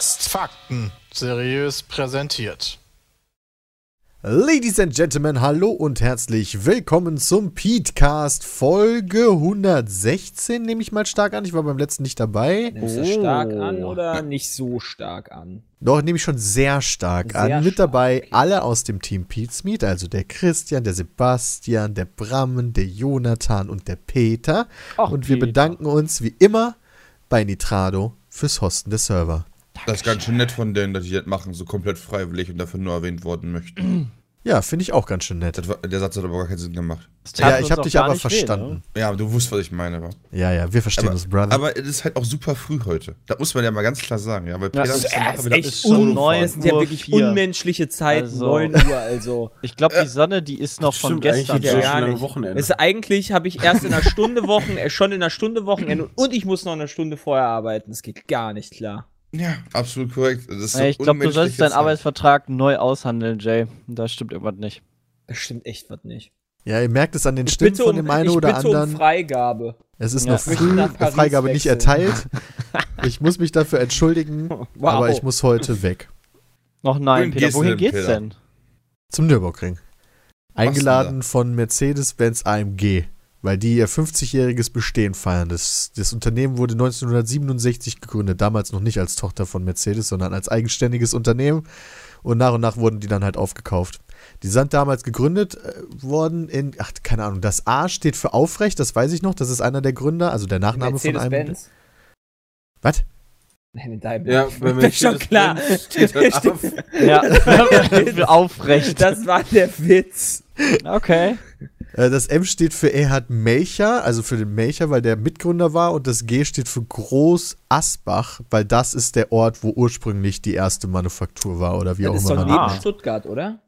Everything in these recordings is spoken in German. Fakten seriös präsentiert. Ladies and Gentlemen, hallo und herzlich willkommen zum Petecast Folge 116, nehme ich mal stark an. Ich war beim letzten nicht dabei. Nimmst du das stark an oder nicht so stark an? Doch, nehme ich schon sehr stark an. Sehr Mit stark. dabei alle aus dem Team Pete's Meet, also der Christian, der Sebastian, der Brammen, der Jonathan und der Peter. Ach, und wir Peter. bedanken uns wie immer bei Nitrado fürs Hosten der Server. Das ist ganz schön nett von denen, dass die das machen, so komplett freiwillig und dafür nur erwähnt worden möchten. Ja, finde ich auch ganz schön nett. Das war, der Satz hat aber gar keinen Sinn gemacht. Ja, ich habe dich aber ne? verstanden. Ja, aber du wusstest, was ich meine. Wa? Ja, ja, wir verstehen Aber, uns, Brother. aber es ist halt auch super früh heute. Das muss man ja mal ganz klar sagen. Ja, weil Das Peter ist- dann äh, nachher ist wieder echt Solo so fahren. neu. Das sind ja Uhr wirklich vier. unmenschliche Zeiten, Also- 9 Uhr also. Ich glaube, die Sonne, die ist noch von gestern. eigentlich Ja, gar nicht. Wochenende. Das ist eigentlich habe ich erst in einer Stunde Wochen, äh, schon in einer Stunde Wochenende und ich muss noch eine Stunde vorher arbeiten. Das geht gar nicht klar. Ja, absolut korrekt. Das ist so ich glaube, du solltest unmenschliche deinen Zeit. Arbeitsvertrag neu aushandeln, Jay. Da stimmt irgendwas nicht. Das stimmt echt was nicht. ja, ihr merkt es an den Ich Stimmen bitte von um, dem einen ich oder bitte anderen. um Freigabe. Es ist Ja. noch Ich möchte früh, nach die Paris Freigabe nicht wechseln. erteilt. Ich muss mich dafür entschuldigen, Wow. aber ich muss heute weg. Noch nein, Wohin Peter. gehst du Wohin denn, geht's Peter? denn? Zum Nürburgring. denn Eingeladen von Mercedes-Benz AMG, weil die ihr 50-jähriges Bestehen feiern. Das, das Unternehmen wurde 1967 gegründet, damals noch nicht als Tochter von Mercedes, sondern als eigenständiges Unternehmen. Und nach und nach wurden die dann halt aufgekauft. Die sind damals gegründet äh, worden in, ach, keine Ahnung, das A steht für aufrecht, das weiß ich noch, das ist einer der Gründer, also der Nachname von einem. Mercedes-Benz? Was? Nein, in deinem. Ja, wenn das ist schon klar. Ja, wir aufrecht. Das war der Witz. Okay. Äh, Das M steht für Erhard Melcher, also für den Melcher, weil der Mitgründer war. Und das G steht für Groß Asbach, weil das ist der Ort, wo ursprünglich die erste Manufaktur war oder wie Das auch ist immer. man- doch neben Ah. Stuttgart, oder?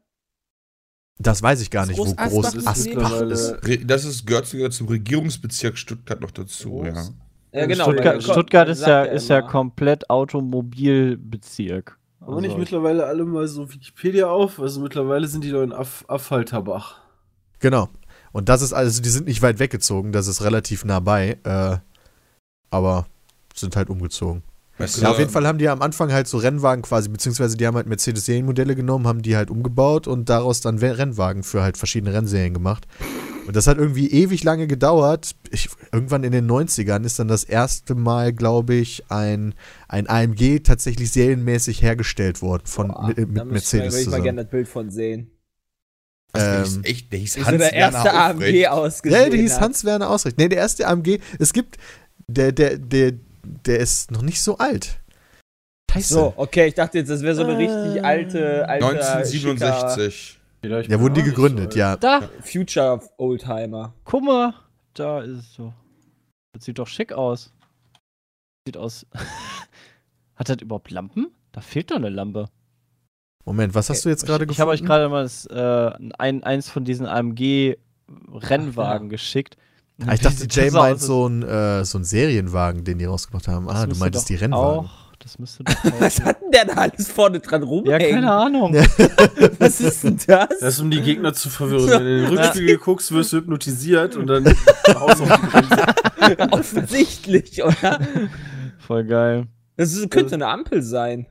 das weiß ich gar nicht, wo Groß Groß Asbach ist Asbach mittlerweile- ist. Re- Das ist gehört sogar zum Regierungsbezirk Stuttgart noch dazu. Groß. Ja. Äh, Stuttgart, weil- Stuttgart ist, sagt ja, er ist ja immer. komplett Automobilbezirk. Aber nicht Also- mittlerweile alle mal so Wikipedia auf? Also mittlerweile sind die doch in Aff Affalltabach. Genau. Und das ist also, die sind nicht weit weggezogen, das ist relativ nah bei, äh, aber sind halt umgezogen. Weißt du, Ja, auf jeden Fall haben die ja am Anfang halt so Rennwagen quasi, beziehungsweise die haben halt Mercedes-Serienmodelle genommen, haben die halt umgebaut und daraus dann We- Rennwagen für halt verschiedene Rennserien gemacht. Und das hat irgendwie ewig lange gedauert. Ich, irgendwann in den 90ern ist dann das erste Mal, glaube ich, ein, ein AMG tatsächlich serienmäßig hergestellt worden von Boah, mit, Ah, da mit müsste ich mal- Mercedes würde ich mal gerne zusammen. das Bild von sehen. der hieß ähm, echt, der hieß Wie so Hans der erste Werner Aufrecht. AMG ausgesehen Ja, der hieß hat. Hans-Werner Ausrecht. Nee, der erste AMG, es gibt, der, der, der, der ist noch nicht so alt. Scheiße. So, okay, ich dachte jetzt, das wäre so eine Äh, richtig alte, alte 1967. Vielleicht Ja, wurden die gar nicht, gegründet, oder? ja. Da, Future Oldtimer. guck mal. Da ist es so. Das sieht doch schick aus. Sieht aus. Hat das überhaupt Lampen? Da fehlt doch eine Lampe. Moment, was hast du jetzt gerade Äh, gefunden? Ich- Ich habe euch gerade mal das, äh, ein, eins von diesen AMG-Rennwagen geschickt. Ah, ich dachte, Sieht Jay das aus, meint als- so ein, äh, so ein Serienwagen, den die rausgebracht haben. das Ah, du müsste meintest doch die Rennwagen. Auch, das müsste doch Was auch. hat denn der da alles vorne dran ja, rumhängen? keine Ahnung. Ja. Was ist denn das? Das ist, um die Gegner zu verwirren. Wenn du in den Rückspiegel guckst, wirst du hypnotisiert und dann Haus auf die Bremse. Offensichtlich, oder? Voll geil. Das ist, könnte eine Ampel sein.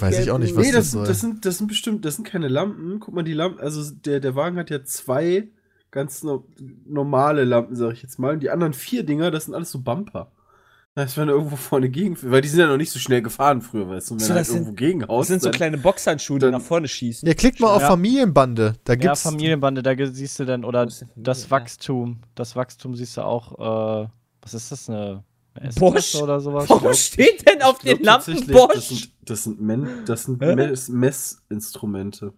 Weiß ich auch nicht, was Nee, das das, soll. sind, das, sind, das sind bestimmt, das sind keine Lampen. Guck mal, die Lampen, also der, der Wagen hat ja zwei ganz no normale Lampen, sag ich jetzt mal. Und die anderen vier Dinger, das sind alles so Bumper. Das heißt, wenn er irgendwo vorne gegen, weil die sind ja noch nicht so schnell gefahren früher, weißt du, und wenn So, er das sind- halt irgendwo gegenhaust. Das sind so dann- kleine Boxhandschuhe, die dann- nach vorne schießen. Ja, klickt mal auf Ja. Familienbande. Da Ja, gibt's. Familienbande, da ge- siehst du dann, oder Wo ist denn das Familie? Wachstum. Das Wachstum siehst du auch, äh, was ist das, eine eine Bosch? S-Klasse oder sowas? Warum steht denn auf Ich glaub den Lampen tatsächlich, Das Bosch? sind, das sind, Men das sind Hä? Mess Messinstrumente.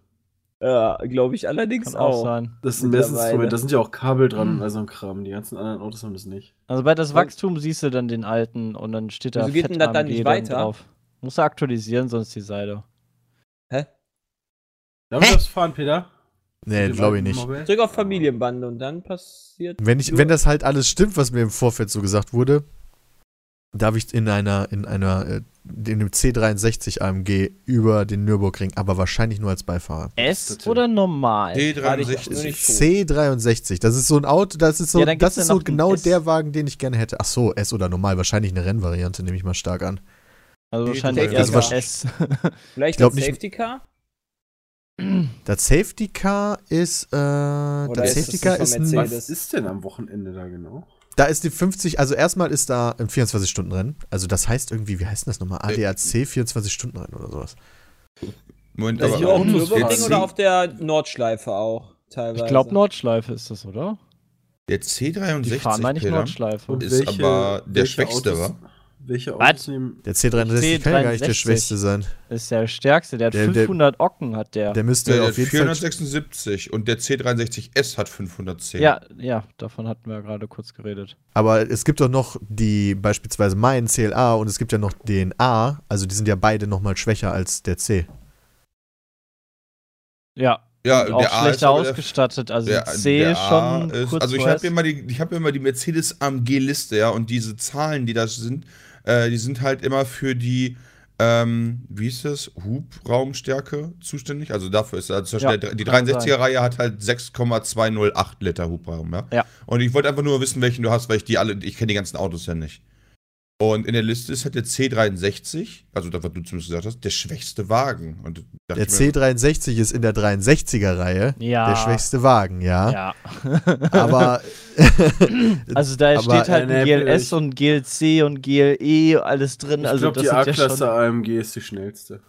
Ja, glaube ich allerdings Kann auch sein. Das sind Mittlerweile. Messinstrumente, da sind ja auch Kabel dran und all so ein Kram. Die ganzen anderen Autos haben das nicht. Also bei das Und- Wachstum siehst du dann den alten und dann steht da Wieso geht fett denn das dann AMG nicht dann weiter? drauf. Musst du aktualisieren, sonst die Seite. Damit darfst du fahren, Peter. Äh, Nee, Mit dem glaube ich alten nicht. Mobile. Drück auf Familienbande und dann passiert. Wenn, ich, Nur- wenn das halt alles stimmt, was mir im Vorfeld so gesagt wurde, darf ich in einer, in einer, äh, in einem C63 AMG über den Nürburgring, aber wahrscheinlich nur als Beifahrer. S das denn? oder normal? Nur D63. nicht tot. C63, das ist so ein Auto, das ist so, Ja, dann gibt's das ist so ja noch ein genau S. der Wagen, den ich gerne hätte. Ach so, S oder normal, wahrscheinlich eine Rennvariante, nehme ich mal stark an. Also Nee, wahrscheinlich Safety eher so Car. S. Ich Vielleicht glaub das nicht- Safety Car? Das Safety Car ist, äh, das ist Safety das Car nicht ist von ein, Mercedes? Was ist denn am Wochenende da genau? da ist die 50, also erstmal ist da ein 24-Stunden-Rennen. Also das heißt irgendwie, wie heißt denn das nochmal? Äh, ADAC 24-Stunden-Rennen oder sowas. Moment, Das aber hier auch ein Autos der, wird Turbo-Ding sie- C, oder auf der Nordschleife auch teilweise? Ich glaube, Nordschleife ist das, oder? der Die fahren, C63 meine ich, Peter, Nordschleife. Ist aber der welche Schwächste, Autos, wa? Welche Was? Autos nehmen. Der C63 kann ja gar nicht der C63. schwächste sein. Ist der stärkste. Der hat Der- der- 500 Ocken, hat der. Der müsste der, der auf jeden Fall. 476 und der C63S hat 510. ja, ja, davon hatten wir ja gerade kurz geredet. Aber es gibt doch noch die, beispielsweise mein CLA und es gibt ja noch den A. Also die sind ja beide nochmal schwächer als der C. Ja, ja auch schlechter aber der- ausgestattet. Also Der, C der ist A schon ist, kurz also ich vor habe S. mir mal die, ich habe mir mal die Mercedes AMG Liste ja und diese Zahlen, die da sind, äh, die sind halt immer für die ähm, wie ist das Hubraumstärke zuständig. Also dafür ist also zum Ja, Beispiel der, die kann 63er Reihe hat halt 6,208 Liter Hubraum, ja. Ja. Und ich wollte einfach nur wissen, welchen du hast, weil ich die alle, ich kenne die ganzen Autos ja nicht. Und in der Liste ist halt der C63, also das, was du zumindest gesagt hast, der schwächste Wagen. Und dachte Der ich mir, C63 ist in der 63er-Reihe ja, der schwächste Wagen, ja. Ja. Aber Also da Aber steht halt ein NLP GLS und GLC und GLE alles drin. Ich also glaube, das die sind ja A-Klasse schon. AMG ist die schnellste.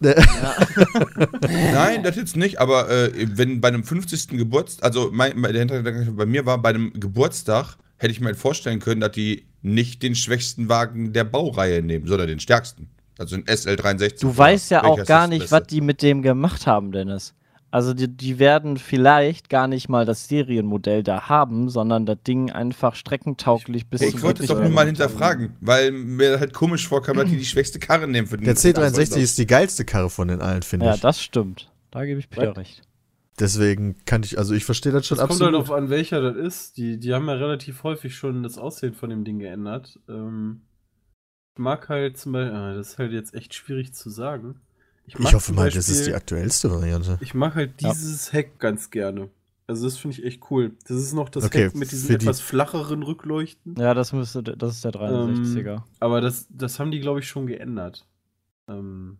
Nein, das jetzt nicht, aber äh, wenn bei einem 50. Geburtstag, also mein, mein, der Hintergedanke bei mir war, bei einem Geburtstag hätte ich mir halt vorstellen können, dass die nicht den schwächsten Wagen der Baureihe nehmen, sondern den stärksten. Also den SL63. Du weißt ja Welcher auch ist gar das nicht, Beste? was die mit dem gemacht haben, Dennis. Also die, die werden vielleicht gar nicht mal das Serienmodell da haben, sondern das Ding einfach streckentauglich bis Ich zum wollte es doch Ende nur mal machen. hinterfragen, weil mir halt komisch vorkam, dass die die schwächste Karre nehmen für den der C63 ist die geilste Karre von den allen, finde Ja, ich. das stimmt. Da gebe ich Peter recht. Deswegen kann ich, also ich verstehe das schon Es kommt halt absolut. auf an, welcher das ist. Die, die haben ja relativ häufig schon das Aussehen von dem Ding geändert. Ähm, ich mag halt zum Beispiel, ah, das ist halt jetzt echt schwierig zu sagen. mag ich hoffe zum mal, das ist Beispiel- die aktuellste Variante. Ich mag halt Ja. dieses Heck ganz gerne. Also das finde ich echt cool. Das ist noch das Okay, Heck mit diesen für die- etwas flacheren Rückleuchten. Ja, das müsste, das ist der Ähm, 63er. Aber das, das haben die, glaube ich, schon geändert. Ähm,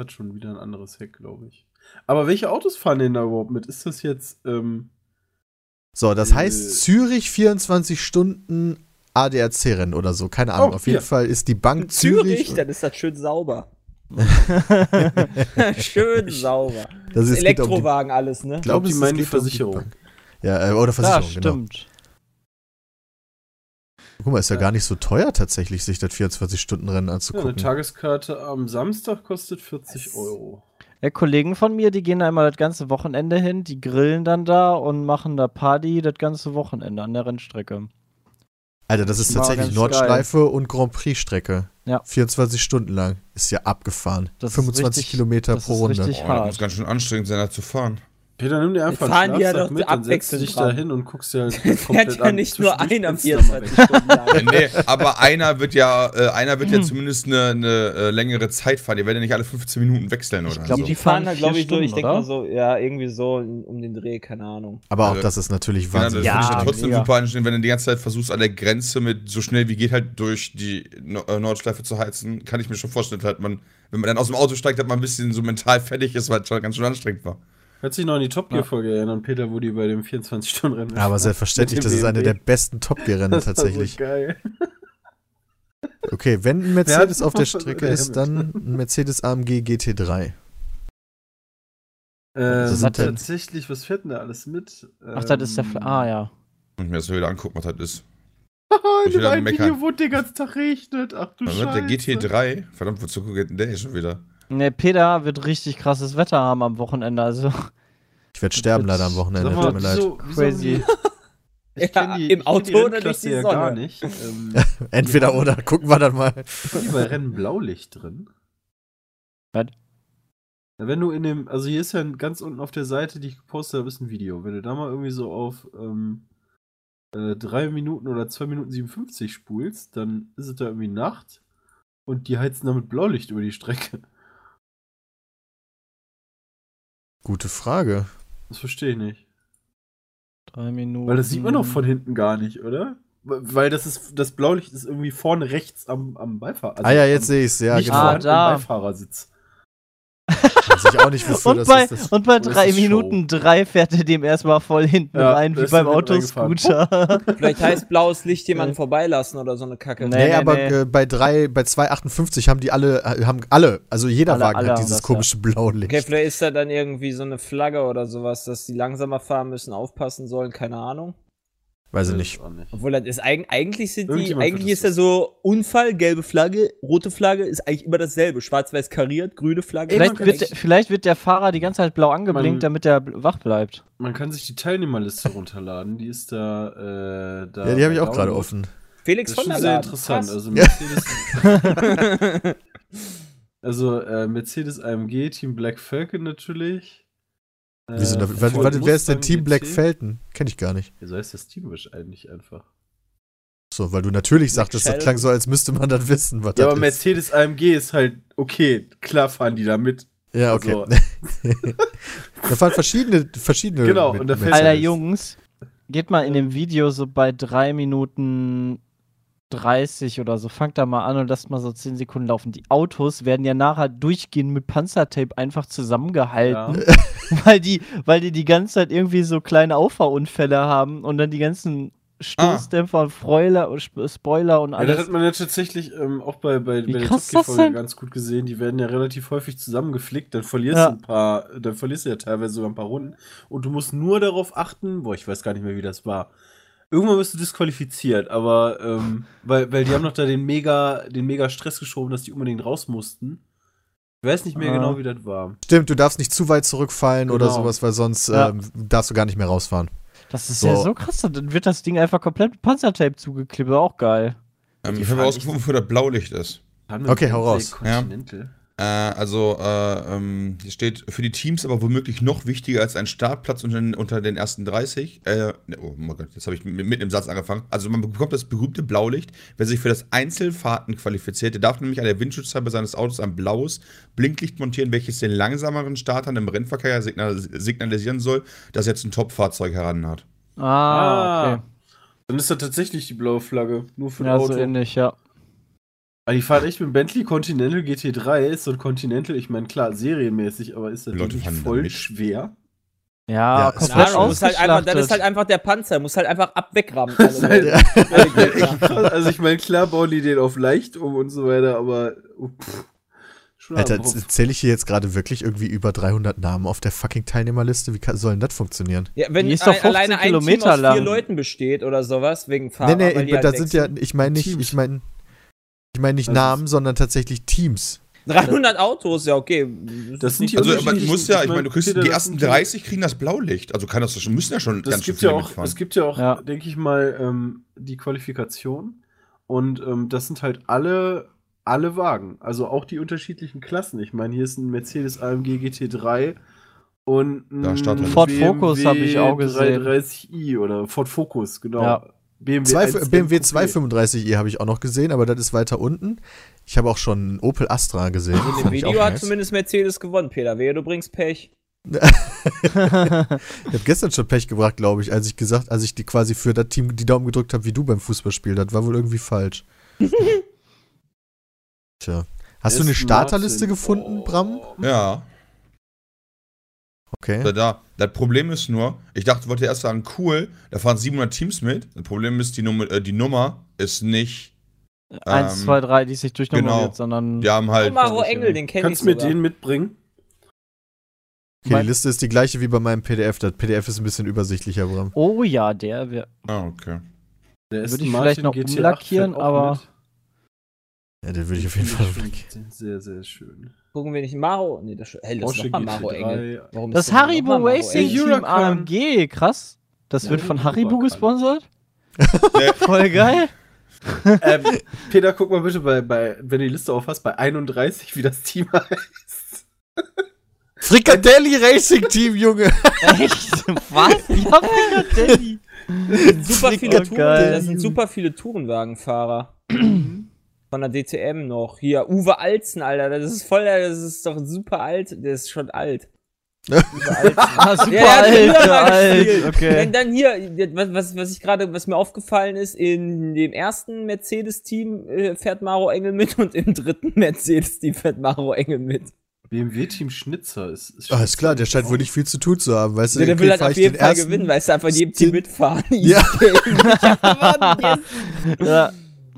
das hat schon wieder ein anderes Heck, glaube ich. Aber welche Autos fahren denn da überhaupt mit? Ist das jetzt, ähm, So, das Äh. heißt Zürich 24 Stunden ADAC-Rennen oder so, keine Ahnung. Oh, auf jeden hier. Fall ist die Bank In Zürich, Zürich. dann ist das schön sauber. schön sauber. das ist geht um die- Elektrowagen alles, ne? glaub, Die es meinen die geht um Versicherung. Bank. ja, äh, oder Ja, Versicherung, genau. stimmt. Guck mal, ist ja Ja. gar nicht so teuer tatsächlich, sich das 24-Stunden-Rennen ja, eine anzugucken. Tageskarte am Samstag kostet 40 Was? Euro? Ja, Kollegen von mir, die gehen da immer das ganze Wochenende hin, die grillen dann da und machen da Party das ganze Wochenende an der Rennstrecke. Alter, das ist Ist mal tatsächlich ganz Nordschleife und Grand Prix-Strecke. Ja. 24 Stunden lang. Ist ja abgefahren. Das ist 25 richtig- Kilometer das pro ist Runde. richtig Oh, das hart. muss ganz schön anstrengend sein, da zu fahren. Peter, nimm dir einfach Dann fahren die ja doch Schlafsack dann setzt du abwechselnd dich dran. da hin und guckst dir Der halt fährt komplett ja nicht nur Zwischendurch ein am kannst du da mal 24 Stunden lang. Äh, nee, aber einer wird ja, äh, einer Mhm. wird ja zumindest eine, eine äh, längere Zeit fahren. Ihr werdet ja nicht alle 15 Minuten wechseln oder glaub, so. Also die Die fahren fahren da, vier glaube ich, so, ich Stunden, denke oder? mal so, ja, irgendwie so in- um den Dreh, keine Ahnung. Aber auch Also- das ist natürlich Ja, das wahnsinnig. finde Ja, ich ja trotzdem mega. super anstrengend, wenn du die ganze Zeit versuchst, an der Grenze mit so schnell wie geht halt durch die No- äh, Nordschleife zu heizen. Kann ich mir schon vorstellen, dass man, wenn man dann aus dem Auto steigt, dass man ein bisschen so mental fertig ist, weil es schon ganz schön anstrengend war. Hört sich noch an die Top Gear-Folge erinnern, Peter, wo die bei dem 24-Stunden-Rennen Ja, aber selbstverständlich, Mit das dem ist eine der BMW. besten top rennen war so tatsächlich. geil. Okay, wenn ein Wer Mercedes hat auf der noch- Strecke der ist, dann ein Mercedes AMG GT3. Ähm, sind denn- tatsächlich, was fährt denn da alles mit? Ähm, Ach, das ist der. Ähm. Fl ah, ja. Und mir das wieder angucken, was das ist. Haha, Ah, in Ich will dem dann einen meckern. Video, wo der ganze Tag regnet. Ach du Was Scheiße. wird der GT3? Verdammt, wozu guckt denn der hier schon wieder? Ne, Peter wird richtig krasses Wetter haben am Wochenende. Also, Ich werde sterben wird's- leider am Wochenende, Sag mal, tut mir leid. wieso- wieso- crazy. Ich Ja, kenn die, im ich kenn Auto die oder durch Rennklasse die ja gar Sonne? nicht. Ähm, Entweder oder, gucken wir dann mal. ist hier bei Rennen Blaulicht drin? Was? Na, wenn du in dem, also hier ist ja ein- ganz unten auf der Seite, die ich gepostet habe, ist ein Video. Wenn du da mal irgendwie so auf ähm, äh, 3 Minuten oder 2 Minuten 57 spulst, dann ist es da irgendwie Nacht und die heizen da mit Blaulicht über die Strecke. Gute Frage. Das verstehe ich nicht. drei Minuten. Mhm. Weil das sieht man doch von hinten gar nicht, oder? Weil das ist, das Blaulicht ist irgendwie vorne rechts am, am Beifahrer. also ah ja, am jetzt sehe ich es. Ja, nicht genau. Ah, vorhandenen da. Beifahrersitz. Weiß ich auch nicht, wofür Und das bei, ist. Das und bei das drei ist Show. Minuten drei fährt er dem erstmal voll hinten Ja, rein, da wie ist er beim hinten reingefahren. Autoscooter. Vielleicht heißt blaues Licht jemanden Nee. vorbeilassen oder so eine Kacke. Nee. Nee, aber nee. Äh, bei drei, bei 258 haben die alle, äh, haben alle, also jeder Alle- Wagen alle hat haben dieses das, ja. komische blaue Licht. Okay, vielleicht ist da dann irgendwie so eine Flagge oder sowas, dass die langsamer fahren müssen, aufpassen sollen, keine Ahnung. Weiß ich Also nicht. Auch nicht. Obwohl das ist eig- eigentlich sind die, Irgendjemand eigentlich wird ist das da so Unfall, gelbe Flagge, rote Flagge ist eigentlich immer dasselbe. Schwarz-weiß kariert, grüne Flagge. Vielleicht kann wird, echt- der, vielleicht wird der Fahrer die ganze Zeit blau angeblinkt, Man- damit er bl- wach bleibt. Man kann sich die Teilnehmerliste runterladen. Die ist da. Äh, da Ja, die habe ich bei auch gerade Download. offen. äh, Felix Das von ist schon der sehr Laden. interessant. Krass. Also Mercedes. also äh, Mercedes AMG, Team Black Falcon natürlich. Äh, Wieso, da, warte, Ford warte, wer ist denn Mustang Team GT? Black Felton? Kenne ich gar nicht. Wieso heißt das Team eigentlich einfach? So, weil du natürlich sagtest, das Sheldon. klang so, als müsste man dann wissen, was Ja, aber das ist. Mercedes AMG ist halt, okay, klar fahren die da mit. Ja, okay. da fahren verschiedene, verschiedene. Also. Genau, und da fällt- Alter Mercedes. Jungs, geht mal in dem Video so bei drei Minuten 30 oder so, fangt da mal an und lasst mal so 10 Sekunden laufen. Die Autos werden ja nachher durchgehend mit Panzertape einfach zusammengehalten. Ja. weil die, weil die die ganze Zeit irgendwie so kleine Auffahrunfälle haben und dann die ganzen Stoßdämpfer und Freuler und Sp- Spoiler und Ja, das alles. hat man ja tatsächlich ähm, auch bei, bei, Wie bei der krass ist das Topki-Folge denn? ganz gut gesehen. Die werden ja relativ häufig zusammengeflickt, dann verlierst Ja. du ein paar, dann verlierst du ja teilweise sogar ein paar Runden. Und du musst nur darauf achten, boah, ich weiß gar nicht mehr, wie das war. Irgendwann wirst du disqualifiziert, aber ähm, weil, weil die haben noch da den mega, den mega Stress geschoben, dass die unbedingt raus mussten. Ich weiß nicht mehr Ah. genau, wie das war. Stimmt, du darfst nicht zu weit zurückfallen oder Genau. sowas, weil sonst Ja. ähm, darfst du gar nicht mehr rausfahren. Das ist So. ja so krass. Dann wird das Ding einfach komplett mit Panzertape zugeklebt. Auch geil. Ähm, Die ich habe fahren rausgefunden, wo das Blaulicht ist. Haben Okay, mit hau raus. Wednesday Continental. Äh, also, äh, ähm, hier steht für die Teams aber womöglich noch wichtiger als ein Startplatz unter den, unter den ersten 30. Äh, ne, oh mein Gott, jetzt habe ich mit, mit einem Satz angefangen. Also, man bekommt das berühmte Blaulicht. Wer sich für das Einzelfahrten qualifiziert, der darf nämlich an der Windschutzscheibe seines Autos ein blaues Blinklicht montieren, welches den langsameren Startern im Rennverkehr signal signalisieren soll, dass er jetzt ein Top-Fahrzeug heran hat. Ah, okay. Dann ist das tatsächlich die blaue Flagge, nur für Ja, das so Auto. ähnlich, ja. Aber die fahren Also echt mit Bentley Continental GT3 ist so ein Continental, ich meine, klar, serienmäßig, aber ist das Leute Leute nicht fahren voll damit. schwer? Ja, Ja, es Keine komplett war Ahnung, muss halt einfach, das ist halt ausgeschlachtet. einfach der Panzer, muss halt einfach abwegrammen. Also, halt- ja. also ich meine, klar bauen die den auf leicht um und so weiter, aber oh, pff, schon Alter, am Kopf. zähle ich hier jetzt gerade wirklich irgendwie über 300 Namen auf der fucking Teilnehmerliste? Wie kann, soll denn das funktionieren? wenn Die ist doch ein- alleine 15 ein Team Kilometer aus vier lang. Leuten besteht oder sowas, wegen Nee, Fahrer. nee, weil die da halt sind ja, wechseln. ich meine nicht, Teams. ich meine ich meine nicht Also- Namen, sondern tatsächlich Teams. 300 Autos, ja, okay. Das sind die Also, Unterschied- aber du ich- musst ja, ich ich meine, du kriegst Peter, die das ersten sind die- 30 kriegen das Blaulicht. Also, kann das schon, müssen ja schon das schön gibt ja viele auch, mitfahren. es gibt ja auch, Ja. denke ich mal, ähm, die Qualifikation und ähm, das sind halt alle, alle Wagen, also auch die unterschiedlichen Klassen. Ich meine, hier ist ein Mercedes AMG GT3 und ein Da startet er. Ford Focus habe ich auch gesehen. 330i oder Ford Focus, genau. Ja. BMW, Zwei, 1 BMW Coupé. 235i habe ich auch noch gesehen, aber das ist weiter unten. Ich habe auch schon einen Opel Astra gesehen. In dem Fand ich Video auch hat nice. zumindest Mercedes gewonnen, Peter. Wehe, du bringst Pech. halt Ich habe gestern schon Pech gebracht, glaube ich, als ich gesagt, als ich die quasi für das Team die Daumen gedrückt habe, wie du beim Fußballspiel. Das war wohl irgendwie falsch. Tja. Hast du eine Aston Starterliste Martin. gefunden, Oh. Bram? Ja. Okay. Da, da. Das Problem ist nur, ich dachte, ich wollte erst sagen, cool, da fahren 700 Teams mit. Das Problem ist, die Nummer, äh, die Nummer ist nicht. Äh, Eins, ähm, zwei, drei, die sich durchnummeriert, genau. sondern Die haben halt. Maro ich, Engel, ja. den kenn ich Kannst du mir sogar. den mitbringen? okay. Die Liste ist die gleiche wie bei meinem PDF. Das PDF ist ein bisschen übersichtlicher, Bram. Oh ja, der wär, Ah, okay. Der Würde Aston ich Martin vielleicht noch GT8 umlackieren, fährt auch aber- mit. Ja, den würde ich auf jeden Fall. Finde ich schon Sehr, sehr schön. Gucken wir nicht. Maro. Nee, das, hey, das ist Porsche nochmal Maro GT3. Engel. Warum Das ist denn Haribo nochmal Maro Racing Engel? Team Huracan. AMG, krass. Das Ja, wird von Huracan. Haribo gesponsert? Voll geil. ähm, Peter, guck mal bitte, bei, bei, wenn du die Liste aufhast, bei 31, wie das Team heißt. Frikadelli Racing Team, Junge! Echt? Was? Ja, Frikadelli. Super Oh, viele Touren, geil. das sind super viele Tourenwagenfahrer. Von der DTM noch. Hier, Uwe Alzen, Alter. Das ist voll, das ist doch super alt. Der ist schon alt. Ah, super, Ja, der hat alt, früher mal alt. gespielt. Okay. Dann, dann hier, was, was, was ich gerade, was mir aufgefallen ist, in dem ersten Mercedes-Team äh, fährt Maro Engel mit und im dritten Mercedes-Team fährt Maro Engel mit. BMW-Team Schnitzer ist. ist Ah, ist klar, der scheint wohl nicht viel zu tun zu haben, weißt du? Ja, der okay, will halt fahr auf ich jeden den Fall ersten. gewinnen, weil es einfach in jedem Team Stil- mitfahren. Ja. Ja. Oh,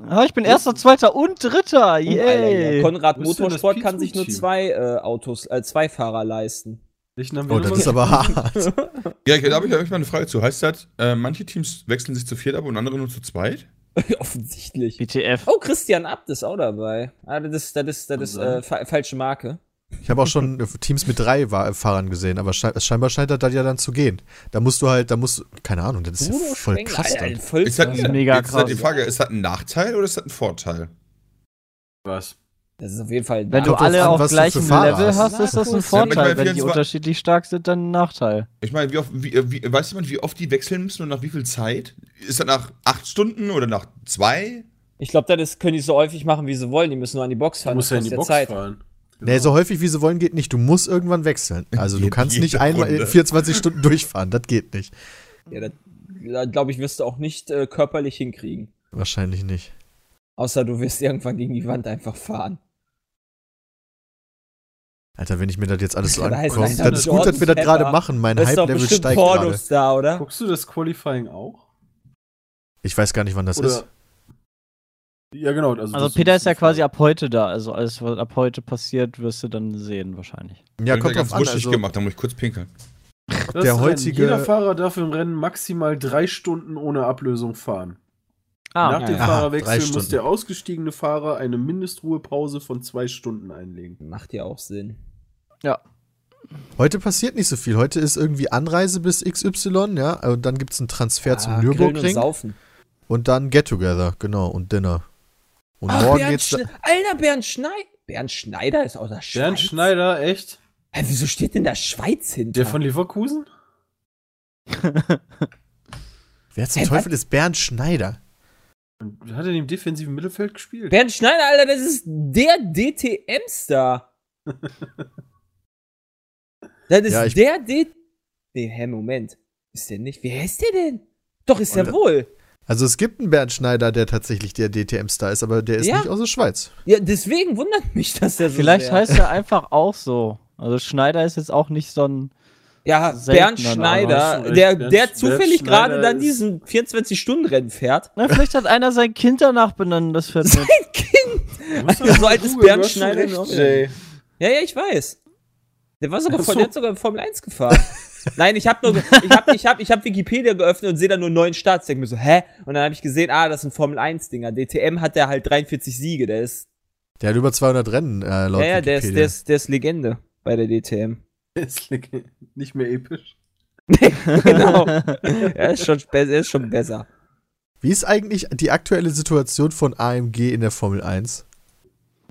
Ah, ich bin erster, zweiter und dritter. Yay. Konrad Wo ist denn das Motorsport kann sich nur Pizza-Team? zwei äh, Autos, äh, zwei Fahrer leisten. nicht, dann Oh, wieder das mal- ist aber hart. Ja, ich- da habe ich, hab ich mal eine Frage zu. Heißt das, äh, manche Teams wechseln sich zu viert ab und andere nur zu zweit? Offensichtlich. BTF. Oh, Christian Abt ist auch dabei. Ah, das ist, das ist, das ist äh, fa falsche Marke. Ich habe auch schon äh, Teams mit drei Wa- Fahrern gesehen, aber schei- scheinbar scheint das ja dann zu gehen. Da musst du halt, da musst keine Ahnung, das ist ja Bruno voll Spengler, krass Alter, ein dann. voll Ist das, ist mega jetzt ist das die krass. Frage, ist das ein Nachteil oder ist das ein Vorteil? was. Das ist auf jeden Fall. Wenn du Kommt drauf alle an, auf was du gleichem für Fahrer Level hast, hast. ist das ein Ja, Vorteil. manchmal Wenn die 24 unterschiedlich stark sind, dann ein Nachteil. Ich meine, wie oft, wie, äh, wie, weiß jemand, wie oft die wechseln müssen und nach wie viel Zeit? Ist das nach acht Stunden oder nach zwei? ich glaube, das ist- können die so häufig machen, wie sie wollen. Die müssen nur an die Box Du fahren. musst das ja in die kostet Box fahren. Nee, so häufig wie sie wollen geht nicht. Du musst irgendwann wechseln. Also du Jede- kannst jede nicht einmal in Runde. 24 Stunden durchfahren. Das geht nicht. Ja, das, da, glaube ich, wirst du auch nicht äh, körperlich hinkriegen. Wahrscheinlich nicht. Außer du wirst irgendwann gegen die Wand einfach fahren. Alter, wenn ich mir das jetzt alles so Da heißt angucke, es dann ist gut, dass wir das Jordan gerade Pepper. machen. Mein Das ist doch Hype-Level bestimmt steigt gerade. Pornostar, oder? Guckst du das Qualifying auch? Ich weiß gar nicht, wann das ist. Ja, genau. Also, Also das- Peter ist ja quasi ab heute da. Also alles, was ab heute passiert, wirst du dann sehen wahrscheinlich. Ja, Hab ich kommt da ganz drauf an. wuschig Also, gemacht, da muss ich kurz pinkeln. das der Rennen. heutige- Jeder Fahrer darf im Rennen maximal drei Stunden ohne Ablösung fahren. Ah, Nach ja. dem Aha, drei Fahrerwechsel muss Stunden. der ausgestiegene Fahrer eine Mindestruhepause von zwei Stunden einlegen. Macht ja auch Sinn. Heute passiert nicht so viel. Heute ist irgendwie Anreise bis XY, ja. Und dann gibt es einen Transfer zum Ah, Grillen und Nürburgring. Und, Saufen. dann Get Together, genau. Und Dinner. Und Ach, morgen Bernd geht's. Schne Alter, Bernd Schneider. Bernd Schneider ist aus der Schweiz. Bernd Schneider, echt? Hä, wieso steht denn da Schweiz hinter? Der von Leverkusen? Wer zum Ey, Teufel ist Bernd Schneider? Hat er im defensiven Mittelfeld gespielt? Bernd Schneider, Alter, das ist der DTM-Star. das ist Ja, ich- der D. Nee, hä, Moment. Ist der nicht? Wer ist der denn? Doch, ist er Oder- wohl. Also es gibt einen Bernd Schneider, der tatsächlich der DTM-Star ist, aber der ist Ja. nicht aus der Schweiz. Ja, deswegen wundert mich, dass der so Vielleicht sehr- heißt er einfach auch so. Also Schneider ist jetzt auch nicht so ein. Ja, seltener Bernd Name. Schneider, Hast du recht, der, Bernd- der Bernd zufällig Schneider gerade dann ist- diesen 24-Stunden-Rennen fährt. Na, vielleicht hat einer sein Kind danach benannt, das fährt mit. so alt ist Bernd Schneider noch noch. nicht. Ja, ja, ich weiß. Der war sogar, vor, der hat sogar in Formel 1 gefahren. Nein, ich habe nur, ge- ich habe, ich habe, ich habe Wikipedia geöffnet und sehe da nur neun Starts. Denk mir so, hä? Und dann habe ich gesehen, ah, das sind Formel 1 Dinger. DTM hat der halt 43 Siege. Der ist, Der hat über 200 Rennen äh, laut ja, ja, Wikipedia. der ist, der ist, der ist Legende bei der DTM. Ist leg- nicht mehr episch. genau. er ist schon, spe- er ist schon besser. Wie ist eigentlich die aktuelle Situation von AMG in der Formel 1?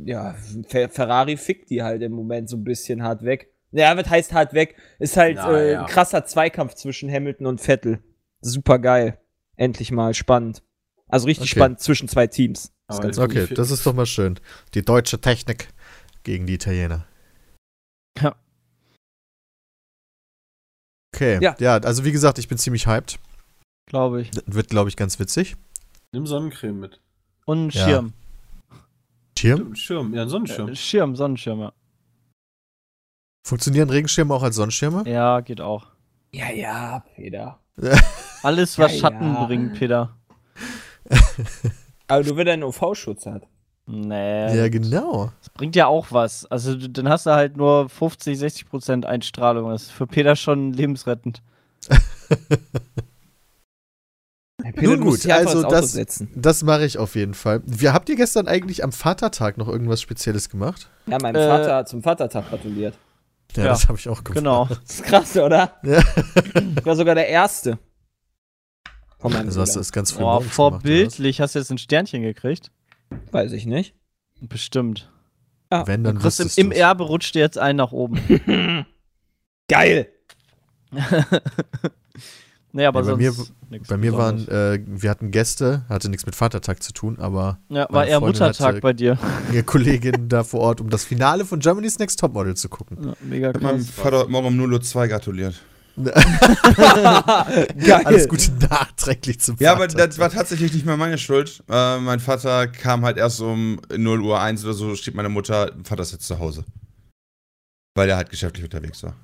Ja, Fer Ferrari fickt die halt im Moment so ein bisschen hart weg. Ja, was heißt hart weg? Ist halt Na äh, ja. ein krasser Zweikampf zwischen Hamilton und Vettel. Super geil. Endlich mal spannend. Also richtig Okay. spannend zwischen zwei Teams. Aber ganz jetzt- Okay, Ich- das ist doch mal schön. Die deutsche Technik gegen die Italiener. Ja. Okay, Ja. ja. also wie gesagt, ich bin ziemlich hyped. glaube ich. Das wird, glaube ich, ganz witzig. Nimm Sonnencreme mit. Und ein Ja. Schirm. Schirm? Stimmt, Schirm, ja, ein Sonnenschirm. Äh, Schirm, Sonnenschirm, ja. Funktionieren Regenschirme auch als Sonnenschirme? Hm? Ja, geht auch. Ja, ja, Peter. Alles, was Ja, Schatten ja. bringt, Peter. Aber nur wenn er einen UV-Schutz hat. Nee. Ja, genau. Das bringt ja auch was. Also du- dann hast du halt nur 50, 60 Prozent Einstrahlung. Das ist für Peter schon lebensrettend. Peter, Nun du musst gut, dich einfach also ins Auto das- Setzen. Das mache ich auf jeden Fall. Wir, habt ihr gestern eigentlich am Vatertag noch irgendwas Spezielles gemacht? Ja, meinem Äh, Vater hat zum Vatertag gratuliert. Ja, Ja. das habe ich auch gemacht. Genau. Das ist krass, oder? Ja. Ich war sogar der Erste. Von meinem Also also hast du das ganz früh Boah, morgens gemacht, oder was? vorbildlich. Hast du jetzt ein Sternchen gekriegt? Weiß ich nicht. Bestimmt. Ja. Wenn, dann Du kriegst im, wüsstest Im du's. Erbe rutscht dir jetzt ein nach oben. Geil! Nee, aber Ja, bei sonst mir- nix Bei mir waren, Besonderes. äh, wir hatten Gäste, hatte nichts mit Vatertag zu tun, aber Ja, war meine eher Freundin hatte- Muttertag bei dir. eine Kollegin da vor Ort, um das Finale von Germany's Next Topmodel zu gucken. Ja, mega Ich habe meinem krass. Vater heute Morgen um 0 Uhr 2 gratuliert. Geil. Alles Gute nachträglich zum Ja, aber Vatertag. das war tatsächlich nicht mehr meine Schuld. Äh, mein Vater kam halt erst um 0 Uhr 1 oder so, steht meine Mutter, Vater ist jetzt zu Hause. Weil er halt geschäftlich unterwegs war.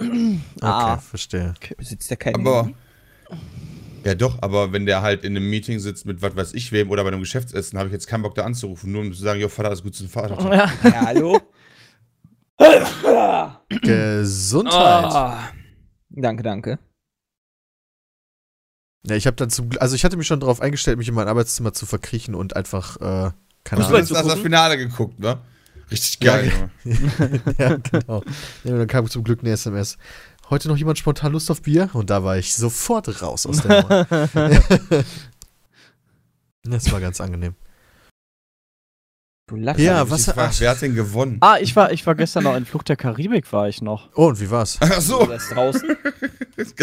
Okay, Ah. verstehe. Besitzt der kein Aber. Handy? Ja, doch, aber wenn der halt in einem Meeting sitzt mit was weiß ich wem oder bei einem Geschäftsessen, habe ich jetzt keinen Bock da anzurufen, nur um zu sagen, jo, Vater, alles gut zum Vater. Ja. Ja, hallo? Gesundheit. Ah. Danke, danke. Ja, ich habe dann zum Gl- also ich hatte mich schon darauf eingestellt, mich in mein Arbeitszimmer zu verkriechen und einfach äh, keine Hast du Ahnung. jetzt das Finale geguckt, ne? Richtig geil. Ja, Junge. ja, genau. Ja, und dann kam zum Glück eine SMS. Heute noch jemand spontan Lust auf Bier? Und da war ich sofort raus aus der Nummer. Das war ganz angenehm. Du lachst. Ja, Ich was- frag, ach. wer hat denn gewonnen? ah, ich war, ich war gestern noch in Flucht der Karibik, war ich noch. Oh, und wie war's? Ach so. so. Das ist draußen.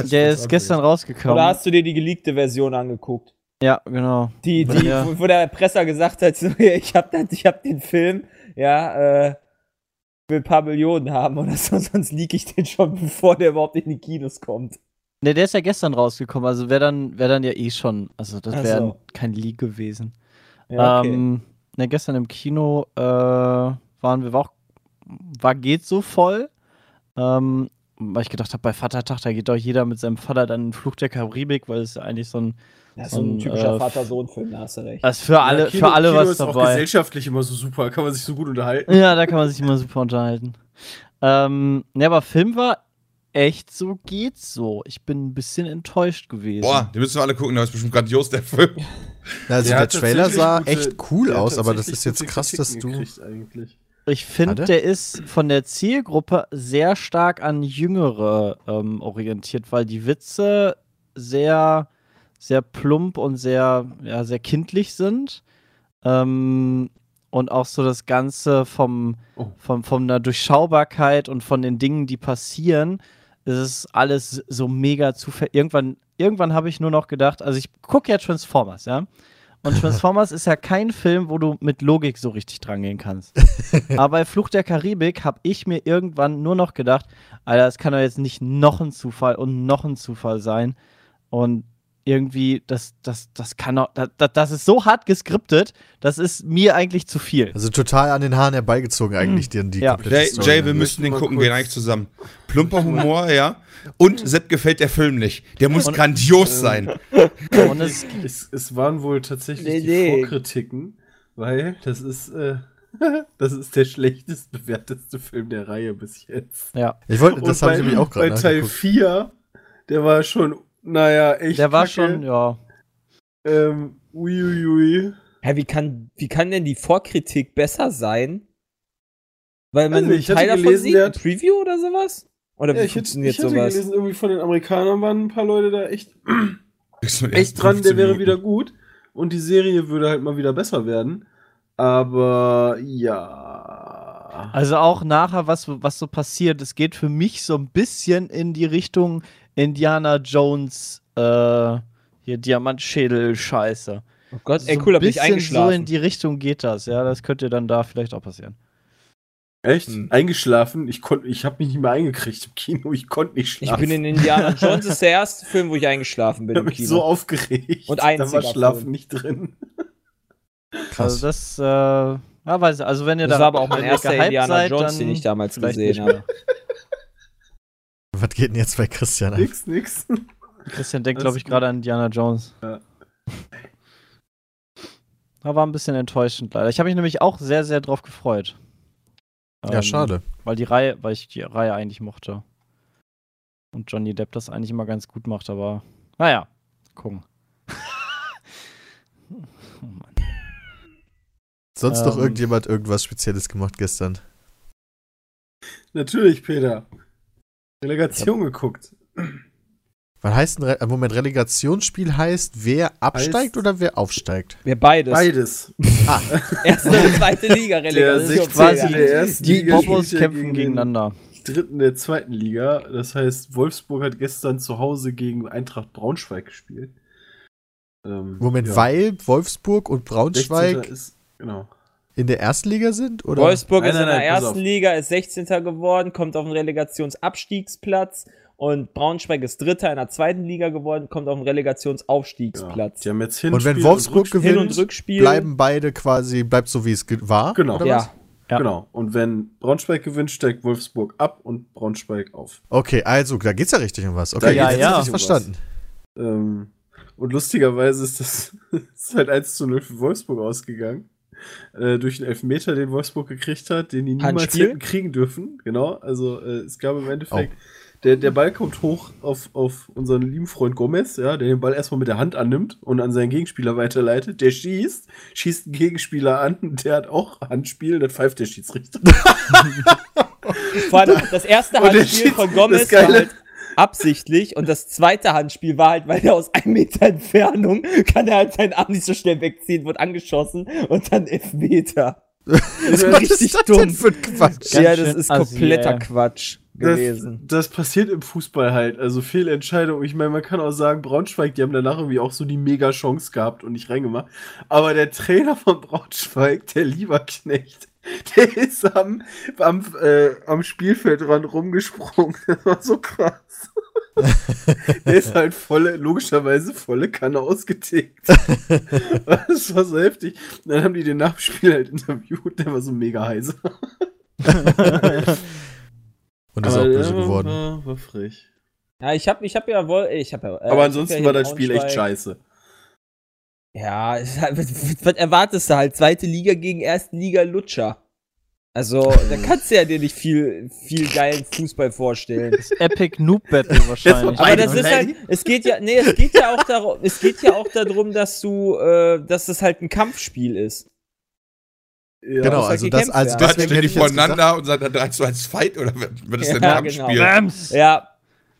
Der ist gestern rausgekommen. Oder hast du dir die geleakte Version angeguckt? Ja, genau. Die, die, Ja. wo, wo der Presser gesagt hat, so, ja, ich hab, das, ich hab den Film, ja, äh, will ein paar Millionen haben oder so, sonst leak ich den schon, bevor der überhaupt in die Kinos kommt. Ne, der ist ja gestern rausgekommen, also wäre dann, wär dann ja eh schon, also das Ach wäre so. kein Leak gewesen. Ja, okay. Ähm, ne, gestern im Kino äh, waren wir war auch, war geht so voll, ähm, weil ich gedacht habe, bei Vatertag, da geht doch jeder mit seinem Vater dann in Fluch der Karibik, weil es ja eigentlich so ein, das ist so ein typischer äh, Vater-Sohn-Film, da hast du recht. das ist für alle, Ja, Kino- für alle Kino was ist auch dabei. gesellschaftlich immer so super, kann man sich so gut unterhalten. Ja, da kann man sich immer super unterhalten. Ähm, ne, aber Film war echt so geht's so. Ich bin ein bisschen enttäuscht gewesen. Boah, den müssen wir alle gucken, der ist bestimmt grandios, der Film. Also Der der, hat Trailer tatsächlich sah gute- echt cool der hat aus, aber das tatsächlich ist jetzt gute krass, dass Kritiken du. gekriegt eigentlich. Ich finde, Warte. der ist von der Zielgruppe sehr stark an Jüngere ähm, orientiert, weil die Witze sehr, sehr plump und sehr, ja, sehr kindlich sind. Ähm, und auch so das Ganze vom, Oh. vom, von der Durchschaubarkeit und von den Dingen, die passieren, ist es alles so mega zufällig. Irgendwann, irgendwann habe ich nur noch gedacht, also ich gucke ja Transformers, ja. Und Transformers ist ja kein Film, wo du mit Logik so richtig drangehen kannst. Aber bei Fluch der Karibik habe ich mir irgendwann nur noch gedacht, Alter, es kann doch jetzt nicht noch ein Zufall und noch ein Zufall sein. Und irgendwie, das, das, das kann doch, das, das- das ist so hart geskriptet, das ist mir eigentlich zu viel. Also total an den Haaren herbeigezogen eigentlich, Hm. die, die Ja. komplette Jay, Story. ne? Jay, wir Müssen müssen den wir gucken, kurz- gehen eigentlich zusammen. Plumper Humor, ja. Und Sepp gefällt der Film nicht. Der muss Und- grandios sein. Und es, Es, es waren wohl tatsächlich Nee, die nee. Vorkritiken, weil das ist, äh, das ist der schlechtest bewerteste Film der Reihe bis jetzt. ja, Ich wollte, das Und habe ich nämlich auch gerade Bei Teil nachgeguckt. 4, der war schon, naja, echt. der war kacke. schon, ja. Ähm, uiuiui. Hä, wie kann, wie kann denn die Vorkritik besser sein? Weil man Also, einen ich hatte Teil davon gelesen, sieht? der Ein hat- Preview oder sowas? Oder Ja, wie ich hätte, funktioniert ich hätte sowas? gelesen, irgendwie von den Amerikanern waren ein paar Leute da echt, Bis zum ersten echt dran, der 15 wäre Minuten. wieder gut. Und die Serie würde halt mal wieder besser werden. Aber ja. Also auch nachher, was, was so passiert, es geht für mich so ein bisschen in die Richtung Indiana Jones, äh, hier Diamantschädel-Scheiße. Oh Gott, ey, So cool, ein hab ich bisschen eingeschlafen. So in die Richtung geht das, ja. Das könnte dann da vielleicht auch passieren. Echt? Hm. Eingeschlafen? Ich, konnt- ich habe mich nicht mehr eingekriegt im Kino. Ich konnte nicht ich schlafen. bin in Indiana Jones, ist der erste Film, wo ich eingeschlafen bin Ich hab im mich Kino. so aufgeregt. Und da einziger war Schlafen Film. nicht drin. Krass. Also das, äh, ja, weiß ich, also wenn ihr das da war aber auch mein wenn ihr erster gehypt Indiana seid, Jones, dann den ich damals vielleicht gesehen nicht habe. mehr. Was geht denn jetzt bei Christian ab? Nix, nix. Christian denkt, Alles glaube ich, gut. gerade an Indiana Jones. Ja. Da war ein bisschen enttäuschend leider. Ich habe mich nämlich auch sehr, sehr drauf gefreut. Ja, Ähm, schade. Weil die Reihe, weil ich die Reihe eigentlich mochte. Und Johnny Depp das eigentlich immer ganz gut macht, aber naja, gucken. oh Mann. Sonst noch ähm, irgendjemand irgendwas Spezielles gemacht gestern? Natürlich, Peter. Relegation geguckt. Was heißt ein Re äh, Moment, Relegationsspiel heißt, wer absteigt oder wer aufsteigt? Wir beides. Beides. Erste und zweite Liga Der Relegation. 16. quasi der ersten Die Liga Bobos spielt ja kämpfen gegen den- gegeneinander. dritten der zweiten Liga. Das heißt, Wolfsburg hat gestern zu Hause gegen Eintracht Braunschweig gespielt. Ähm, Moment, ja. weil Wolfsburg und 16. Braunschweig Ist, genau. in der ersten Liga sind? Oder? Wolfsburg Nein, ist nein, in nein, der pass ersten auf. Liga, ist 16. geworden, kommt auf den Relegationsabstiegsplatz und Braunschweig ist Dritter in der zweiten Liga geworden, kommt auf den Ja. Relegationsaufstiegsplatz. Die haben jetzt Und wenn Hinspiel Wolfsburg Rückspiel- Hin- gewinnt, und Rückspiel. bleiben beide quasi, bleibt so wie es ge- war. Genau. oder Ja. was? Ja. Genau. Und wenn Braunschweig gewinnt, steigt Wolfsburg ab und Braunschweig auf. Okay, also, da geht's ja richtig um was. Okay, ja, jetzt ja. hab ich's verstanden. Ähm, und lustigerweise ist das ist halt 1 zu 0 für Wolfsburg ausgegangen. Äh, durch den Elfmeter, den Wolfsburg gekriegt hat, den die niemals Handspiel? hätten kriegen dürfen. Genau. Also äh, es gab im Endeffekt. Der, der Ball kommt hoch auf, auf unseren lieben Freund Gomez, ja, der den Ball erstmal mit der Hand annimmt und an seinen Gegenspieler weiterleitet. Der schießt, schießt einen Gegenspieler an, der hat auch Handspiel, dann pfeift der Schiedsrichter. Vor allem das erste Und der Handspiel Schieds- von das Gomez war Geile- halt absichtlich und das zweite Handspiel war halt, weil er aus einem Meter Entfernung kann er halt seinen Arm nicht so schnell wegziehen, wird angeschossen und dann Elfmeter. Das war richtig denn dumm. für ein Quatsch? Ganz ja, das schön ist assi, kompletter ey. Quatsch gewesen. Das, das passiert im Fußball halt. Also Fehlentscheidung. Ich meine, man kann auch sagen, Braunschweig, die haben danach irgendwie auch so die mega Chance gehabt und nicht reingemacht. Aber der Trainer von Braunschweig, der Lieberknecht, der ist am, am, äh, am Spielfeldrand rumgesprungen. Das war so krass. der ist halt volle, logischerweise volle Kanne ausgetickt. das war so heftig. Und dann haben die den Nachspiel halt interviewt. Der war so mega heiser. Und das ist auch Aber der böse war- geworden. War, war frech. Ja, ich hab, ich hab ja wohl, ich hab ja. äh, ich Aber hab ja ansonsten hier war das Spiel echt Braunschweig- scheiße. Ja, es ist halt- was erwartest du halt? Zweite Liga gegen ersten Liga Lutscher. Also, da kannst du ja dir nicht viel, viel geilen Fußball vorstellen. Epic Noob Battle wahrscheinlich. Aber Beide das ist Seiten. halt, es geht ja, nee, es geht ja auch darum, es geht ja auch darum, dass du, äh, dass es halt ein Kampfspiel ist. Ja, genau, muss halt also, das, gekämpft also werden. Da stehen deswegen hätte die ich jetzt gesagt, voneinander und sagen, da 3 1 Fight oder wird das Ja, denn ein Kampfspiel? genau. Bams. Ja,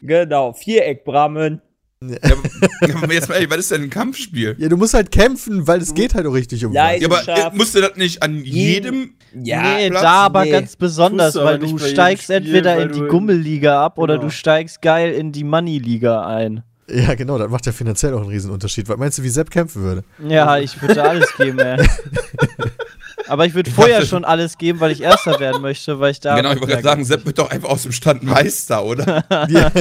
genau. Viereck Brahmen. Ja, aber jetzt mal ehrlich, was ist denn ein Kampfspiel? ja, du musst halt kämpfen, weil es geht halt auch richtig um Mhm. Ja, was. ich- Ja, aber äh, Scharf. musste das nicht an jedem. Ja, nee, Platz? da aber Nee. ganz besonders, Tust du aber weil du nicht bei jedem steigst Spiel, entweder weil in die du- Gummelliga ab oder Genau. du steigst geil in die Money-Liga ein. Ja, genau, das macht ja finanziell auch einen Riesenunterschied. Was meinst du, wie Sepp kämpfen würde? Ja, Also, ich würde alles geben, ey. Aber ich würde vorher schon alles geben, weil ich Erster werden möchte, weil ich da. genau, ich wollte gerade sagen, Sepp wird doch einfach aus dem Stand Meister, oder? Ja.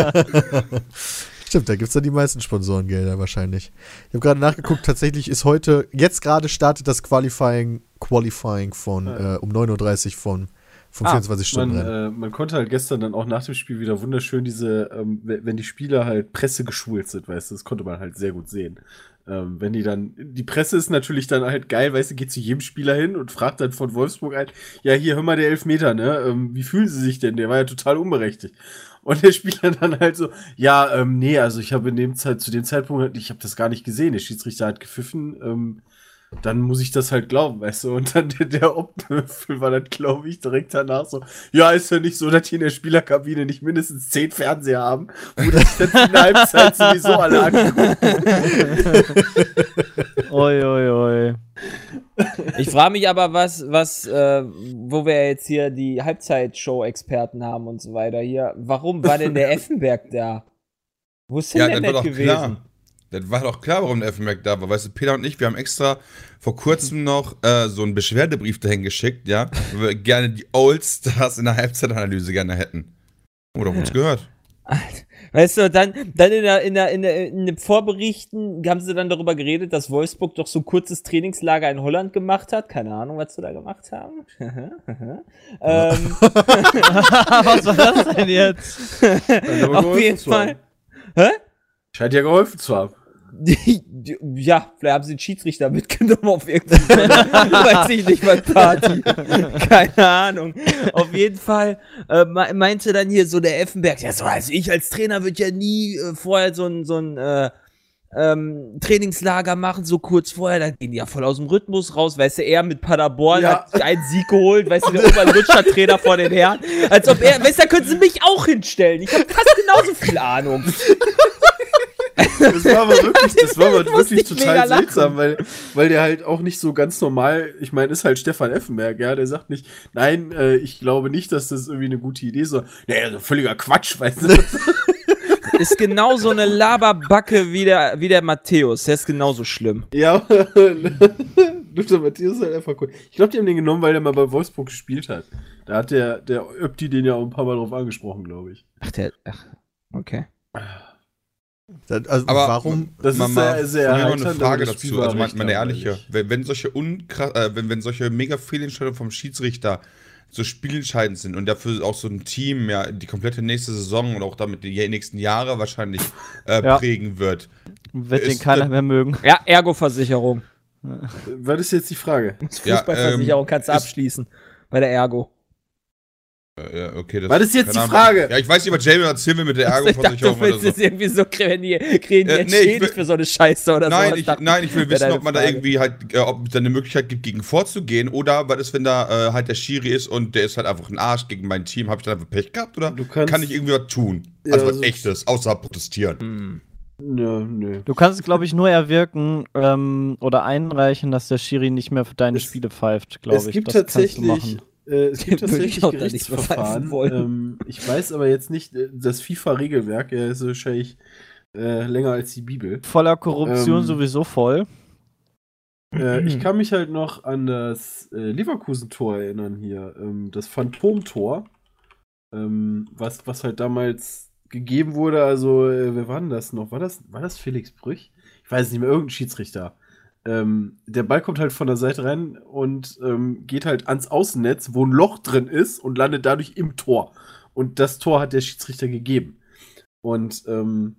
Stimmt, da gibt es dann die meisten Sponsorengelder wahrscheinlich. Ich habe gerade nachgeguckt, tatsächlich ist heute, jetzt gerade startet das Qualifying, Qualifying von Ja. äh, um 9.30 Uhr von, vom Ah, 24 man, stunden rennen äh, man konnte halt gestern dann auch nach dem Spiel wieder wunderschön diese, ähm, we- wenn die Spieler halt Presse geschult sind, weißt du, das konnte man halt sehr gut sehen. Ähm, wenn die dann, die Presse ist natürlich dann halt geil, weißt du, geht zu jedem Spieler hin und fragt dann von Wolfsburg halt, ja, hier, hör mal, der Elfmeter, ne, ähm, wie fühlen sie sich denn? Der war ja total unberechtigt. Und der Spieler dann halt so, ja, ähm, nee, also ich habe in dem Zeit, zu dem Zeitpunkt, halt, ich habe das gar nicht gesehen, der Schiedsrichter hat gepfiffen, ähm, dann muss ich das halt glauben, weißt du? Und dann der, der Obdöffel war dann, glaube ich, direkt danach so, ja, ist ja nicht so, dass die in der Spielerkabine nicht mindestens zehn Fernseher haben, wo das jetzt in der Halbzeit sowieso alle angucken. Oi, oi, oi. Ich frage mich aber, was, was, äh, wo wir jetzt hier die Halbzeitshow-Experten haben und so weiter hier. Warum war denn der Effenberg da? Wo ist denn Ja, der das war nett doch gewesen? klar. Das war doch klar, warum der FMAC da war. Weißt du, Peter und ich, wir haben extra vor Mhm. kurzem noch äh, so einen Beschwerdebrief dahin geschickt, ja, weil wir gerne die Oldstars in der Halbzeitanalyse gerne hätten. Oder uns gehört. Weißt du, dann, dann in, der, in, der, in, der, in den Vorberichten haben sie dann darüber geredet, dass Wolfsburg doch so ein kurzes Trainingslager in Holland gemacht hat. Keine Ahnung, was sie da gemacht haben. ähm, Was war das denn jetzt? auf jeden Fall. Scheint ja geholfen zu haben. Die, die, ja, vielleicht haben sie den Schiedsrichter mitgenommen auf irgendeine weiß ich nicht mal Party. Keine Ahnung. Auf jeden Fall äh, me- meinte dann hier so der Effenberg, ja so, also ich als Trainer würde ja nie äh, vorher so ein so ein äh, ähm, Trainingslager machen, so kurz vorher, dann gehen die ja voll aus dem Rhythmus raus, weißt du, er mit Paderborn Ja. hat sich einen Sieg geholt, weißt du, der Oberlutscher-Trainer vor den Herren, als ob er, weißt du, da können sie mich auch hinstellen, ich habe fast genauso viel Ahnung. Das war aber wirklich, das war aber Ich muss wirklich nicht mega total lachen. seltsam, weil, weil der halt auch nicht so ganz normal, ich meine, ist halt Stefan Effenberg, ja, der sagt nicht, nein, äh, ich glaube nicht, dass das irgendwie eine gute Idee ist, sondern, nee, also völliger Quatsch, weißt du. Ist genau so eine Laberbacke wie der, wie der Matthäus. Der ist genauso schlimm. ja, Luther Matthäus ist halt einfach cool. Ich glaube, die haben den genommen, weil der mal bei Wolfsburg gespielt hat. Da hat der, der Öpti den ja auch ein paar Mal drauf angesprochen, glaube ich. Ach, der. Ach, okay. äh, Dann, also Aber warum? Das man ist mal sehr, sehr von mir noch erheiternd, eine aber Frage das Spiel dazu. war Also meine, recht meine langweilig. ehrliche, wenn, wenn solche unkra- äh, wenn, wenn solche mega Fehlentscheidungen vom Schiedsrichter so spielentscheidend sind und dafür auch so ein Team ja die komplette nächste Saison und auch damit die nächsten Jahre wahrscheinlich äh, Ja. prägen wird. Wird den Ist keiner das- mehr mögen. Ja, Ergo-Versicherung. Was ist jetzt die Frage? Ja, Fußballversicherung ähm, kannst du ist- abschließen. Bei der Ergo. Äh, ja, okay, das, War das keine jetzt die Ahnung. Frage? Ja, ich weiß nicht, was Jamie erzählen will mit der ich dachte, du Ergo-Versicherung oder willst so. jetzt irgendwie so, wenn die, kriegen die Äh, jetzt nee, ich schädigt will- für so eine Scheiße oder Nein sowas. ich, Dachte- nein, ich will Wäre wissen, deine ob man da Frage. irgendwie halt, äh, ob es da eine Möglichkeit gibt, gegen vorzugehen oder was ist, wenn da äh, halt der Schiri ist und der ist halt einfach ein Arsch gegen mein Team. Habe ich da einfach Pech gehabt oder Du kannst- kann ich irgendwie was tun? Ja, Hm. also was also- echtes, außer protestieren. Nö, nö. Du kannst, glaube ich, nur erwirken ähm, oder einreichen, dass der Schiri nicht mehr für deine Es- Spiele pfeift, glaube ich. Es gibt Das kannst du tatsächlich, machen. äh, es gibt Den würde ich tatsächlich auch da nicht mehr pfeifen Gerichtsverfahren. wollen. Ähm, ich weiß aber jetzt nicht, äh, das FIFA-Regelwerk äh, ist wahrscheinlich äh, länger als die Bibel. Voller Korruption Ähm, sowieso voll. Äh, ich kann mich halt noch an das äh, Leverkusen-Tor erinnern hier, ähm, das Phantom-Tor, ähm, was, was halt damals gegeben wurde. Also, äh, wer war denn das noch? War das, war das Felix Brüch? Ich weiß nicht mehr, irgendein Schiedsrichter. Ähm, der Ball kommt halt von der Seite rein und ähm, geht halt ans Außennetz, wo ein Loch drin ist und landet dadurch im Tor. Und das Tor hat der Schiedsrichter gegeben. Und ähm,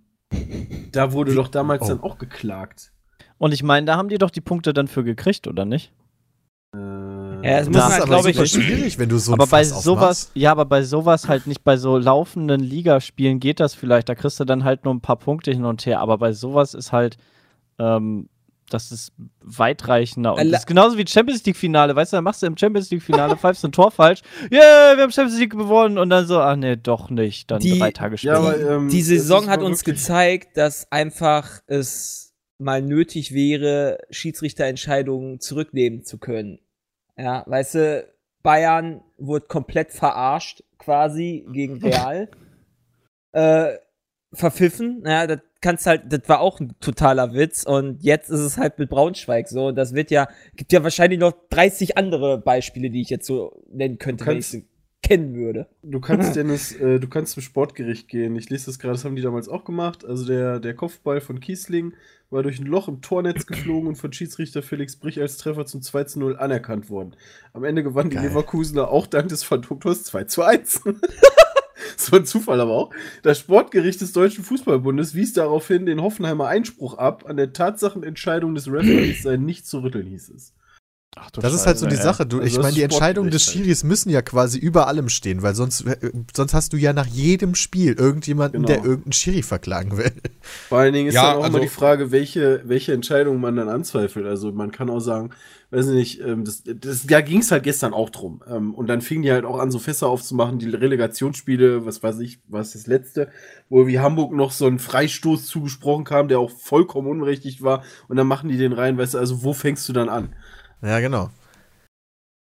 da wurde doch damals Oh. dann auch geklagt. Und ich meine, da haben die doch die Punkte dann für gekriegt, oder nicht? Äh, Ja, es das muss man halt, glaube ich, super schwierig, wenn du so ein aber bei Fass sowas, ja, aber bei sowas halt nicht, bei so laufenden Ligaspielen geht das vielleicht, da kriegst du dann halt nur ein paar Punkte hin und her, aber bei sowas ist halt, ähm, das ist weitreichender. Und Äh, Alle- das ist genauso wie Champions League-Finale, weißt du, dann machst du im Champions League-Finale, pfeifst ein Tor falsch, yeah, wir haben Champions League gewonnen und dann so, ah nee, doch nicht, dann Die- drei Tage später. Ja, aber, ähm, die das Saison ist hat mal uns wirklich- gezeigt, dass einfach es mal nötig wäre, Schiedsrichterentscheidungen zurücknehmen zu können. Ja, weißt du, Bayern wurde komplett verarscht, quasi gegen Real. äh, verpfiffen, ja, das kannst halt, das war auch ein totaler Witz und jetzt ist es halt mit Braunschweig so und das wird ja, gibt ja wahrscheinlich noch 30 andere Beispiele, die ich jetzt so nennen könnte, wenn ich kannst- sie kennen würde. Du kannst, Dennis, äh, du kannst zum Sportgericht gehen. Ich lese das gerade, das haben die damals auch gemacht. Also der, der Kopfball von Kiesling war durch ein Loch im Tornetz geflogen und von Schiedsrichter Felix Brich als Treffer zum 2 zu 0 anerkannt worden. Am Ende gewann die Geil. Leverkusener auch dank des Phantomtors 2 zu 1. so ein Zufall aber auch. Das Sportgericht des Deutschen Fußballbundes wies daraufhin den Hoffenheimer Einspruch ab. An der Tatsachenentscheidung des Referees sei nicht zu rütteln, hieß es. Ach du Das ist halt so die Scheiße, ey. Sache. Du, Also ich das meine, die ist Entscheidungen des Sportgericht Schiris müssen ja quasi über allem stehen, weil sonst, äh, sonst hast du ja nach jedem Spiel irgendjemanden, Genau. der irgendeinen Schiri verklagen will. Vor allen Dingen ist Ja, dann auch also- immer die Frage, welche, welche Entscheidung man dann anzweifelt. Also man kann auch sagen, weiß nicht, ähm, das, das, da ging es halt gestern auch drum. Ähm, und dann fingen die halt auch an, so Fässer aufzumachen, die Relegationsspiele, was weiß ich, was das letzte, wo wie Hamburg noch so ein Freistoß zugesprochen kam, der auch vollkommen unberechtigt war. Und dann machen die den rein, weißt du, also wo fängst du dann an? Ja, genau.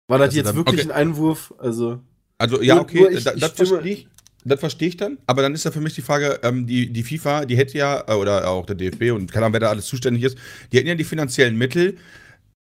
War das Also jetzt dann- wirklich okay. ein Einwurf? Also Also ja, Nur- okay, nur ich- da, ich das stimme- verstehe ich. Das verstehe ich dann, aber dann ist ja für mich die Frage, ähm, die, die FIFA, die hätte ja, äh, oder auch der DFB und keine Ahnung, wer da alles zuständig ist, die hätten ja die finanziellen Mittel,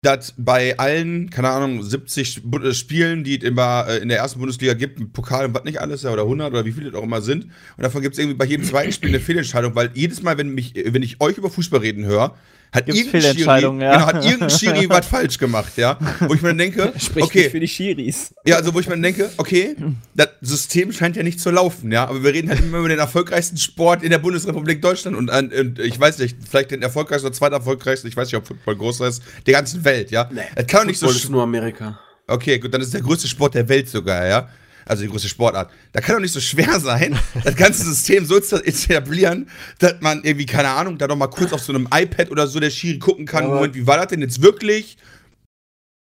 dass bei allen, keine Ahnung, 70 Bu äh, Spielen, die es immer äh, in der ersten Bundesliga gibt, mit Pokal und was nicht alles, ja, oder 100 oder wie viele das auch immer sind, und davon gibt es irgendwie bei jedem zweiten Spiel eine Fehlentscheidung, weil jedes Mal, wenn, mich, äh, wenn ich euch über Fußball reden höre, hat Gibt's irgendein, Schiri, Fehlentscheidungen, ja. genau, hat irgendein Schiri was falsch gemacht, ja. Wo ich mir dann denke, Sprich nicht okay, für die Schiris. ja, also wo ich mir dann denke, okay, das System scheint ja nicht zu laufen, ja, aber wir reden halt immer über den erfolgreichsten Sport in der Bundesrepublik Deutschland und, an, und ich weiß nicht, vielleicht den erfolgreichsten oder zweiterfolgreichsten, ich weiß nicht, ob Football größer ist, der ganzen Welt, ja. Das kann doch nicht so Football ist sch- nur Amerika. Okay, gut, dann ist der größte Sport der Welt sogar, ja. Also die größte Sportart. Da kann doch nicht so schwer sein, das ganze System so zu etablieren, dass man irgendwie, keine Ahnung, da doch mal kurz auf so einem iPad oder so der Schiri gucken kann, Aber- Moment, wie war das denn jetzt wirklich?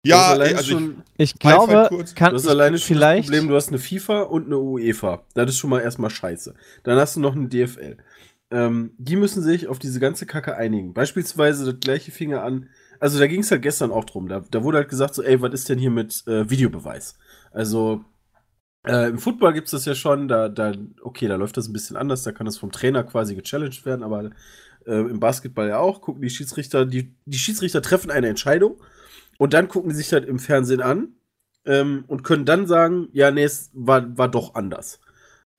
Ja, Das ist allein also ich, schon- Ich High five glaube, kurz. kann Du hast ich- alleine schon das vielleicht. Problem, du hast eine FIFA und eine UEFA. Das ist schon mal erstmal scheiße. Dann hast du noch eine DFL. Ähm, die müssen sich auf diese ganze Kacke einigen. Beispielsweise das gleiche Finger an. Also da ging es halt gestern auch drum. Da, da wurde halt gesagt, so, ey, was ist denn hier mit äh, Videobeweis? Also äh, im Football gibt es das ja schon, da, da, okay, da läuft das ein bisschen anders, da kann das vom Trainer quasi gechallenged werden, aber äh, im Basketball ja auch, gucken die Schiedsrichter, die, die Schiedsrichter treffen eine Entscheidung und dann gucken die sich das im Fernsehen an ähm, und können dann sagen, ja, nee, es war, war doch anders.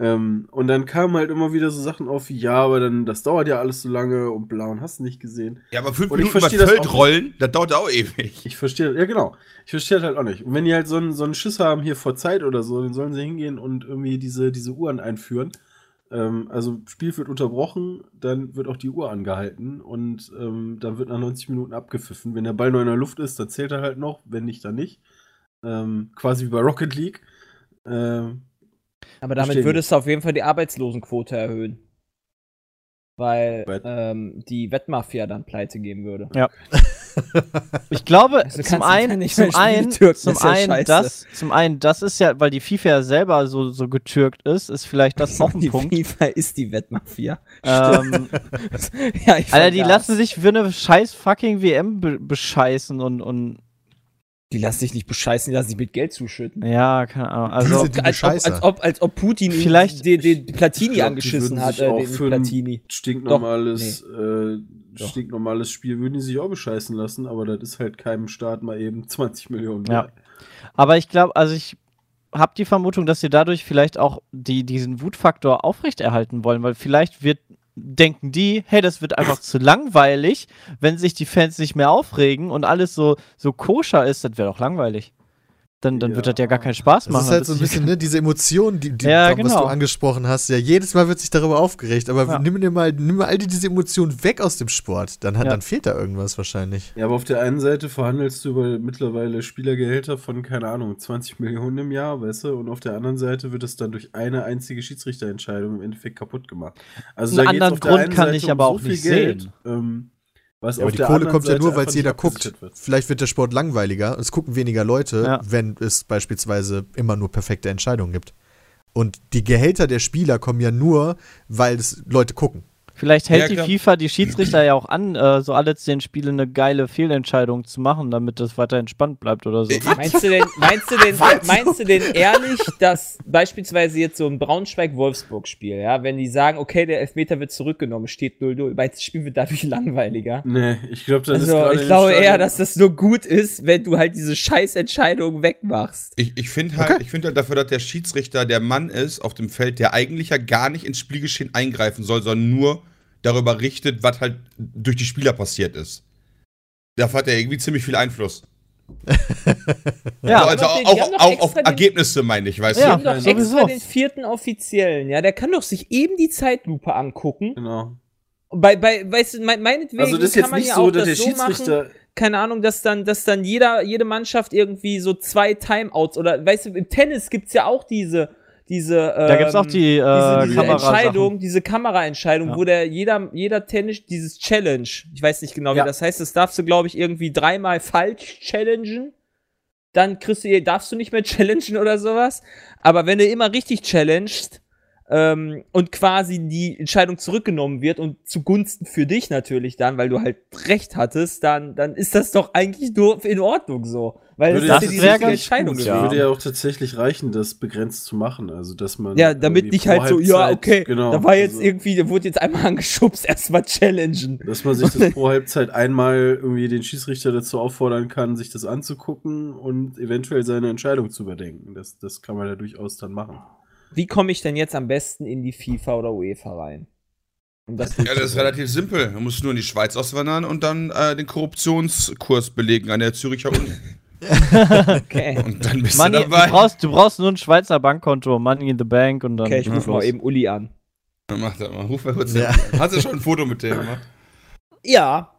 Ähm, und dann kamen halt immer wieder so Sachen auf wie, ja, aber dann, das dauert ja alles so lange und blau und hast nicht gesehen. Ja, aber fünf Und ich Minuten über verstehe das auch Feld nicht. rollen, das dauert auch ewig. Ich verstehe, ja genau. Ich verstehe das halt auch nicht. Und wenn die halt so einen, so einen Schiss haben hier vor Zeit oder so, dann sollen sie hingehen und irgendwie diese, diese Uhren einführen. Ähm, also Spiel wird unterbrochen, dann wird auch die Uhr angehalten und ähm, dann wird nach 90 Minuten abgepfiffen. Wenn der Ball nur in der Luft ist, dann zählt er halt noch, wenn nicht, dann nicht. Ähm, quasi wie bei Rocket League. Ähm, Aber Verstehe damit würdest du auf jeden Fall die Arbeitslosenquote erhöhen. Weil Wett- ähm, die Wettmafia dann pleite gehen würde. Ich glaube, Also kannst zum du einen, nicht zum mehr Spiele einen, türken, zum ist ja einen scheiße. das, zum einen, das ist ja, weil die FIFA ja selber so, so getürkt ist, ist vielleicht das auch ein die Punkt. FIFA ist die Wettmafia. Ähm, ja, ich Alter, die vergaß. lassen sich für eine scheiß fucking WM be bescheißen und, und, die lassen sich nicht bescheißen, die lassen sich mit Geld zuschütten. ja, keine Ahnung. Also, sind die als, ob, Bescheißer. als, ob, als ob Putin ihn- Vielleicht- den, den Platini Ich glaub, die angeschissen würden hat, sich äh, auch den für einen- Platini. stinknormales, äh, Doch. stinknormales Spiel würden die sich auch bescheißen lassen, aber das ist halt keinem Staat mal eben 20 Millionen. Ja. wert. aber ich glaube, also ich habe die Vermutung, dass sie dadurch vielleicht auch die, diesen Wutfaktor aufrechterhalten wollen, weil vielleicht wird, denken die, hey, das wird einfach zu langweilig, wenn sich die Fans nicht mehr aufregen und alles so, so koscher ist, das wäre doch langweilig. Dann, dann wird das ja gar keinen Spaß Das machen. ist halt Das so ein ist- bisschen, ne, diese Emotionen, die, die Ja, was genau. du angesprochen hast. Ja, jedes Mal wird sich darüber aufgeregt, aber Ja. nimm dir mal, nimm mal all die- diese Emotionen weg aus dem Sport. Dann, hat, Ja. dann fehlt da irgendwas wahrscheinlich. Ja, aber auf der einen Seite verhandelst du über mittlerweile Spielergehälter von, keine Ahnung, 20 Millionen im Jahr, weißt du? Und auf der anderen Seite wird es dann durch eine einzige Schiedsrichterentscheidung im Endeffekt kaputt gemacht. Also Einen da geht's anderen auf der Grund einen kann Seite ich um aber so auch viel nicht sehen. Ähm, was Ja, aber auf die der Kohle anderen kommt ja Seite nur, weil einfach es jeder nicht guckt. abgesichert wird. Vielleicht wird der Sport langweiliger und es gucken weniger Leute, Ja. wenn es beispielsweise immer nur perfekte Entscheidungen gibt. Und die Gehälter der Spieler kommen ja nur, weil es Leute gucken. Vielleicht hält Ja, die klar. FIFA die Schiedsrichter ja auch an, äh, so alle zehn Spiele eine geile Fehlentscheidung zu machen, damit das weiter entspannt bleibt oder so. Ich- Meinst du denn, meinst du denn, meinst du denn ehrlich, dass beispielsweise jetzt so ein Braunschweig-Wolfsburg-Spiel, ja, wenn die sagen, okay, der Elfmeter wird zurückgenommen, steht 0-0, weil das Spiel wird dadurch langweiliger? Nee, ich glaube, das ist Also, gerade ich im glaube Stadion- eher, dass das nur gut ist, wenn du halt diese Scheißentscheidung wegmachst. Ich, ich finde halt, ich find halt dafür, dass der Schiedsrichter der Mann ist auf dem Feld, der eigentlich ja gar nicht ins Spielgeschehen eingreifen soll, sondern nur darüber richtet, was halt durch die Spieler passiert ist. Da hat er irgendwie ziemlich viel Einfluss. ja, also aber die auch, haben doch auch auf extra den- Ergebnisse, meine ich, weißt Ja. du? Wir haben doch sowieso. extra den vierten Offiziellen, ja, der kann doch sich eben die Zeitlupe angucken. Genau. Bei, bei, weißt du, mein- meinetwegen Also das ist kann jetzt man nicht ja so, auch dass der das so machen, Schiedsrichter keine Ahnung, dass dann, dass dann jeder, jede Mannschaft irgendwie so zwei Timeouts oder weißt du, im Tennis gibt's ja auch diese, diese, ähm, da gibt's auch die ähm, äh, diese, diese Kamerasachen. Entscheidung, diese Kameraentscheidung, Ja. wo der jeder, jeder Tennis dieses Challenge, ich weiß nicht genau, Ja. wie das heißt, das darfst du, glaube ich, irgendwie dreimal falsch challengen. Dann kriegst du, eh, darfst du nicht mehr challengen oder sowas. Aber wenn du immer richtig challengest ähm, und quasi die Entscheidung zurückgenommen wird und zugunsten für dich natürlich dann, weil du halt recht hattest, dann, dann ist das doch eigentlich nur in Ordnung so. Weil Würde das ja wär richtige ganz Entscheidung gut, Es ja. gewesen. würde ja auch tatsächlich reichen, das begrenzt zu machen. Also, dass man. Ja, damit irgendwie nicht pro halt so, ja, Halbzeit- okay, genau, da war jetzt also, irgendwie, da wurde jetzt einmal angeschubst, erstmal challengen. Dass man sich das pro Halbzeit einmal irgendwie den Schießrichter dazu auffordern kann, sich das anzugucken und eventuell seine Entscheidung zu überdenken. Das, das kann man ja durchaus dann machen. Wie komme ich denn jetzt am besten in die FIFA oder UEFA rein? Um das Ja, das ist relativ simpel. Du musst nur in die Schweiz auswandern und dann äh, den Korruptionskurs belegen an der Züricher Uni. okay. Und dann bist Money, du du, dabei. brauchst, du brauchst nur ein Schweizer Bankkonto, Money in the Bank und dann. okay, ich geht's ruf los. mal eben Uli an. Mach das mal. Ruf mal kurz Ja. an. Hast du schon ein Foto mit dem gemacht? Ja.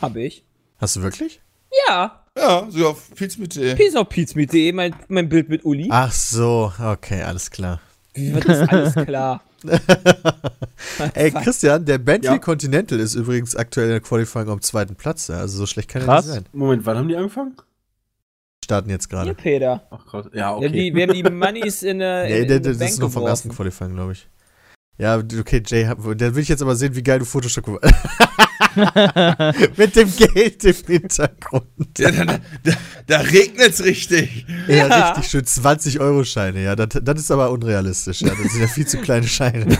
Habe ich. Hast du Hm? wirklich? Ja. Ja, so auf Pizza mit äh, dir. Peace auf pizza.de, mein, mein Bild mit Uli. Ach so, okay, alles klar. Wie wird das alles klar? Ey, Christian, der Bentley Ja. Continental ist übrigens aktuell in der Qualifying am zweiten Platz. ja. Also so schlecht kann er Krass. nicht sein. Moment, wann haben die angefangen? Starten jetzt gerade. Hier, Peter. Ach Gott. Ja, Wir, haben okay. die, wir haben die Moneys in der. Nee, in, der, Äh, in der der, das Bank ist noch vom geworfen. ersten Qualifying, glaube ich. Ja, okay, Jay, hab- da will ich jetzt aber sehen, wie geil du Photoshop gemacht Mit dem Geld im Hintergrund. Ja, da, da, da regnet's richtig. Ja, Ja. richtig schön. 20-Euro-Scheine, ja. Das, das ist aber unrealistisch. Ja. Das sind ja viel zu kleine Scheine.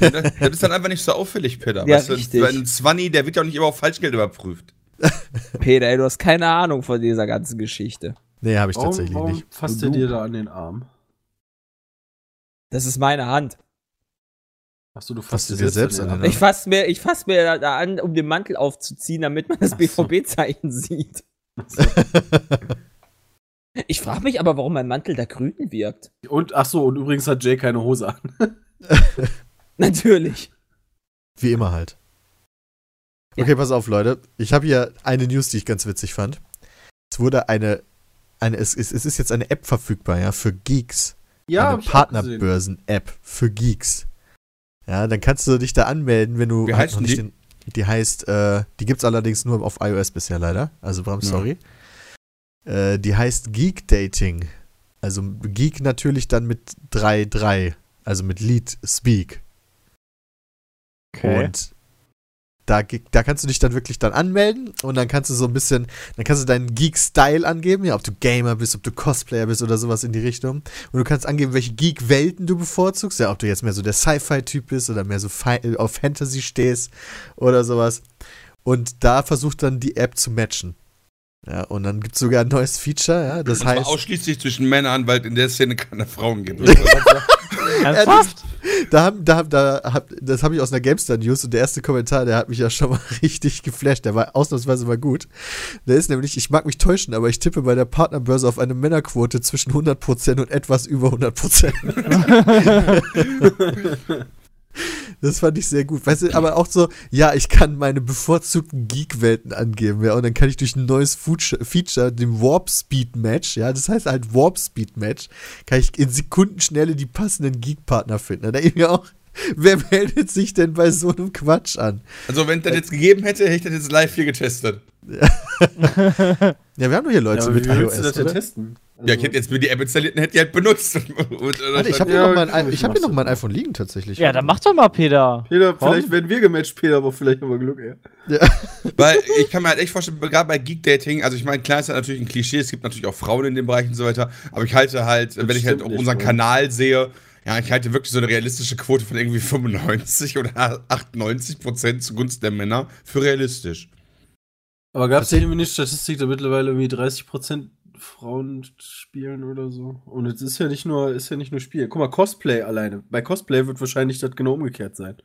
Das, das ist dann einfach nicht so auffällig, Peter. Ja, weißt du, richtig. Weil ein Zwanni, der wird ja auch nicht immer auf Falschgeld überprüft. Peter, ey, du hast keine Ahnung von dieser ganzen Geschichte. Nee, habe ich Warum, tatsächlich warum nicht. fasst er dir da an den Arm? Das ist meine Hand. Achso, du Fasst du dir selbst an den Ich fass mir, ich fass mir da- da an, um den Mantel aufzuziehen, damit man das Ach so. BVB-Zeichen sieht. Ich frage mich aber, warum mein Mantel da grün wirkt. Und achso, und übrigens hat Jay keine Hose an. Natürlich. Wie immer halt. Ja. Okay, pass auf, Leute. Ich habe hier eine News, die ich ganz witzig fand. Es wurde eine, eine es, es es ist jetzt eine App verfügbar, ja, für Geeks. eine hab ich auch gesehen. Partnerbörsen-App für Geeks. Ja, dann kannst du dich da anmelden, wenn du halt Wie heißt noch denn nicht die? den- die heißt, äh, die gibt's allerdings nur auf iOS bisher leider. Also Bram, Ja. sorry. Äh, die heißt Geek Dating. Also Geek natürlich dann mit 3-3. Also mit Lead Speak. Und da, ge- da kannst du dich dann wirklich dann anmelden und dann kannst du so ein bisschen, dann kannst du deinen Geek-Style angeben, ja, ob du Gamer bist, ob du Cosplayer bist oder sowas in die Richtung. Und du kannst angeben, welche Geek-Welten du bevorzugst, ja, ob du jetzt mehr so der Sci-Fi-Typ bist oder mehr so Fi äh, auf Fantasy stehst oder sowas. Und da versucht dann die App zu matchen. Ja, und dann gibt es sogar ein neues Feature, ja, das Und zwar heißt, ausschließlich zwischen Männern, weil in der Szene keine Frauen gibt. Also, Ernsthaft? da haben, da, haben- da hab, das habe ich aus einer GameStar News und der erste Kommentar, der hat mich ja schon mal richtig geflasht. Der war ausnahmsweise mal gut. Der ist nämlich, ich mag mich täuschen, aber ich tippe bei der Partnerbörse auf eine Männerquote zwischen 100% und etwas über 100%. das fand ich sehr gut. Weißt du, aber auch so, ja, ich kann meine bevorzugten Geek-Welten angeben, ja, und dann kann ich durch ein neues Future- Feature, dem Warp Speed Match, ja, das heißt halt Warp Speed Match, kann ich in Sekundenschnelle die passenden Geek-Partner finden. Da denke ich mir auch, wer meldet sich denn bei so einem Quatsch an? Also, wenn das jetzt gegeben hätte, hätte ich das jetzt live hier getestet. Ja, wir haben doch hier Leute also aber mit wie iOS. willst du das Oder? denn testen? Also, Ja, ich hätte jetzt mir die App installiert und hätte die halt benutzt. Und, und, Also Warte, ich habe hier, Ja, noch mein I- natürlich ich hab hier noch machst mein iPhone liegen tatsächlich. Ja, dann mach doch mal, Peter. Peter, Warum? vielleicht werden wir gematcht, Peter, aber vielleicht haben wir Glück, ey. Weil ich kann mir halt echt vorstellen, gerade bei Geek Dating, also ich meine, klar ist das natürlich ein Klischee, es gibt natürlich auch Frauen in dem Bereich und so weiter, aber ich halte halt, wenn ich halt stimmt auch nicht, unseren Freund. Kanal sehe, ja, ich halte wirklich so eine realistische Quote von irgendwie 95 oder 98 Prozent zugunsten der Männer für realistisch. Aber gab es irgendwie eine Statistik, da mittlerweile irgendwie 30% Frauen spielen oder so? Und es ist ja nicht nur, ist ja nicht nur Spiel. Guck mal, Cosplay alleine. Bei Cosplay wird wahrscheinlich das genau umgekehrt sein.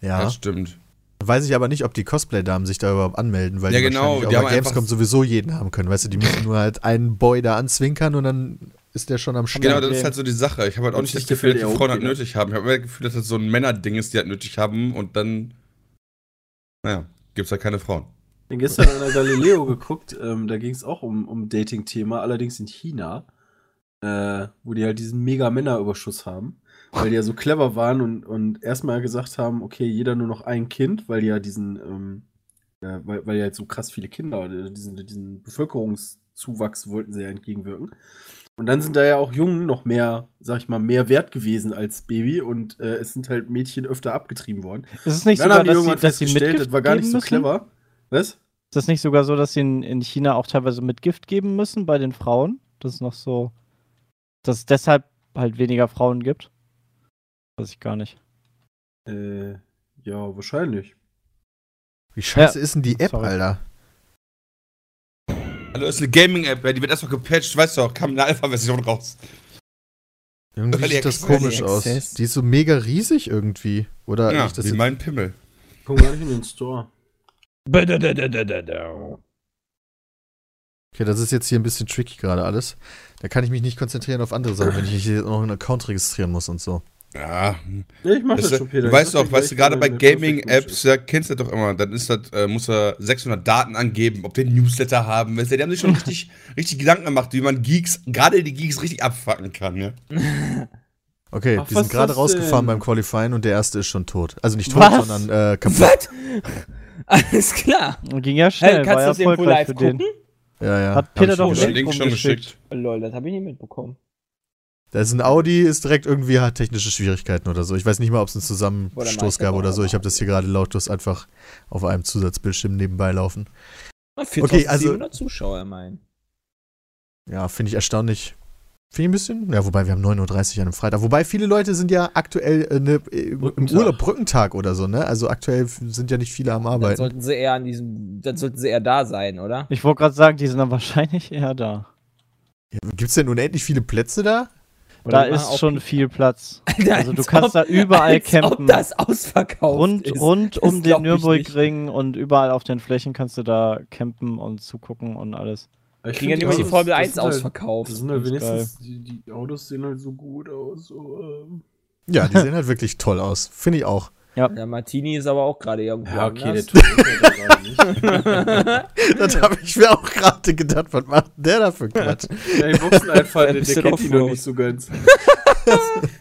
Ja. Das stimmt. Weiß ich aber nicht, ob die Cosplay-Damen sich da überhaupt anmelden, weil Ja, die genau, wahrscheinlich die auch haben bei Gamescom einfach- sowieso jeden haben können. Weißt du, die müssen nur halt einen Boy da anzwinkern und dann ist der schon am Start. Genau, okay. das ist halt so die Sache. Ich habe halt auch Und nicht ich das Gefühl, dass gefällt ihr die auch Frauen halt wieder. nötig haben. Ich habe immer das Gefühl, dass das so ein Männerding ist, die halt nötig haben und dann, naja, gibt's halt keine Frauen. Ich habe gestern an der Galileo geguckt, ähm, da ging es auch um, um Dating-Thema, allerdings in China, äh, wo die halt diesen Mega-Männer-Überschuss haben, weil die ja so clever waren und, und erstmal gesagt haben, okay, jeder nur noch ein Kind, weil die ja diesen, ähm, ja, weil, weil ja jetzt so krass viele Kinder, äh, diesen, diesen Bevölkerungszuwachs wollten sie ja entgegenwirken. Und dann sind da ja auch Jungen noch mehr, sag ich mal, mehr wert gewesen als Baby und äh, es sind halt Mädchen öfter abgetrieben worden. Ist es nicht dann sogar, haben die dass sie, irgendwann dass sie festgestellt, Mitgift das war gar nicht geben so müssen? clever. Was? Ist das nicht sogar so, dass sie in, in China auch teilweise Mitgift geben müssen bei den Frauen? Das ist noch so, dass es deshalb halt weniger Frauen gibt? Weiß ich gar nicht. Äh, ja, wahrscheinlich. Wie scheiße ist denn die App, Sorry. Alter? Also das ist eine Gaming-App, ja, die wird erstmal gepatcht, weißt du auch, kam eine Alpha-Version raus. Irgendwie Early sieht das Access. komisch Early aus. Access. Die ist so mega riesig irgendwie. Oder Ja, ich das wie jetzt- mein Pimmel. Komm gar nicht in den Store. Okay, das ist jetzt hier ein bisschen tricky gerade alles. Da kann ich mich nicht konzentrieren auf andere Sachen, wenn ich hier noch einen Account registrieren muss und so. Ja, Ja, ich mach das das, ist, schon, Peter. du Ich weißt sag dir doch, weißt du, gleich, gerade bei wenn der Perfect Match Gaming-Apps, ist. ja, kennst du das doch immer, dann ist das, äh, muss er 600 Daten angeben, ob der Newsletter haben willst. Die haben sich schon richtig, richtig Gedanken gemacht, wie man Geeks, gerade die Geeks richtig abfacken kann, ja. Okay, Ach, die was sind gerade ist das rausgefahren denn? beim Qualifying und der erste ist schon tot. Also nicht tot, Was? sondern äh, kaputt. Was? Alles klar. Ging ja Hey, schnell, war kannst ja du das irgendwo erfolgreich live für gucken? den. Ja, ja. Hat Hab ich Peter schon doch Oder gesehen. einen Link schon Oh, geschickt. Lol, das habe ich nicht mitbekommen. Da ist ein Audi, ist direkt irgendwie hat technische Schwierigkeiten oder so. Ich weiß nicht mal, ob es einen Oder Meister- Zusammenstoß gab oder so. Ich habe das hier gerade lautlos einfach auf einem Zusatzbildschirm nebenbei laufen. Ah, Okay, also- 4700 Zuschauer, mein. Ja, finde ich erstaunlich. Finde ich ein bisschen. Ja, wobei wir haben 9.30 Uhr an einem Freitag. Wobei viele Leute sind ja aktuell äh, ne, äh, im Brückentag. Urlaub, Brückentag oder so, ne? Also aktuell f- sind ja nicht viele am Dann Arbeiten. sollten sie eher an diesem, dann sollten sie eher da sein, oder? Ich wollte gerade sagen, die sind dann wahrscheinlich eher da. Gibt es denn unendlich viele Plätze da? da Oder die machen ist auch- schon viel Platz. Alter, Also du als kannst da überall als campen. Ob das ausverkauft Rund, ist. rund das um glaub den ich Nürburgring und überall auf den Flächen kannst du da campen und zugucken und alles. Ich Kriegen ja nicht find, mal die Autos, Formel das 1 sind halt- ausverkauft. Das sind halt Das ist wenigstens, die, die Autos sehen halt so gut aus. So, ähm. Ja, die sehen halt wirklich toll aus. Finde ich auch. Der Martini ist aber auch gerade irgendwo. Ja, okay, der anders. tut nicht. Das habe ich mir auch gerade gedacht. Was macht denn der da für Quatsch? Ja, die Boxeneinfall, der, der bisschen kennt die noch Offroad. nicht so ganz.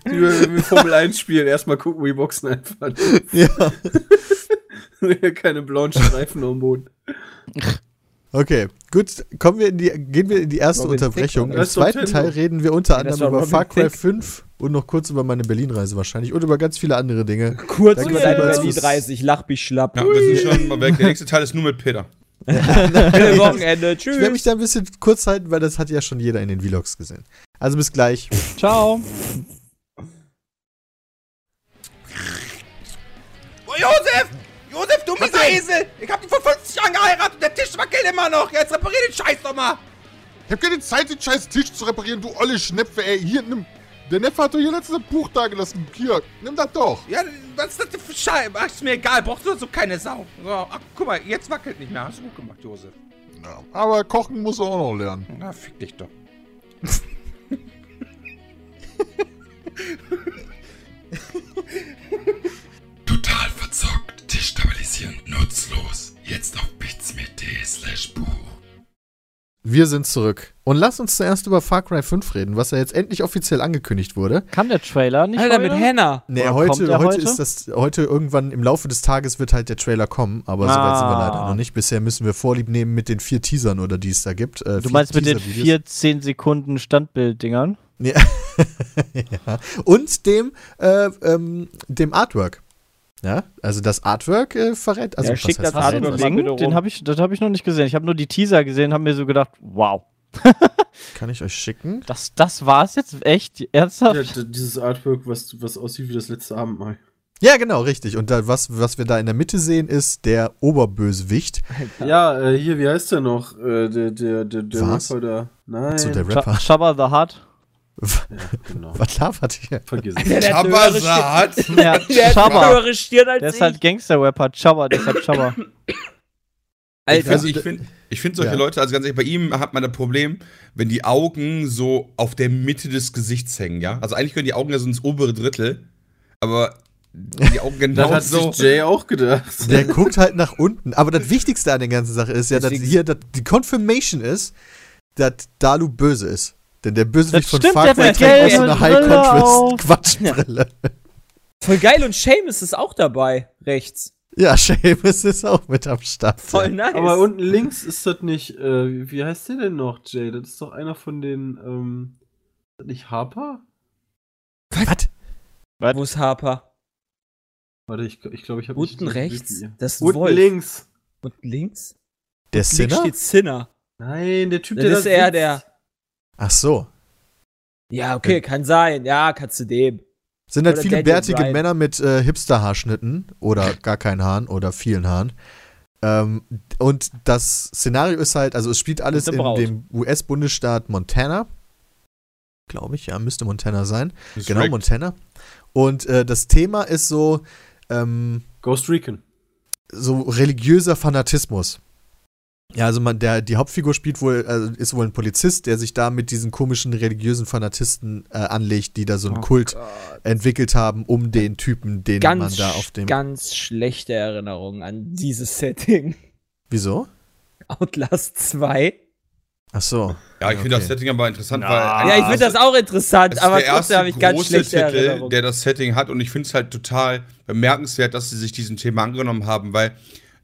Die wir mit Formel 1 spielen, erstmal gucken, wo die Boxen einfallen. ja. Keine blauen Streifen am Boden. Okay, gut. Kommen wir in die, gehen wir in die erste Robin Thicke, Unterbrechung. oder? Im Das ist doch zweiten Tim. Teil reden wir unter anderem war über Robin Far Cry Thicke. 5 und noch kurz über meine Berlin-Reise wahrscheinlich und über ganz viele andere Dinge. Kurz Danke über vielmals deine die fürs- 30, lach mich schlapp. Ja, wir sind schon mal weg. Der nächste Teil ist nur mit Peter. Schönes Wochenende, tschüss. Ich werde mich da ein bisschen kurz halten, weil das hat ja schon jeder in den Vlogs gesehen. Also bis gleich. Ciao. Oh, Josef! Josef, du mieser Esel! Ich hab dich vor 50 Jahren geheiratet und der Tisch wackelt immer noch! Jetzt reparier den Scheiß doch mal! Ich hab keine Zeit, den scheiß Tisch zu reparieren, du olle Schnepfe, ey. Hier, nimm. Der Neffe hat doch hier letztes Buch dagelassen. Hier, nimm das doch. Ja, was ist das für Scheiße? Ach, ist mir egal, brauchst du so keine Sau. So, ach, guck mal, jetzt wackelt nicht mehr. Hast du gut gemacht, Josef. Ja, aber kochen muss er auch noch lernen. Na, fick dich doch. Total verzockt, destabilisierend, nutzlos. Jetzt auf bitsme.de slash buch. Wir sind zurück. Und lass uns zuerst über Far Cry 5 reden, was ja jetzt endlich offiziell angekündigt wurde. Kann der Trailer nicht Alter, heute? mit Hannah. Nee, Oder heute, kommt heute, er heute? ist das, heute irgendwann im Laufe des Tages wird halt der Trailer kommen, aber so weit sind wir Ah. leider noch nicht. Bisher müssen wir Vorlieb nehmen mit den vier Teasern oder die es da gibt. Äh, Du vier meinst mit den Teaser-Videos. 14 Sekunden Standbilddingern? ja. Und dem, äh, ähm, dem Artwork. Ja, also das Artwork äh, verrät. Also Ja, was schick heißt das verrät? Artwork Also mal bitte Ding, rum. den habe ich, das habe ich noch nicht gesehen. Ich habe nur die Teaser gesehen, habe mir so gedacht, wow, Kann ich euch schicken? das, das war es jetzt echt Ja, ernsthaft. d- dieses Artwork, was, was aussieht wie das letzte Abendmahl. Ja, genau, richtig. Und da, was, was wir da in der Mitte sehen, ist der Oberbösewicht. Ja, äh, hier, wie heißt der noch? Äh, der der, der, der Was? Rapper da. Nein. So der Sha- Rapper. Shabba the Hutt. ja, genau. Was labert ihr? Vergiss es. Der, hat eine höhere Stirn- Tabasat! Ja, der hat eine Shabba. höhere Stirn als Der ist ich. halt Gangster-Rapper. Shabba, deshalb Shabba. Ich Also, finde, ich find, ich find solche ja. Leute, also ganz ehrlich, bei ihm hat man das Problem, wenn die Augen so auf der Mitte des Gesichts hängen, ja? Also eigentlich können die Augen ja so ins obere Drittel, aber die Augen Das genau hat so. sich Jay auch gedacht. Der guckt halt nach unten. Aber das Wichtigste an der ganzen Sache ist ja, dass Deswegen- hier dass die Confirmation ist, dass Dalu böse ist. Denn der Bösewicht Das von stimmt, Far der Cry hat trägt auch eine so eine gelbe Brille auf. High-Contrast-Quatschbrille. Voll geil und Seamus ist auch dabei, rechts. Ja, Seamus ist auch mit am Start. Voll nice. Aber unten links ist das nicht. Äh, wie- wie heißt der denn noch, Jay? Das ist doch einer von den. Ähm, ist das nicht Harper? Was? Wo ist Harper? Warte, ich glaube, ich, glaub, ich habe. Unten rechts? Das ist ein Unten Wolf. links. Unten links? Der Links Sinner? steht Sinner. Nein, der Typ, Das der. ist da er, sitzt. der. Ach so. Ja, okay, kann sein. Ja, kannst du dem. Sind halt Oder viele Daniel bärtige Bryan. Männer mit äh, Hipster-Haarschnitten oder gar keinen Haaren oder vielen Haaren. Ähm, und das Szenario ist halt, also es spielt alles Mit in der Braut. dem US-Bundesstaat Montana. Glaube ich, ja, müsste Montana sein. genau, Respekt. Montana. Und äh, das Thema ist so, ähm, Ghost Recon. so religiöser Fanatismus. Ja, also man, der, die Hauptfigur spielt wohl, also ist wohl ein Polizist, der sich da mit diesen komischen religiösen Fanatisten äh, anlegt, die da so einen Oh Kult entwickelt haben, um den Typen, den man Ganz, da auf dem. ganz schlechte Erinnerung an dieses Setting. Wieso? Outlast 2. Ach so. Ja, ich finde Okay. das Setting aber interessant, Na. weil. ja, ich finde das auch Ah, Es interessant, ist aber der erste trotzdem habe ich ganz große schlechte Titel, Erinnerung. der das Setting hat und ich finde es halt total bemerkenswert, dass sie sich diesem Thema angenommen haben, weil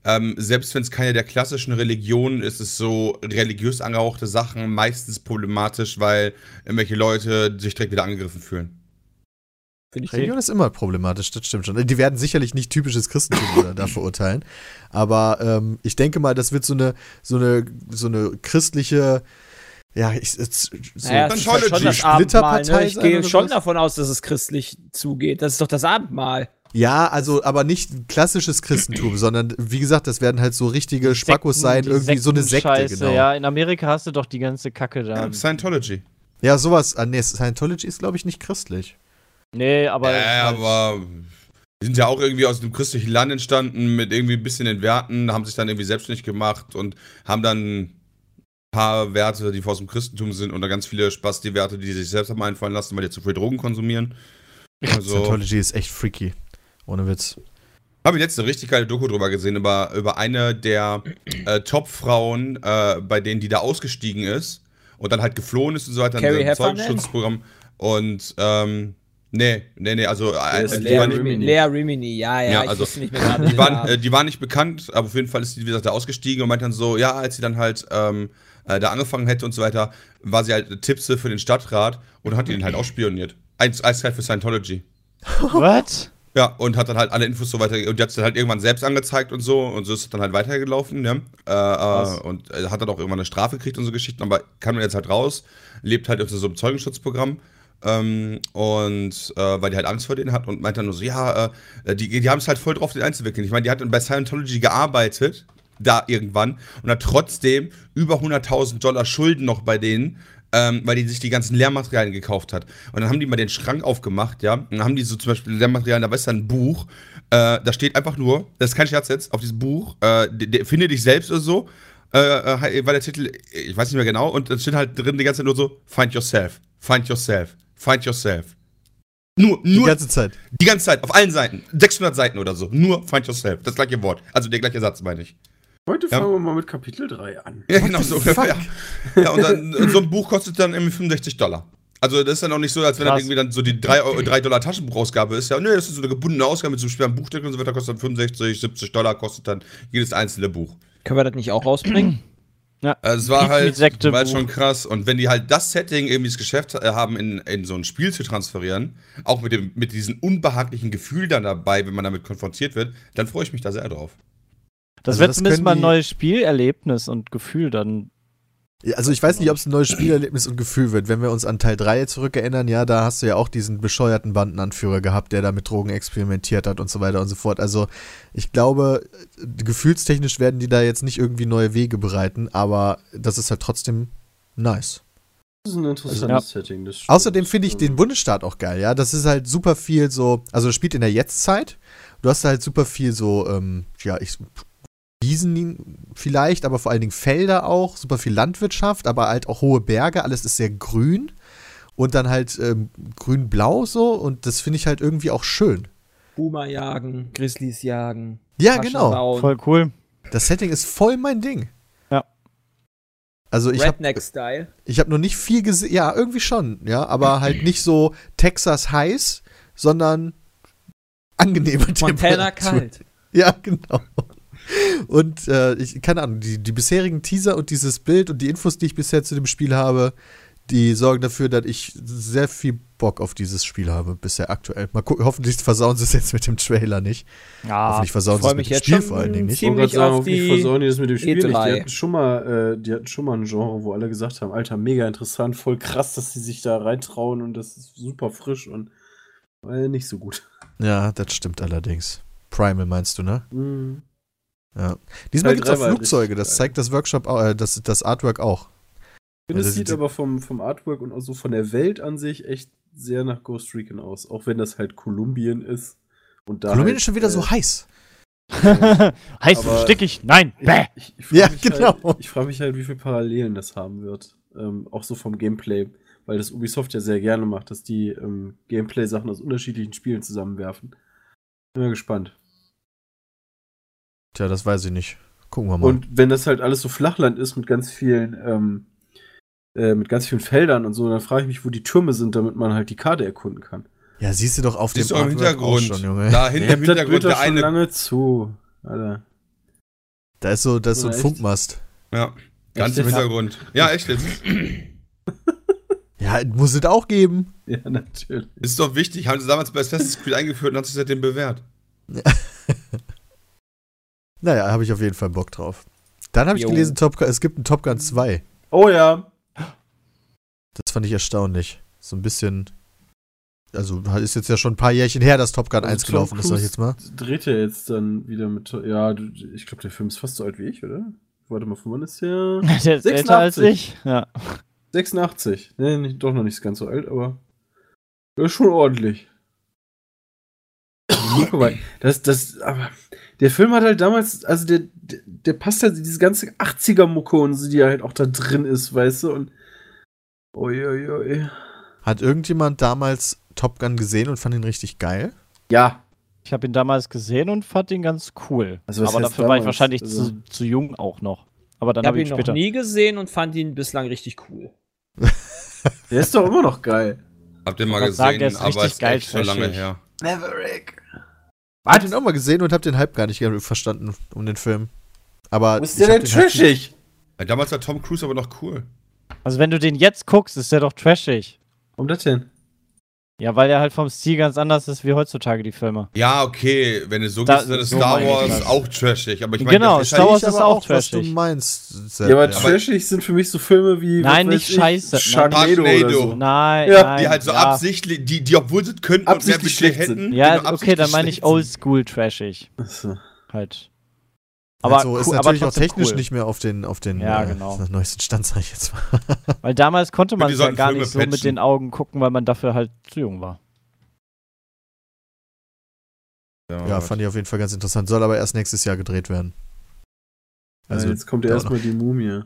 Ähm, selbst wenn es keine der klassischen Religionen ist, ist so religiös angehauchte Sachen meistens problematisch, weil irgendwelche Leute sich direkt wieder angegriffen fühlen. Finde ich Religion ist immer problematisch, das stimmt schon. Die werden sicherlich nicht typisches Christentum da- da verurteilen. Aber ähm, ich denke mal, das wird so eine, so eine, so eine christliche, ja, ich, so, Naja, es ist halt schon Scientology, das Abendmahl, ne? Splitterpartei Ich sein gehe oder schon sowas? davon aus, dass es christlich zugeht. Das ist doch das Abendmahl. Ja, also aber nicht klassisches Christentum, sondern wie gesagt, das werden halt so richtige Spackos sein, die irgendwie so eine Sekte, Sektenscheiße, genau. Ja. Ja, in Amerika hast du doch die ganze Kacke da. Ja, Scientology. sowas. Ah, nee, Scientology ist, glaube ich, nicht christlich. Nee, aber. Äh, aber die sind ja auch irgendwie aus einem christlichen Land entstanden, mit irgendwie ein bisschen den Werten, haben sich dann irgendwie selbstständig gemacht und haben dann ein paar Werte, die aus dem Christentum sind und dann ganz viele Spaß die Werte, die sie sich selbst haben einfallen lassen, weil die zu viel Drogen konsumieren. Also, Scientology ist echt freaky. Ohne Witz. habe ich letzte richtig geile Doku drüber gesehen, über, über eine der äh, Top-Frauen, äh, bei denen die da ausgestiegen ist und dann halt geflohen ist und so weiter. in Carrie diesem Heffernan? Zeugenschutzprogramm. Und, ähm, nee, nee, nee, also, äh, ist die Lea war Lea nicht- Rimini. Lea Rimini, ja, ja, Ja, ich also, wusste nicht mehr gerade. Die waren, ja. äh, die waren nicht bekannt, aber auf jeden Fall ist sie, wie gesagt, da ausgestiegen und meinte dann so, ja, als sie dann halt ähm, äh, da angefangen hätte und so weiter, war sie halt Tippse für den Stadtrat und hat ihn halt ausspioniert. Eins eiskalt für Scientology. What? Ja, und hat dann halt alle Infos so weiter, und die hat es dann halt irgendwann selbst angezeigt und so, und so ist es dann halt weitergelaufen, ne? Äh, äh, und äh, hat dann auch irgendwann eine Strafe gekriegt und so Geschichten, aber kann man jetzt halt raus, lebt halt auf so einem Zeugenschutzprogramm. Ähm, und äh, weil die halt Angst vor denen hat und meint dann nur so, ja, äh, die, die haben es halt voll drauf, den einzuwickeln. Ich meine, die hat dann bei Scientology gearbeitet, da irgendwann, und hat trotzdem über 100.000 Dollar Schulden noch bei denen, ähm, weil die sich die ganzen Lehrmaterialien gekauft hat. Und dann haben die mal den Schrank aufgemacht, ja. Und dann haben die so zum Beispiel Lehrmaterialien, da ist dann ein Buch, äh, da steht einfach nur, das ist kein Scherz jetzt, auf diesem Buch, äh, de, de, finde dich selbst oder so, äh, äh, war der Titel, ich weiß nicht mehr genau, und dann steht halt drin die ganze Zeit nur so, find yourself, find yourself, find yourself. Nur, Die nur ganze Zeit. die ganze Zeit, auf allen Seiten, 600 Seiten oder so, nur find yourself, das gleiche Wort, also der gleiche Satz meine ich. Heute Ja. fangen wir mal mit Kapitel 3 an. Ja, genau so ungefähr. Ja, und dann, und so ein Buch kostet dann irgendwie 65 Dollar. Also das ist dann auch nicht so, als wenn dann Krass. irgendwie dann so die 3, Eu- 3 Dollar Taschenbuchausgabe ist. Ja, nö, das ist so eine gebundene Ausgabe mit so einem schweren Buchdeckel und so weiter, kostet dann 65, 70 Dollar, kostet dann jedes einzelne Buch. Können wir das nicht auch rausbringen? Also es war Mit halt, Sekte- war halt schon krass. Und wenn die halt das Setting irgendwie das Geschäft äh, haben, in, in so ein Spiel zu transferieren, auch mit, dem, mit diesem unbehaglichen Gefühl dann dabei, wenn man damit konfrontiert wird, dann freue ich mich da sehr drauf. Das Also wird das zumindest können mal ein die- neues Spielerlebnis und Gefühl dann. Ja, Also ich weiß nicht, ob es ein neues Spielerlebnis und Gefühl wird. Wenn wir uns an Teil 3 zurückerinnern, ja, da hast du ja auch diesen bescheuerten Bandenanführer gehabt, der da mit Drogen experimentiert hat und so weiter und so fort. Also ich glaube, äh, gefühlstechnisch werden die da jetzt nicht irgendwie neue Wege bereiten, aber das ist halt trotzdem nice. Das ist ein interessantes Setting. Das stimmt. Außerdem finde ich den Bundesstaat auch geil, ja. Das ist halt super viel so, also das spielt in der Jetztzeit. Du hast da halt super viel so, ähm, ja, ich. Wiesen vielleicht, aber vor allen Dingen Felder auch, super viel Landwirtschaft, aber halt auch hohe Berge, alles ist sehr grün und dann halt ähm, grün-blau so und das finde ich halt irgendwie auch schön. Boomer jagen, Grizzlies jagen. Ja, Taschen genau. bauen, Voll cool. Das Setting ist voll mein Ding. Ja. Also ich habe Redneck-Style. Ich habe noch nicht viel gesehen. Ja, irgendwie schon, ja, aber halt nicht so Texas heiß, sondern angenehme Montana Temperatur. kalt. Ja, genau. Und äh, ich, keine Ahnung, die, die bisherigen Teaser und dieses Bild und die Infos, die ich bisher zu dem Spiel habe, die sorgen dafür, dass ich sehr viel Bock auf dieses Spiel habe, bisher aktuell. Mal gucken, hoffentlich versauen sie es jetzt mit dem Trailer nicht. Ja, hoffentlich versauen Ah, ich sie es mit dem freu mich jetzt Spiel schon vor allen Dingen nicht. Ich wollte ziemlich gerade sagen, auf hoffentlich die versauen die E das mit dem Spiel nicht. Die E3. hatten, schon mal, äh, die hatten schon mal ein Genre, wo alle gesagt haben, Alter, mega interessant, voll krass, dass sie sich da reintrauen und das ist super frisch und äh, nicht so gut. Ja, das stimmt allerdings. Primal meinst du, ne? Mhm. Diesmal Teil gibt drei es auch war halt Flugzeuge, richtig das geil. zeigt das Workshop, au- äh, das, das Artwork auch. Ich Ja, finde, es das- sieht die- aber vom, vom Artwork und auch so von der Welt an sich echt sehr nach Ghost Recon aus, auch wenn das halt Kolumbien ist. Und da Kolumbien halt, ist schon wieder äh, so heiß. heiß Aber- und stickig. Nein. Bäh. Ich, ich, ich frag Ja, mich genau. Halt, ich frage mich halt, wie viele Parallelen das haben wird. Ähm, auch so vom Gameplay, weil das Ubisoft ja sehr gerne macht, dass die ähm, Gameplay-Sachen aus unterschiedlichen Spielen zusammenwerfen. Bin mal gespannt. Tja, das weiß ich nicht. Gucken wir mal. Und wenn das halt alles so Flachland ist mit ganz vielen, ähm, äh, mit ganz vielen Feldern und so, dann frage ich mich, wo die Türme sind, damit man halt die Karte erkunden kann. ja, siehst du doch auf dem Siehst du auch im Artwork auch Hintergrund. schon, Junge. Da hinten im das Hintergrund wird doch der schon eine lange zu. Alter. Da ist so, da ist so ein Echt? Funkmast. Ja. Ganz im jetzt? Hintergrund. Ja, echt jetzt. Ja, muss es auch geben. Ja, natürlich. Ist doch wichtig. Haben sie damals bei Assassin's Creed eingeführt und hat sich seitdem bewährt. Naja, habe ich auf jeden Fall Bock drauf. Dann habe ich Jo. gelesen, Top Gun, es gibt einen Top Gun 2. Oh ja. Das fand ich erstaunlich. So ein bisschen. Also ist jetzt ja schon ein paar Jährchen her, dass Top Gun Also 1 Tom gelaufen ist, sag ich Cruise jetzt mal. Dreht er jetzt dann wieder mit. Ja, du- ich glaube, der Film ist fast so alt wie ich, oder? Warte mal, von wann ist der? Der ist älter als ich. Ja. 86. Nee, nicht, doch noch nicht ganz so alt, aber. Ja, schon ordentlich. Also, Guck mal, das, das, aber der Film hat halt damals, also der, der, der passt halt in diese ganze 80er-Mucke und so, die halt auch da drin ist, weißt du, und. Uiuiui. Hat irgendjemand damals Top Gun gesehen und fand ihn richtig geil? Ja, Ich habe ihn damals gesehen und fand ihn ganz cool. Also was Aber heißt dafür war ich damals? wahrscheinlich Also- zu, zu jung auch noch. Aber dann Ich habe habe ich ihn ihn noch später. nie gesehen und fand ihn bislang richtig cool. der ist doch immer noch geil. Habt ihr mal wollte sagen, gesehen, der ist aber richtig ist geil echt schon lange trashig. her. Maverick. Hat ihn auch mal gesehen und hab den Hype gar nicht verstanden um den Film. Aber Wo ist ich der hab denn den Hype- trashig? Ja, damals war Tom Cruise aber noch cool. Also wenn du den jetzt guckst, ist der doch trashig. Warum das denn? Ja, weil der halt vom Stil ganz anders ist wie heutzutage die Filme. Ja, okay, wenn du so Da- gehst, dann ist so Star meine ich Wars das. auch trashig. Aber ich meine, Genau, das ist Star halt Wars- Ich ist aber auch was du trashig. meinst. Sepp. Ja, aber aber- trashig sind für mich so Filme wie. was Nein, weiß nicht ich, scheiße. Sharknado oder Sharknado. so. Nein, Oh. Ja, nein. die halt so ja. absichtlich, die, die obwohl sie es könnten Absichtlich und mehr Budget schlecht sind. hätten. die Ja, nur okay, dann absichtlich meine ich schlecht sind. oldschool trashig. Achso. Halt. Aber Aber also, ist cool- aber natürlich auch trotzdem technisch cool. nicht mehr auf den, auf den Ja, äh, genau. neuesten Stand, sag ich jetzt mal. Weil damals konnte man Die es ja sollten gar Filme nicht so mit patchen. den Augen gucken, weil man dafür halt zu jung war. Ja, fand ich auf jeden Fall ganz interessant. Soll aber erst nächstes Jahr gedreht werden. Also, Also, jetzt kommt ja da erstmal die Mumie.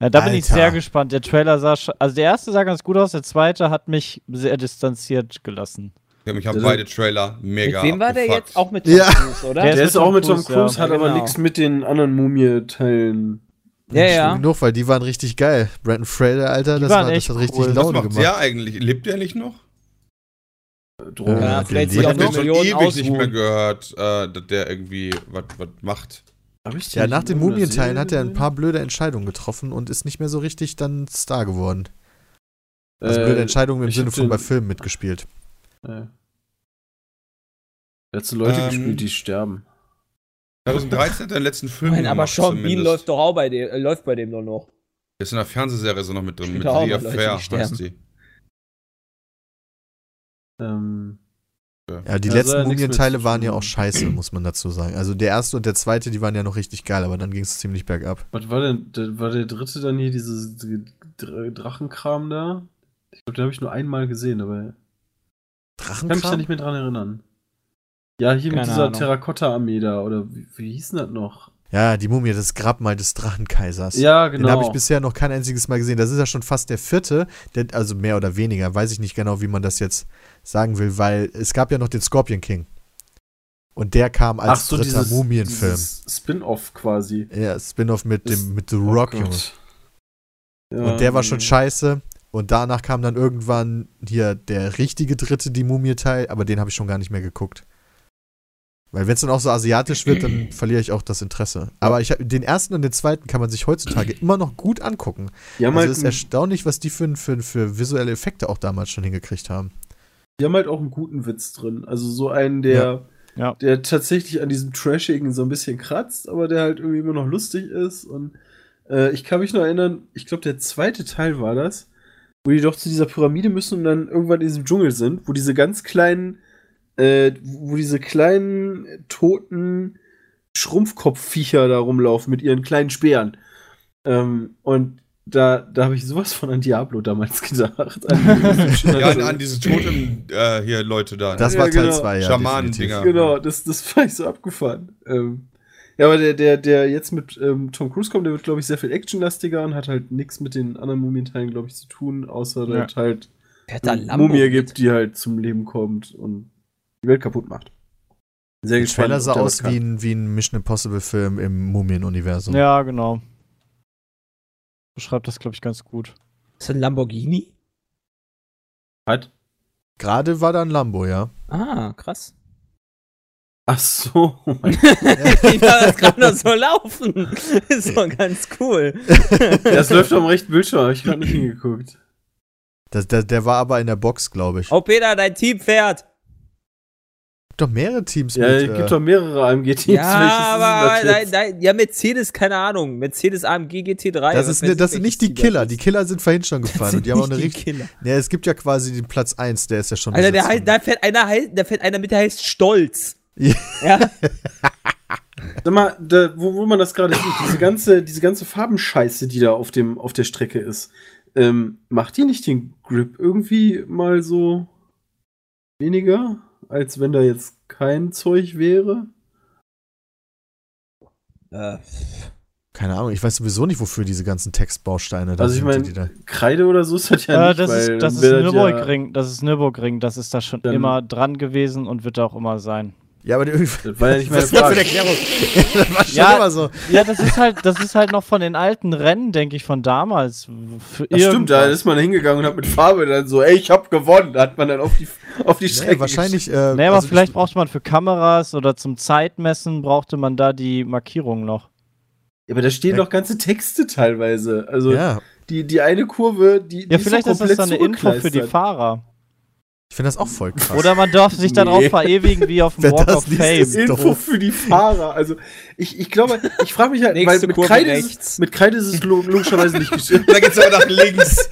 Ja, da bin ich Alter. sehr gespannt. Der Trailer sah sch- also der erste sah ganz gut aus, der zweite hat mich sehr distanziert gelassen. Ja, mich haben Also- beide Trailer mega. mit wem war der abgefuckt. jetzt? Auch mit Tom Ja. Cruise, oder? Der Der ist ist auch mit Tom Cruise, ja. Cruise, hat Ja, aber genau. nichts mit den anderen Mumie-Teilen. ja, Schlimm ja. genug, weil die waren richtig geil. Brandon Fraser, Alter, das, waren war, das echt hat richtig cool. Was Laune macht gemacht. der eigentlich? Lebt der nicht noch? äh, Drogen. Ja, Ja, vielleicht sich Ich auch hab Lebt noch den schon Millionen ewig nicht mehr ausruhen. gehört, äh, dass der irgendwie was was macht. Hab ich die Ja, nicht nach in den irgendeiner Mumienteilen hat er ein Serie paar blöde Entscheidungen getroffen und ist nicht mehr so richtig dann Star geworden. gesehen? Also blöde Entscheidungen im Äh, ich Sinne hab von bei den- Filmen mitgespielt. Äh, er hat so Leute Ähm, gespielt, die sterben. 2013 hat er den letzten Film Nein, aber gemacht, Sean Bean zumindest. läuft doch auch bei dem, äh, läuft bei dem doch noch. Der ist in der Fernsehserie so noch mit drin, Spielt mit auch The noch Leute, die Affair sterben. heißt die. Ähm, Ja, die Ja, soll letzten ja nichts Mumienteile mit- waren ja auch scheiße, muss man dazu sagen. Also der erste und der zweite, die waren ja noch richtig geil, aber dann ging es ziemlich bergab. was war denn? Da war der dritte dann hier, dieses Dr- Drachenkram da? Ich glaube, den habe ich nur einmal gesehen, aber ich kann mich da Drachenkram? nicht mehr dran erinnern. Ja, hier mit Keine dieser Ahnung. Terrakotta-Armee da, oder wie, wie hieß denn das noch? Ja, die Mumie, das Grabmal des Drachenkaisers. Ja, Den genau. habe ich bisher noch kein einziges Mal gesehen. Das ist ja schon fast der vierte, der, also mehr oder weniger. Weiß ich nicht genau, wie man das jetzt sagen will, weil es gab ja noch den Scorpion King. Und der kam als dritter dieses- Mumienfilm. dieses Spin-off quasi. ja, Spin-off mit, Ist- dem, mit The Rock, Oh Junge. Gott. Ja, Und der war schon nee. scheiße. Und danach kam dann irgendwann hier der richtige dritte Die Mumie-Teil, aber den habe ich schon gar nicht mehr geguckt. Weil wenn es dann auch so asiatisch wird, dann verliere ich auch das Interesse. Aber ich hab, den ersten und den zweiten kann man sich heutzutage immer noch gut angucken. Die haben, Also halt ist einen, erstaunlich, was die für, für, für visuelle Effekte auch damals schon hingekriegt haben. die haben halt auch einen guten Witz drin. Also so einen, der, Ja. Ja. der tatsächlich an diesem Trashigen so ein bisschen kratzt, aber der halt irgendwie immer noch lustig ist. Und äh, ich kann mich noch erinnern, ich glaube, der zweite Teil war das, wo die doch zu dieser Pyramide müssen und dann irgendwann in diesem Dschungel sind, wo diese ganz kleinen, äh, wo diese kleinen äh, toten Schrumpfkopfviecher da rumlaufen mit ihren kleinen Speeren. Ähm, und da, da habe ich sowas von an Diablo damals gedacht. An die- Ja, an, an diese toten äh, hier Leute da. Das Ja, war Teil genau. 2, ja. Schamanen-Dinger. definitiv. Genau, das, das fand ich so abgefahren. Ähm, ja, aber der, der, der jetzt mit ähm, Tom Cruise kommt, der wird, glaube ich, sehr viel actionlastiger und hat halt nichts mit den anderen Mumienteilen, glaube ich, zu tun, außer Ja. dass halt Der hat da eine Lambo. Mumie gibt, die halt zum Leben kommt und die Welt kaputt macht. Sehr Der gespannt. Trailer sah ob der aus was kann. wie ein, wie ein Mission Impossible-Film im Mumien-Universum. Ja, genau. Beschreibt das, glaube ich, ganz gut. Ist das ein Lamborghini? Was? Gerade war da ein Lambo, ja. Ah, krass. Ach so. Ich war das gerade nur so laufen. Ist doch ganz cool. Das läuft am rechten Bildschirm, hab ich gerade nicht hingeguckt. Das, der, der war aber in der Box, glaube ich. Oh, Peter, dein Team fährt. Gibt doch mehrere Teams Ja, es mit. gibt äh, doch mehrere AMG-Teams. Ja, Welches aber ist denn das nein, jetzt? nein, ja, Mercedes, keine Ahnung. Mercedes AMG GT3. das, ist, was weiß ne, ich, das sind welches nicht die Team das Killer. ist. Die Killer sind vorhin schon Das gefahren. sind Und die haben auch eine nicht die richtig. Killer. Ne, es gibt ja quasi den Platz 1, der ist ja schon. Alter, der besetzt heißt, da fährt einer, heißt- da fährt einer mit, der heißt Stolz. Ja. ja. Sag mal, da, wo, wo man das gerade sieht, diese ganze, diese ganze Farbenscheiße, die da auf, dem, auf der Strecke ist, ähm, macht die nicht den Grip irgendwie mal so weniger, als wenn da jetzt kein Zeug wäre? Äh, Keine Ahnung, ich weiß sowieso nicht, wofür diese ganzen Textbausteine da Also ich sind. meine- die da- Kreide oder so ist das ja äh, nicht, das, weil ist, das, dann ist wär das Nürburgring, das ist Nürburgring, das ist da schon Dann- immer dran gewesen und wird da auch immer sein. Ja, aber die, Ja, das war ja nicht meine was ist das für eine Frage. Erklärung? das war schon Ja. immer so. Ja, das ist halt, das ist halt noch von den alten Rennen, denke ich, von damals. Für Das stimmt, da ist man hingegangen und hat mit Farbe dann so, ey, ich hab gewonnen. Da hat man dann auf die, auf die Strecke Nee, wahrscheinlich. Äh, Nee, aber also ich- vielleicht brauchte man für Kameras oder zum Zeitmessen brauchte man da die Markierung noch. Ja, aber da stehen Ja. doch ganze Texte teilweise. Also Ja, die, die eine Kurve, die. die Ja, ist vielleicht so ist das komplett dann eine Info für die zugekleistert. Fahrer. ich finde das auch voll krass. Oder man darf sich darauf Nee. verewigen wie auf dem Wer Walk das of liest, Fame. ist Info doof. für die Fahrer. Also ich, ich glaube, ich frage mich halt, weil Nächste mit Kurve Kreide, ist rechts. es, mit Kreide ist es lo- logischerweise nicht geschrieben. Da geht's aber nach links.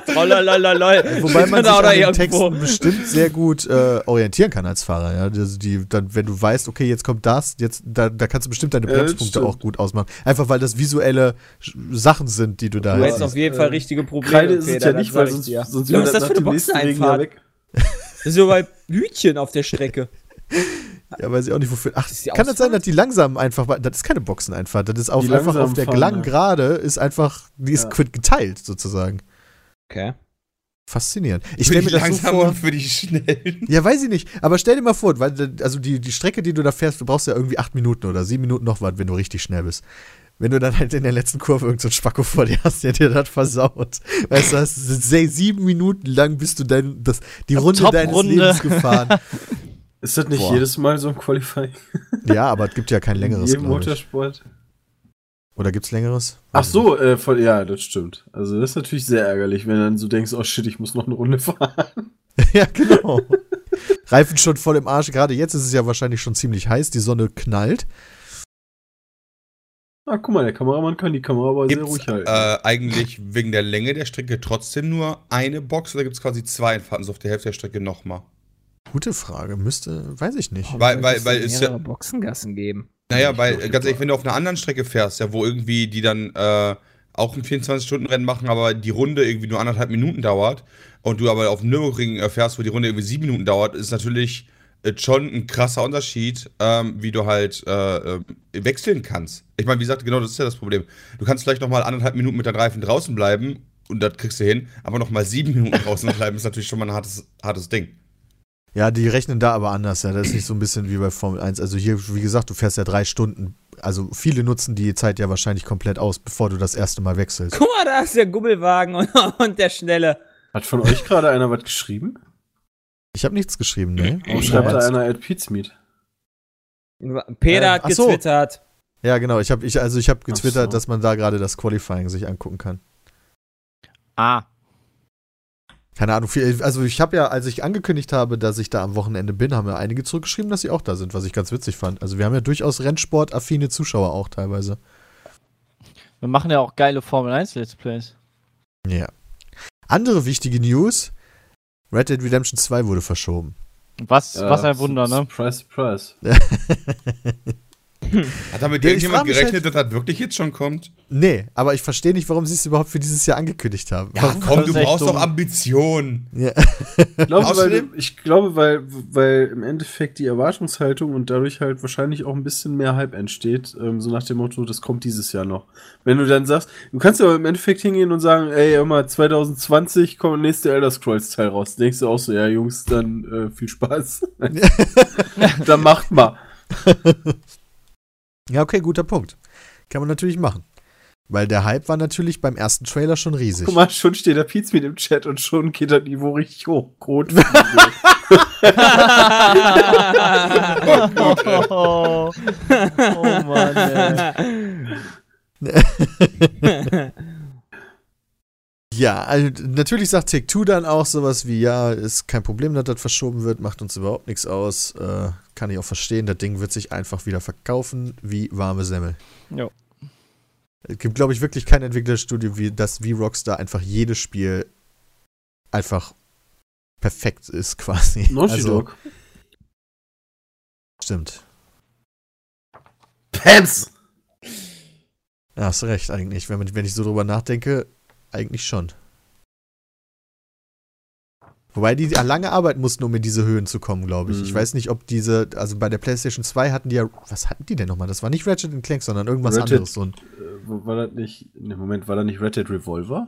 Trollolololol. Wobei Steht man da sich oder an den irgendwo? Texten bestimmt sehr gut äh, orientieren kann als Fahrer. Ja? Also die, dann, wenn du weißt, okay, jetzt kommt das, jetzt, da, da kannst du bestimmt deine Ja, das Bremspunkte stimmt. auch gut ausmachen. Einfach weil das visuelle Sch- Sachen sind, die du da Du hast. hättest auf jeden Fall richtige Probleme. Kreide ist es Peter, ja das nicht, sag weil ich sonst, dir. sonst Was ist das für eine Boxeneinfahrt? weg. Das ist ja bei Hütchen auf der Strecke. Ja, weiß ich auch nicht wofür. Ach, Ist die kann das Ausfahrt? sein, dass die langsamen einfach mal, das ist keine Boxeneinfahrt, das ist auf, Die einfach auf langsamen der fahren, langen ja. Gerade ist einfach, die ist Ja. quitt geteilt sozusagen. Okay. Faszinierend. Ich Für stelle die mir das so Langsamen vor. und für die Schnellen. Ja, weiß ich nicht. Aber stell dir mal vor, weil da- also die, die Strecke, die du da fährst, du brauchst ja irgendwie acht Minuten oder sieben Minuten noch was, wenn du richtig schnell bist. Wenn du dann halt in der letzten Kurve irgendeinen so einen Spacko vor dir hast, der dir das versaut. Weißt du, hast du se- sieben Minuten lang bist du dein, das, die Runde deines Top-Runde. Lebens gefahren. Ist das nicht Boah. jedes Mal so ein Qualifying? ja, aber es gibt ja kein in längeres, jedem glaube ich. Motorsport? Oder gibt's längeres? Ach so, äh, voll, ja, das stimmt. Also das ist natürlich sehr ärgerlich, wenn du dann so denkst, oh shit, ich muss noch eine Runde fahren. Ja, genau. Reifen schon voll im Arsch. Gerade jetzt ist es ja wahrscheinlich schon ziemlich heiß. Die Sonne knallt. Ah, guck mal, der Kameramann kann die Kamera aber sehr Gibt's ruhig äh, halten. eigentlich wegen der Länge der Strecke trotzdem nur eine Box oder gibt's quasi zwei Einfahrten, so auf der Hälfte der Strecke nochmal? Gute Frage. Müsste, weiß ich nicht. Weil- weil- weil es ja- mehrere Boxengassen geben. Hm. Naja, weil äh, ganz ehrlich, wenn du auf einer anderen Strecke fährst, ja, wo irgendwie die dann äh, auch ein 24-Stunden-Rennen machen, aber die Runde irgendwie nur anderthalb Minuten dauert und du aber auf dem Nürburgring äh, fährst, wo die Runde irgendwie sieben Minuten dauert, ist natürlich äh, schon ein krasser Unterschied, ähm, wie du halt äh, äh, wechseln kannst. Ich meine, wie gesagt, genau das ist ja das Problem. Du kannst vielleicht nochmal anderthalb Minuten mit deinen Reifen draußen bleiben und das kriegst du hin, aber nochmal sieben Minuten draußen bleiben ist natürlich schon mal ein hartes, hartes Ding. Ja, die rechnen da aber anders. Ja, das ist nicht so ein bisschen wie bei Formel 1. Also hier, wie gesagt, du fährst ja drei Stunden. Also viele nutzen die Zeit ja wahrscheinlich komplett aus, bevor du das erste Mal wechselst. Guck mal, da ist der Gubbelwagen und, und der Schnelle. Hat von euch gerade einer was geschrieben? Ich habe nichts geschrieben, ne? Oh, Schreibt da einer at Pizmeet. Peter Äh, hat ach so. gezwittert. Ja, genau. Ich habe ich, also ich hab Ach gezwittert, so. dass man da gerade das Qualifying sich angucken kann. Ah. Keine Ahnung, viel, also ich habe ja, als ich angekündigt habe, dass ich da am Wochenende bin, haben ja einige zurückgeschrieben, dass sie auch da sind, was ich ganz witzig fand. Also wir haben ja durchaus Rennsport-affine Zuschauer auch teilweise. Wir machen ja auch geile Formel 1 Let's Plays. Ja. Andere wichtige News: Red Dead Redemption 2 wurde verschoben. Was, Ja, was ein Wunder, ne? Surprise, surprise. Hat damit Ja, ich irgendjemand frag mich halt gerechnet, dass das wirklich jetzt schon kommt? Nee, aber ich verstehe nicht, warum sie es überhaupt für dieses Jahr angekündigt haben. Ja, warum? komm, Das du ist echt brauchst dumm. doch Ambition. Ja. Ich glaube, weil, Außerdem- ich glaube weil, weil im Endeffekt die Erwartungshaltung und dadurch halt wahrscheinlich auch ein bisschen mehr Hype entsteht, ähm, so nach dem Motto, das kommt dieses Jahr noch. Wenn du dann sagst, du kannst ja im Endeffekt hingehen und sagen, ey, hör mal, 2020 kommt der nächste Elder Scrolls Teil raus. Denkst du auch so, ja, Jungs, dann äh, viel Spaß. dann macht mal. ja, okay, guter Punkt. Kann man natürlich machen. Weil der Hype war natürlich beim ersten Trailer schon riesig. Guck mal, schon steht der Pizza mit im Chat und schon geht das Niveau richtig hoch. Rot. Oh, oh Mann, ey. Ja, also natürlich sagt Take Two dann auch sowas wie, ja, ist kein Problem, dass das verschoben wird, macht uns überhaupt nichts aus. Äh, kann ich auch verstehen, das Ding wird sich einfach wieder verkaufen wie warme Semmel. Jo. Es gibt, glaube ich, wirklich kein Entwicklerstudio, wie das wie Rockstar einfach jedes Spiel einfach perfekt ist, quasi. Also, Naughty Dog. Stimmt. Pams! Ja, hast recht eigentlich. Wenn, man, wenn ich so drüber nachdenke, eigentlich schon. Wobei die lange arbeiten mussten, um in diese Höhen zu kommen, glaube ich. Ich Mhm. weiß nicht, ob diese, also bei der PlayStation 2 hatten die ja, was hatten die denn nochmal? Das war nicht Ratchet and Clank, sondern irgendwas Ratchet. anderes. So ein, Äh, war das nicht. Ne, Moment, war das nicht Red Dead Revolver?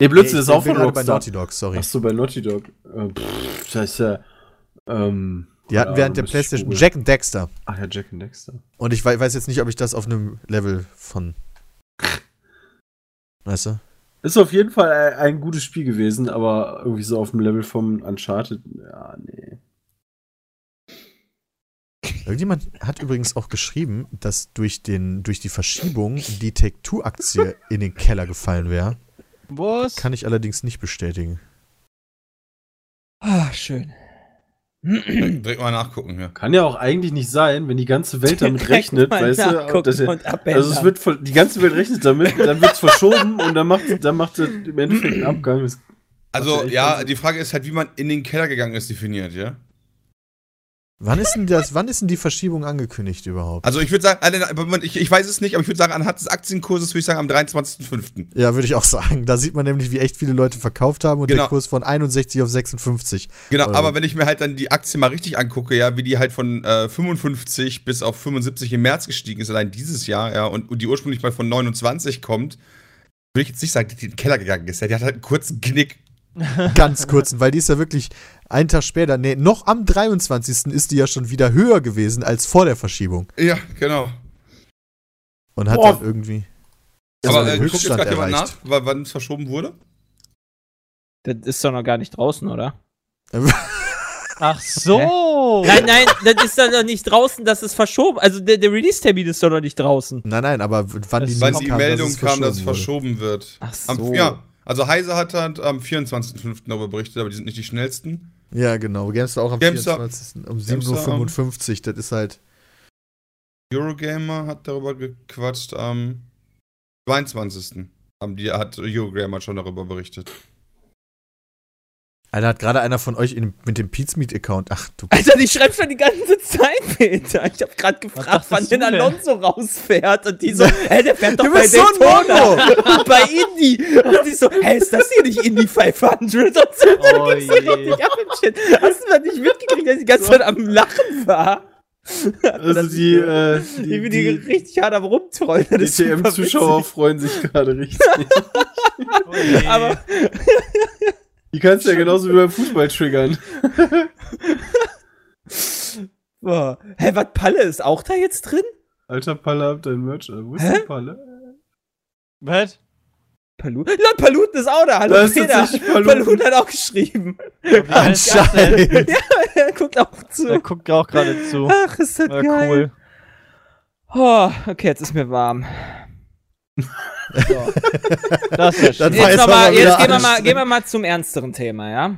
Nee, Blödsinn, Nee, das ich ist auch bin von gerade bei Rockstar. Naughty Dog, sorry. Ach so, bei Naughty Dog. Äh, pff, das ist ja. Ähm, Die hatten keine während Ahnung, der das ist PlayStation schwul. Jack and Dexter. Ach ja, Jack and Dexter. Und ich wei- weiß jetzt nicht, ob ich das auf einem Level von. Weißt du? Ist auf jeden Fall ein, ein gutes Spiel gewesen, aber irgendwie so auf dem Level vom Uncharted. Ja, nee. Irgendjemand hat übrigens auch geschrieben, dass durch, den, durch die Verschiebung die Take-Two-Aktie in den Keller gefallen wäre. Was? Kann ich allerdings nicht bestätigen. Ah, schön. Direkt mal nachgucken, ja. Kann ja auch eigentlich nicht sein, wenn die ganze Welt damit Direkt rechnet, mal weißt du? nachgucken Dass ja, und abändern. also es wird voll, die ganze Welt rechnet damit, dann wird's verschoben und dann macht dann macht das im Endeffekt einen Abgang. Das, Also, echt ja, Sinn. die Frage ist halt, wie man in den Keller gegangen ist, definiert, ja. Wann ist denn, das, wann ist denn die Verschiebung angekündigt überhaupt? Also, ich würde sagen, alle- aber man- ich, ich weiß es nicht, aber ich würde sagen, anhand des Aktienkurses würde ich sagen, am 23.05. Ja, würde ich auch sagen. Da sieht man nämlich, wie echt viele Leute verkauft haben und Genau. der Kurs von 61 auf 56. Genau, Ähm. aber wenn ich mir halt dann die Aktie mal richtig angucke, ja, wie die halt von äh, 55 bis auf 75 im März gestiegen ist, allein dieses Jahr, ja, und, und die ursprünglich mal von 29 kommt, würde ich jetzt nicht sagen, dass die in den Keller gegangen ist. Ja, die hat halt einen kurzen Knick. Ganz kurzen, weil die ist ja wirklich einen Tag später, nee, noch am 23. ist die ja schon wieder höher gewesen als vor der Verschiebung. Ja, genau. Und hat Boah. dann irgendwie. aber so einen äh, guckt jetzt Höchststand gerade jemand nach, erreicht. wa- wann es verschoben wurde? Das ist doch noch gar nicht draußen, oder? Ach so. Nein, nein, das ist doch noch nicht draußen, das ist verschoben. Also der, der Release-Termin ist doch noch nicht draußen. Nein, nein, aber w- wann Das die, ist Wann News die kam, Meldung es kam, dass es wurde. verschoben wird. Ach Am, so. Ja, also Heise hat halt am 24.05. darüber berichtet, aber die sind nicht die schnellsten. Ja, genau. GameStar auch am GameStar- 24. um GameStar am- 7.55 Uhr. Das ist halt. Eurogamer hat darüber gequatscht am 22. Haben die, hat Eurogamer schon darüber berichtet. Alter, hat gerade einer von euch in, mit dem Pizmeet-Account. Ach, du. Alter, die schreibt schon die ganze Zeit, Peter. Ich hab grad gefragt, dachtest wann denn du denn? Alonso rausfährt. Und die so, hä, der fährt doch Du bei bist so ein Daytona und bei Indy. Und ich so, hä, ist das hier nicht Indy 500? Und so, Oh ging's so richtig je. ab im Chat. Hast du das nicht mitgekriegt, dass ich die ganze Zeit am Lachen war? also Das- die, äh, ich die, bin die, E hier richtig hart am Rumtrollen. Das die ist super TM-Zuschauer witzig. freuen sich gerade richtig. Oh je. Aber Die kannst du ja genauso wie beim Fußball triggern. Boah. Hä, was Palle ist auch da jetzt drin? Alter Palle, hab dein Merch. an. Wo ist der Palle? Was? Palu? Lord Paluten ist auch da. Hallo Da ist Peter. tatsächlich Paluten. Palu. hat auch geschrieben. Wie heißt das denn? er guckt auch Der zu. guckt auch gerade zu. Ach, ist das Ja, geil. cool. Oh, okay, jetzt ist mir warm. Das ist ja Das war schön. Jetzt, jetzt noch mal, aber wieder jetzt gehen, wir mal, anstrengend. gehen wir mal zum ernsteren Thema, ja?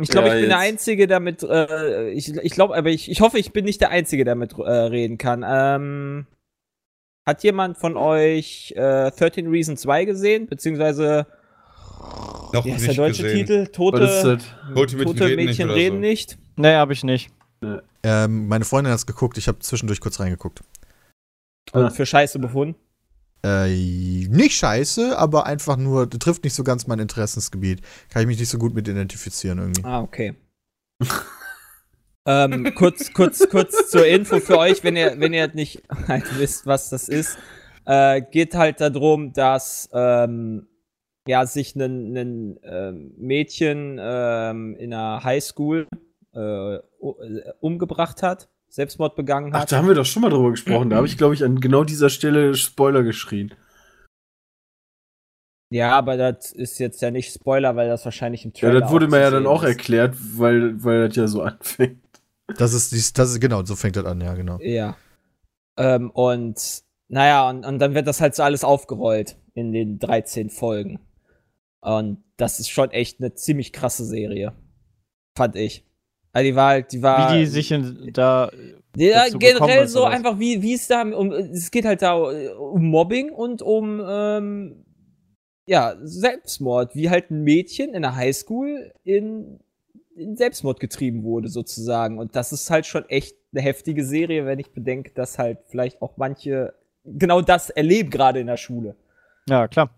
Ich glaube, Ja, ich bin der jetzt. Einzige, der mit, äh, ich, ich glaube, aber ich, ich hoffe, ich bin nicht der Einzige, der mit äh, reden kann. Ähm, hat jemand von euch äh, 13 Reasons 2 gesehen? Beziehungsweise, Noch wie heißt Oh, der nicht deutsche gesehen. Titel? Was ist Tote, das? äh, Tote Mädchen tote reden nicht Mädchen oder reden so. nicht. Nee, hab ich nicht. Ähm, meine Freundin hat's geguckt. Ich habe zwischendurch kurz reingeguckt. Und für Scheiße befunden. Äh, nicht scheiße, aber einfach nur, trifft nicht so ganz mein Interessensgebiet. Kann ich mich nicht so gut mit identifizieren irgendwie. Ah, okay. ähm, kurz, kurz, kurz zur Info für euch, wenn ihr, wenn ihr nicht halt wisst, was das ist, äh, geht halt darum, dass ähm, ja, sich ein, ein ähm, Mädchen ähm, in einer Highschool äh, u- äh, umgebracht hat, Selbstmord begangen Ach, hat. da haben wir doch schon mal drüber gesprochen. Da habe ich, glaube ich, an genau dieser Stelle Spoiler geschrien. Ja, aber das ist jetzt ja nicht Spoiler, weil das wahrscheinlich im Ja, Trailer das wurde mir ja dann zu sehen auch ist. erklärt, weil, weil das ja so anfängt. Das ist, dies, das ist, genau, so fängt das an, ja, genau. ne? Ja. Ähm, und naja, und, und dann wird das halt so alles aufgerollt in den 13 Folgen. Und das ist schon echt eine ziemlich krasse Serie. Fand ich. Also die war halt, die war. Wie die sich in, da. Ja, dazu gekommen generell ist, so oder was? einfach, wie, wie es da um. Es geht halt da um Mobbing und um. Ähm, ja, Selbstmord. Wie halt ein Mädchen in der Highschool in, in Selbstmord getrieben wurde, sozusagen. Und das ist halt schon echt eine heftige Serie, wenn ich bedenke, dass halt vielleicht auch manche genau das erleben, gerade in der Schule. Ja, klar.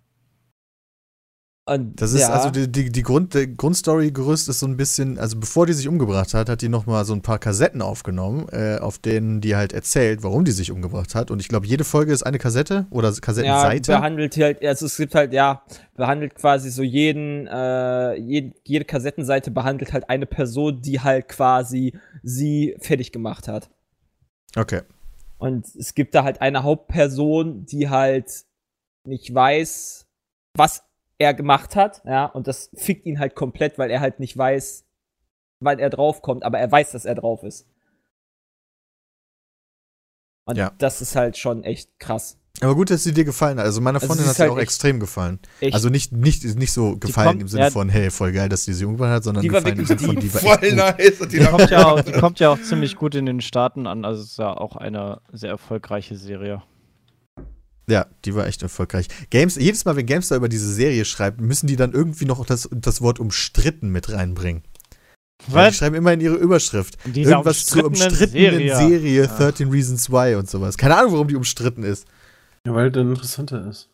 Und, Das ist ja, also die, die, die, Grund, der Grundstory-Gerüst ist so ein bisschen, also bevor die sich umgebracht hat, hat die nochmal so ein paar Kassetten aufgenommen, äh, auf denen die halt erzählt, warum die sich umgebracht hat. Und ich glaube, jede Folge ist eine Kassette oder ja, Kassettenseite. behandelt halt, also es gibt halt, ja, behandelt quasi so jeden, äh, jed- jede Kassettenseite behandelt halt eine Person, die halt quasi sie fertig gemacht hat. okay. Und es gibt da halt eine Hauptperson, die halt nicht weiß, was er gemacht hat, ja, und das fickt ihn halt komplett, weil er halt nicht weiß, wann er draufkommt, aber er weiß, dass er drauf ist. Und Ja. das ist halt schon echt krass. Aber gut, dass sie dir gefallen hat. Also meiner Also Freundin sie hat ist sie halt auch echt- extrem gefallen. Echt Also nicht, nicht, nicht so gefallen kommt- im Sinne ja. von, hey, voll geil, dass die sie umgebracht hat, sondern Die war gefallen im wirklich Sinne von, die- die war Voll echt gut. nice. dass Die Die da kommt, ja auch, die kommt ja auch ziemlich gut in den Staaten an. Also ist ja auch eine sehr erfolgreiche Serie. Ja, die war echt erfolgreich. Games, jedes Mal, wenn GameStar über diese Serie schreibt, müssen die dann irgendwie noch das, das Wort umstritten mit reinbringen. Weil Die schreiben immer in ihre Überschrift. Diese irgendwas zur umstrittenen Serie, 13 Reasons Why und sowas. Keine Ahnung, warum die umstritten ist. Ja, weil dann interessanter ist.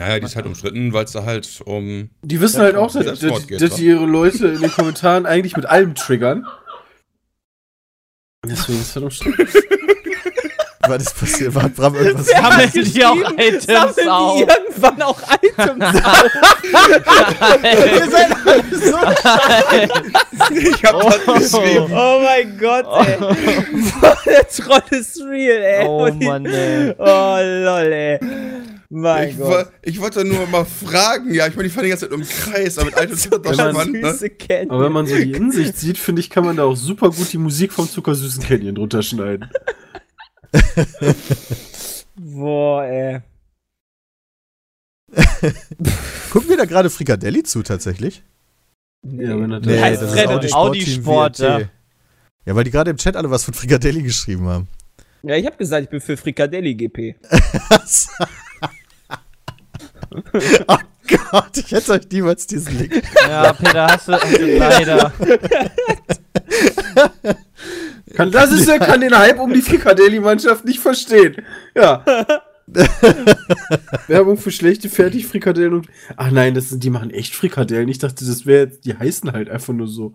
Naja, die ist halt umstritten, weil es da halt um. Die wissen Ja, halt auch, dass, klar. dass, Selbstmord dass, geht, wa? die ihre Leute in den Kommentaren eigentlich mit allem triggern. Deswegen ist es halt umstritten. Was ist passiert? War Bram irgendwas? Sammeln die auch Sammeln Items die auf? irgendwann auch Items auf? Ich hab das geschrieben. Oh mein Gott, ey. Boah, der Troll ist real, ey. Oh Mann, ey. Oh lol, ey. Mein Ich, Gott. wo- ich wollte doch nur mal fragen, ja. Ich meine, ich fahre die ganze Zeit im Kreis, aber mit altem Wenn Zuckerbrand, man- ne? Süße Cat. Aber wenn man so die Insicht sieht, finde ich, kann man da auch super gut die Musik vom zuckersüßen Canyon drunter schneiden. Boah, ey. Gucken wir da gerade Frikadelli zu tatsächlich? Ja, wenn er Nee, heißt das ist Frederik. Audi Audi Sport, Sport, Team WRT. Ja, weil die gerade im Chat alle was von Frikadelli geschrieben haben. Ja, ich hab gesagt, ich bin für Frikadelli GP. oh Gott, ich hätte euch niemals diesen Link. Ja, Peter, hast du hast du leider. Kann, das ist er kann den Hype um die Frikadelli-Mannschaft nicht verstehen. Ja. Werbung für schlechte Fertig-Frikadellen und. Ach nein, das sind, die machen echt Frikadellen. Ich dachte, das wäre jetzt, die heißen halt einfach nur so.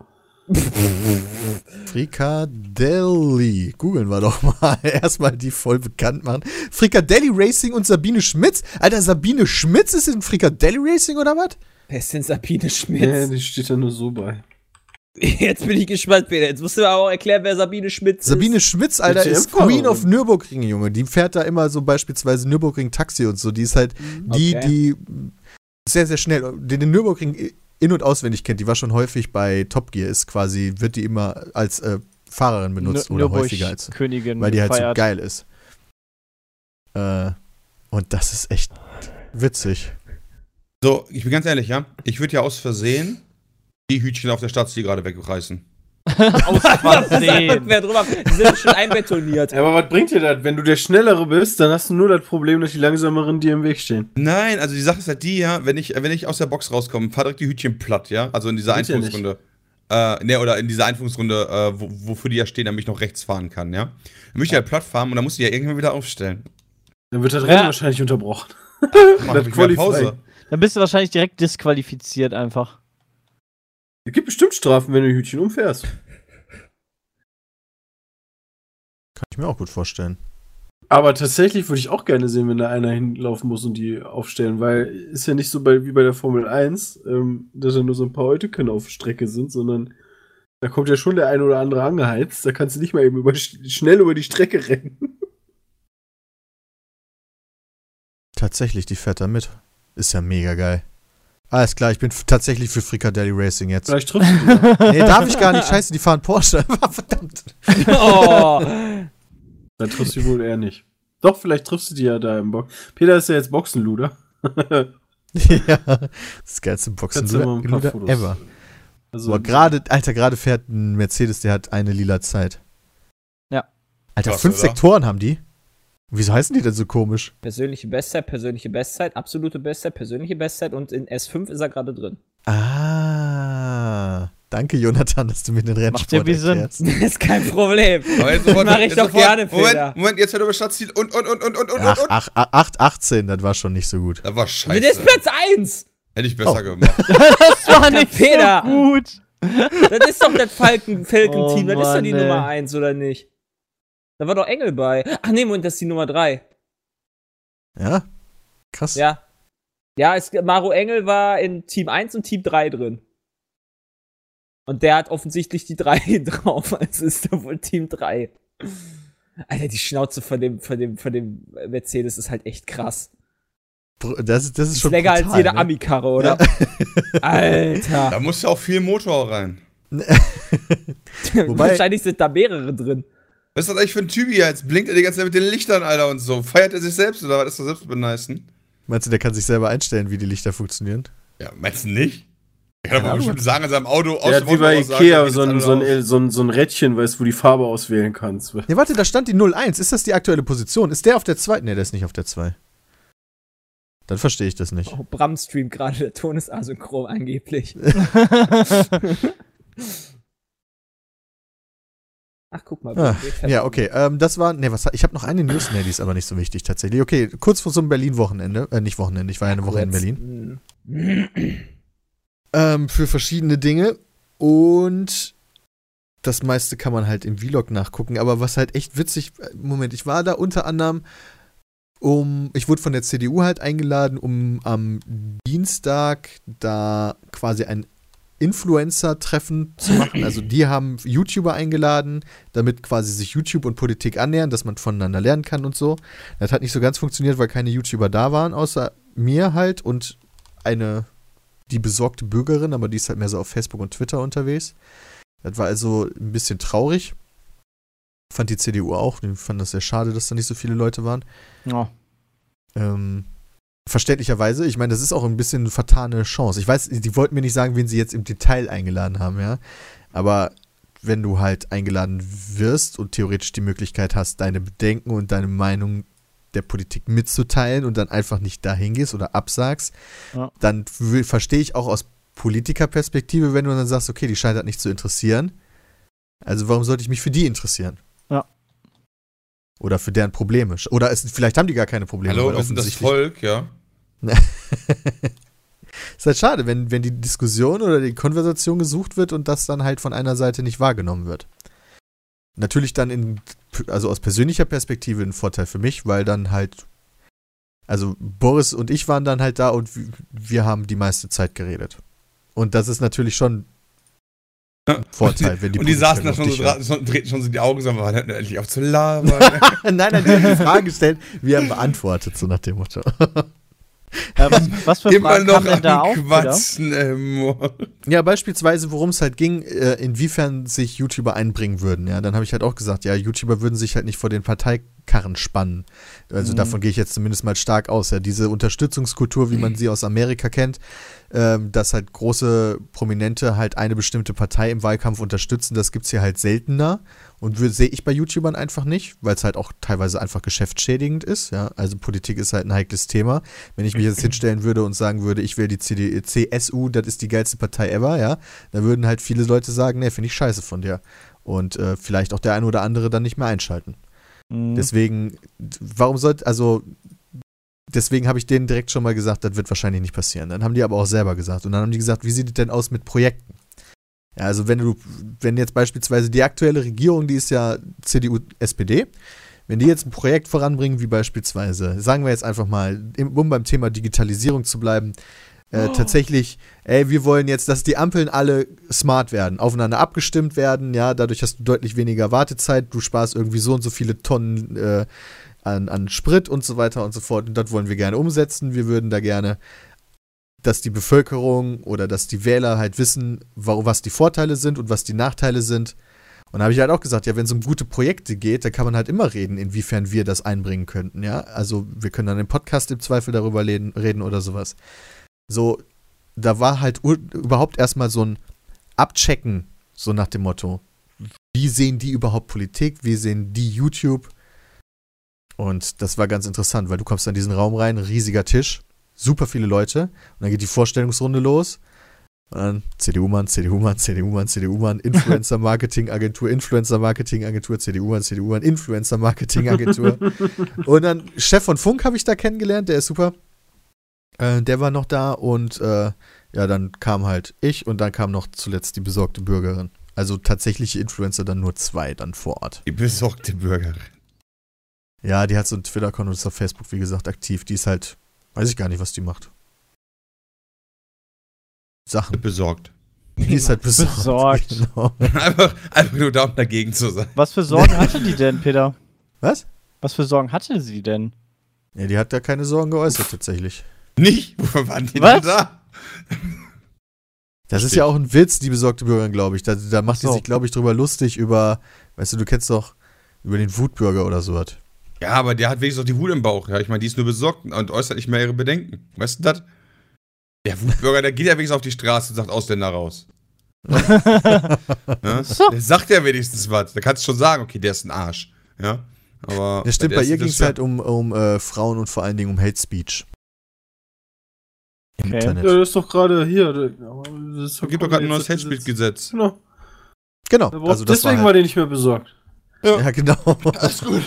Frikadelli. Googeln wir doch mal. Erstmal die voll bekannt machen. Frikadelli Racing und Sabine Schmitz. Alter, Sabine Schmitz ist in Frikadelli Racing oder was? Wer ist denn Sabine Ja, Schmitz? die steht da nur so bei. Jetzt bin ich gespannt, Peter. Jetzt musst du mir aber auch erklären, wer Sabine Schmitz Sabine ist. Schmitz, Alter, Die ist TM-Fahrerin. Queen of Nürburgring, Junge. Die fährt da immer so beispielsweise Nürburgring Taxi und so. Die ist halt die, Mhm. Okay. die sehr, sehr schnell, die den Nürburgring in- und auswendig kennt. Die war schon häufig bei Top Gear, ist quasi, wird die immer als äh, Fahrerin benutzt oder häufiger als. Königin weil die halt so gefeiert. geil ist. Äh, und das ist echt witzig. So, ich bin ganz ehrlich, ja. Ich würde ja aus Versehen die Hütchen auf der Stadt, die gerade wegreißen. aus Das ist einfach Versehen. quer drüber. Die sind schon einbetoniert. Aber was bringt dir das? Wenn du der Schnellere bist, dann hast du nur das Problem, dass die Langsameren dir im Weg stehen. Nein, also die Sache ist halt die, ja, wenn ich, wenn ich aus der Box rauskomme, fahr direkt die Hütchen platt, ja. Also in dieser Geht ja Einführungsrunde. äh, ne, oder in dieser Einführungsrunde, äh, wo, wofür die ja stehen, damit ich noch rechts fahren kann, ja. Dann möchte ich halt platt fahren und dann muss ich ja irgendwann wieder aufstellen. Dann wird das Ja. Rennen wahrscheinlich unterbrochen. Mach ich wieder Qualifying. Pause. Dann bist du wahrscheinlich direkt disqualifiziert einfach. Es gibt bestimmt Strafen, wenn du Hütchen umfährst. Kann ich mir auch gut vorstellen. Aber tatsächlich würde ich auch gerne sehen, wenn da einer hinlaufen muss und die aufstellen, weil ist ja nicht so bei, wie bei der Formel 1, ähm, dass da nur so ein paar Eutecken auf Strecke sind, sondern da kommt ja schon der eine oder andere angeheizt. Da kannst du nicht mal eben über, schnell über die Strecke rennen. Tatsächlich, die fährt da mit. Ist ja mega geil. Alles klar, ich bin f- tatsächlich für Frikadelli Racing jetzt. Vielleicht triffst du die. Nee, darf ich gar nicht. Scheiße, die fahren Porsche. Verdammt. Oh. Dann triffst du die wohl eher nicht. Doch, vielleicht triffst du die ja da im Box. Peter ist ja jetzt Boxenluder. ja. Das geilste Boxen Kannst du mal ein paar Luder Fotos- ever. Also, Boah, gerade, Alter, gerade fährt ein Mercedes, der hat eine lila Zeit. Ja. Alter, Krass, fünf oder? Sektoren haben die. Wieso heißen die denn so komisch? Persönliche Bestzeit, persönliche Bestzeit, absolute Bestzeit, persönliche Bestzeit und in S5 ist er gerade drin. Ah. Danke, Jonathan, dass du mir den Macht ja Rennsport wie Sinn. erklärst. ist kein Problem. Aber jetzt sofort- Mach ich jetzt doch sofort- gerne, Peter. Moment, Moment, jetzt hört über Stadtziel und, und, und, und, und, und, Ach, und. ach, ach, 8, 18, das war schon nicht so gut. Das war Mit ist scheiße. Platz 1. Hätte ich besser gemacht. Das war nicht Peter. so gut. Das ist doch das Falken- Falken-Team. Oh das ist doch die Mann, ey. Nummer 1, oder nicht? Da war doch Engel bei. Ach nee, Moment, das ist die Nummer 3. Ja? Krass. Ja. Ja, es, Maro Engel war in Team 1 und Team 3 drin. Und der hat offensichtlich die 3 drauf, also ist da wohl Team 3. Alter, die Schnauze von dem, von dem, von dem Mercedes ist halt echt krass. Br- Das, ist- das ist Ist schon länger als brutal, jede ne? Ami-Karre, oder? Alter. Da muss ja auch viel Motor rein. Wobei- Wahrscheinlich sind da mehrere drin. Was ist das eigentlich für ein Typ hier? Jetzt blinkt er die ganze Zeit mit den Lichtern, Alter, und so. Feiert er sich selbst oder was ist er selbst beneisten? Meinst du, der kann sich selber einstellen, wie die Lichter funktionieren? Ja, meinst du nicht? Er kann doch bestimmt sagen in seinem Auto, aus der dem hat wie Auto bei raus sagen, Ikea geht so jetzt ein, alles so, aus. ein, so, ein, so ein Rädchen, weißt du, wo die Farbe auswählen kannst. Ne, warte, da stand die 01. Ist das die aktuelle Position? Ist der auf der 2? Ne, der ist nicht auf der 2. Dann verstehe ich das nicht. Oh, Bram streamt gerade, der Ton ist asynchron angeblich. Ach, guck mal. Ah, Bild- Ja, okay. Ähm, das war. Ne, was. Ich habe noch eine News, ne, die ist aber nicht so wichtig tatsächlich. Okay, kurz vor so einem Berlin-Wochenende. Äh, nicht Wochenende, ich war ja eine Woche in Berlin. Berlin. Mhm. ähm, für verschiedene Dinge und das meiste kann man halt im Vlog nachgucken. Aber was halt echt witzig, Moment, ich war da unter anderem um, ich wurde von der CDU halt eingeladen, um am Dienstag da quasi ein Influencer-Treffen zu machen. Also die haben YouTuber eingeladen, damit quasi sich YouTube und Politik annähern, dass man voneinander lernen kann und so. Das hat nicht so ganz funktioniert, weil keine YouTuber da waren, außer mir halt und eine die besorgte Bürgerin, aber die ist halt mehr so auf Facebook und Twitter unterwegs. Das war also ein bisschen traurig. Fand die CDU auch. Die fand das sehr schade, dass da nicht so viele Leute waren. Oh. Ähm, verständlicherweise, ich meine, das ist auch ein bisschen eine vertane Chance. Ich weiß, die wollten mir nicht sagen, wen sie jetzt im Detail eingeladen haben, ja. Aber wenn du halt eingeladen wirst und theoretisch die Möglichkeit hast, deine Bedenken und deine Meinung der Politik mitzuteilen und dann einfach nicht dahin gehst oder absagst, Ja. dann w- verstehe ich auch aus Politikerperspektive, wenn du dann sagst, okay, die scheint das nicht zu interessieren. Also warum sollte ich mich für die interessieren? Ja. Oder für deren Probleme. Sch- Oder es, vielleicht haben die gar keine Probleme. Hallo, weil wir sind das offensichtlich- Volk, ja. ist halt schade, wenn, wenn die Diskussion oder die Konversation gesucht wird und das dann halt von einer Seite nicht wahrgenommen wird. Natürlich dann in, also aus persönlicher Perspektive ein Vorteil für mich, weil dann halt, also Boris und ich waren dann halt da und w- wir haben die meiste Zeit geredet. Und das ist natürlich schon ein Vorteil, wenn die und die Politik saßen da auf schon so, dich hört. dran, so, drehten schon so die Augen zusammen, waren hätten endlich auf zu labern. Nein, nein, die haben die Frage gestellt, wir haben beantwortet, so nach dem Motto. Äh, was, was für Immer Fragen noch kamen denn am da auf? Peter? Quatschen, ey, Mo. Ja, beispielsweise, worum es halt ging, äh, inwiefern sich YouTuber einbringen würden. Ja, dann habe ich halt auch gesagt, ja, YouTuber würden sich halt nicht vor den Parteikarren spannen. Also Mhm. davon gehe ich jetzt zumindest mal stark aus. Ja, diese Unterstützungskultur, wie man sie aus Amerika kennt, ähm, dass halt große Prominente halt eine bestimmte Partei im Wahlkampf unterstützen, das gibt's hier halt seltener. Und wür- sehe ich bei YouTubern einfach nicht, weil es halt auch teilweise einfach geschäftsschädigend ist. Ja? Also Politik ist halt ein heikles Thema. Wenn ich mich jetzt hinstellen würde und sagen würde, ich will die CD, CSU, das ist die geilste Partei ever, ja, da würden halt viele Leute sagen, nee, finde ich scheiße von dir. Und äh, vielleicht auch der eine oder andere dann nicht mehr einschalten. Mhm. Deswegen, warum sollte, also, deswegen habe ich denen direkt schon mal gesagt, das wird wahrscheinlich nicht passieren. Dann haben die aber auch selber gesagt. Und dann haben die gesagt, wie sieht es denn aus mit Projekten? Ja, also, wenn du, wenn jetzt beispielsweise die aktuelle Regierung, die ist ja CDU, SPD, wenn die jetzt ein Projekt voranbringen, wie beispielsweise, sagen wir jetzt einfach mal, im- um beim Thema Digitalisierung zu bleiben, äh, tatsächlich, ey, wir wollen jetzt, dass die Ampeln alle smart werden, aufeinander abgestimmt werden, ja, dadurch hast du deutlich weniger Wartezeit, du sparst irgendwie so und so viele Tonnen äh, an, an Sprit und so weiter und so fort. Und das wollen wir gerne umsetzen. Wir würden da gerne dass die Bevölkerung oder dass die Wähler halt wissen, wa- was die Vorteile sind und was die Nachteile sind. Und da habe ich halt auch gesagt, ja, wenn es um gute Projekte geht, da kann man halt immer reden, inwiefern wir das einbringen könnten, ja. Also wir können dann im Podcast im Zweifel darüber reden, reden oder sowas. So, da war halt ur- überhaupt erstmal so ein Abchecken, so nach dem Motto, wie sehen die überhaupt Politik, wie sehen die YouTube? Und das war ganz interessant, weil du kommst in diesen Raum rein, riesiger Tisch, super viele Leute. Und dann geht die Vorstellungsrunde los. Und dann CDU-Mann, CDU-Mann, CDU-Mann, CDU-Mann, Influencer-Marketing-Agentur, Influencer-Marketing-Agentur, CDU-Mann, CDU-Mann, Influencer-Marketing-Agentur. und dann Chef von Funk habe ich da kennengelernt, der ist super. Äh, der war noch da und äh, ja, dann kam halt ich und dann kam noch zuletzt die besorgte Bürgerin. Also tatsächliche Influencer dann nur zwei dann vor Ort. Die besorgte Bürgerin. Ja, die hat so ein Twitter-Account und ist auf Facebook, wie gesagt, aktiv. Die ist halt, weiß ich gar nicht, was die macht. Sachen. Besorgt. Die ist halt besorgt. Besorgt. Genau. Einfach, einfach nur da, um dagegen zu sein. Was für Sorgen hatte die denn, Peter? Was? Was für Sorgen hatte sie denn? Ja, die hat da keine Sorgen geäußert, tatsächlich. Nicht? Wo waren die Was? denn da? Das ist Verstehe. ja auch ein Witz, die besorgte Bürgerin, glaube ich. Da, da macht So. die sich, glaube ich, drüber lustig über, weißt du, du kennst doch, über den Wutbürger oder sowas. Ja, aber der hat wenigstens noch die Wut im Bauch. Ja, ich meine, die ist nur besorgt und äußert nicht mehr ihre Bedenken. Weißt du das? Der Wutbürger, der geht ja wenigstens auf die Straße und sagt Ausländer raus. Ne? Der sagt ja wenigstens was. Da kannst du schon sagen, okay, der ist ein Arsch. Ja, aber Ja, stimmt, der bei ist- ihr das ging ist es ja- halt um, um äh, Frauen und vor allen Dingen um Hate Speech. Im Okay. Internet. Äh, Ja, das ist doch gerade hier. da- ja, Das ist Es gibt doch gerade ein neues um jetzt das Heldspielgesetz. Gesetz. Genau. Genau, Da also braucht- das Deswegen war war halt, der nicht mehr besorgt. Ja, genau. Alles gut.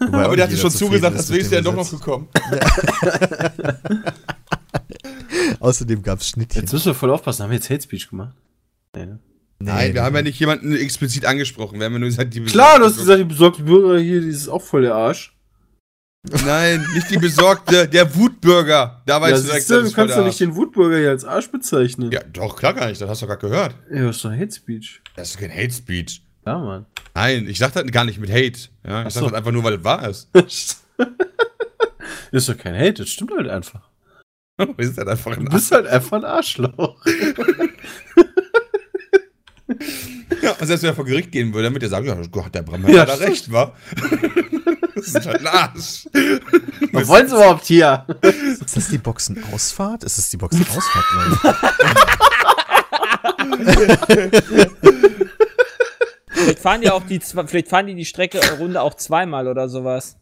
Wobei auch Aber der nicht hat jeder dir schon zufrieden zugesagt, ist deswegen mit ist der dem doch noch Gesetz. gekommen. Außerdem gab es Schnittchen. Jetzt müssen wir voll aufpassen. Haben wir jetzt Hate Speech gemacht? Nee, ne? Nein, wir haben ja nicht. nicht jemanden explizit angesprochen. Wir haben ja nur gesagt, die Klar, du hast besorgte- gesagt, die besorgte Bürger hier, die ist auch voll der Arsch. Nein, nicht die besorgte, der Wutbürger. Da Ja, weißt du direkt, siehst du, das du ist voll kannst der doch nicht den Wutbürger hier als Arsch bezeichnen. Arsch. Ja, doch, klar gar nicht. Das hast du gerade gehört. Ja, ist doch Hate Speech. Das ist kein Hate Speech. Ja, Mann. Nein, ich sag das gar nicht mit Hate. Ja, ich sag so. das einfach nur, weil es wahr ist. ist doch kein Hate, das stimmt halt einfach. Du bist halt einfach ein Du bist halt einfach ein Arschloch. Arsch. Ja, und selbst wenn er vor Gericht gehen würde, dann würde er sagen, ja, Gott, der Bram hat Ja, ja, da stimmt. recht, wa? das ist halt ein Arsch. Was wollen sie überhaupt hier? Ist das die Boxenausfahrt? Ist das die Boxenausfahrt, glaube Vielleicht fahren die auch die, zwei- vielleicht fahren die die Strecke äh, Runde auch zweimal oder sowas.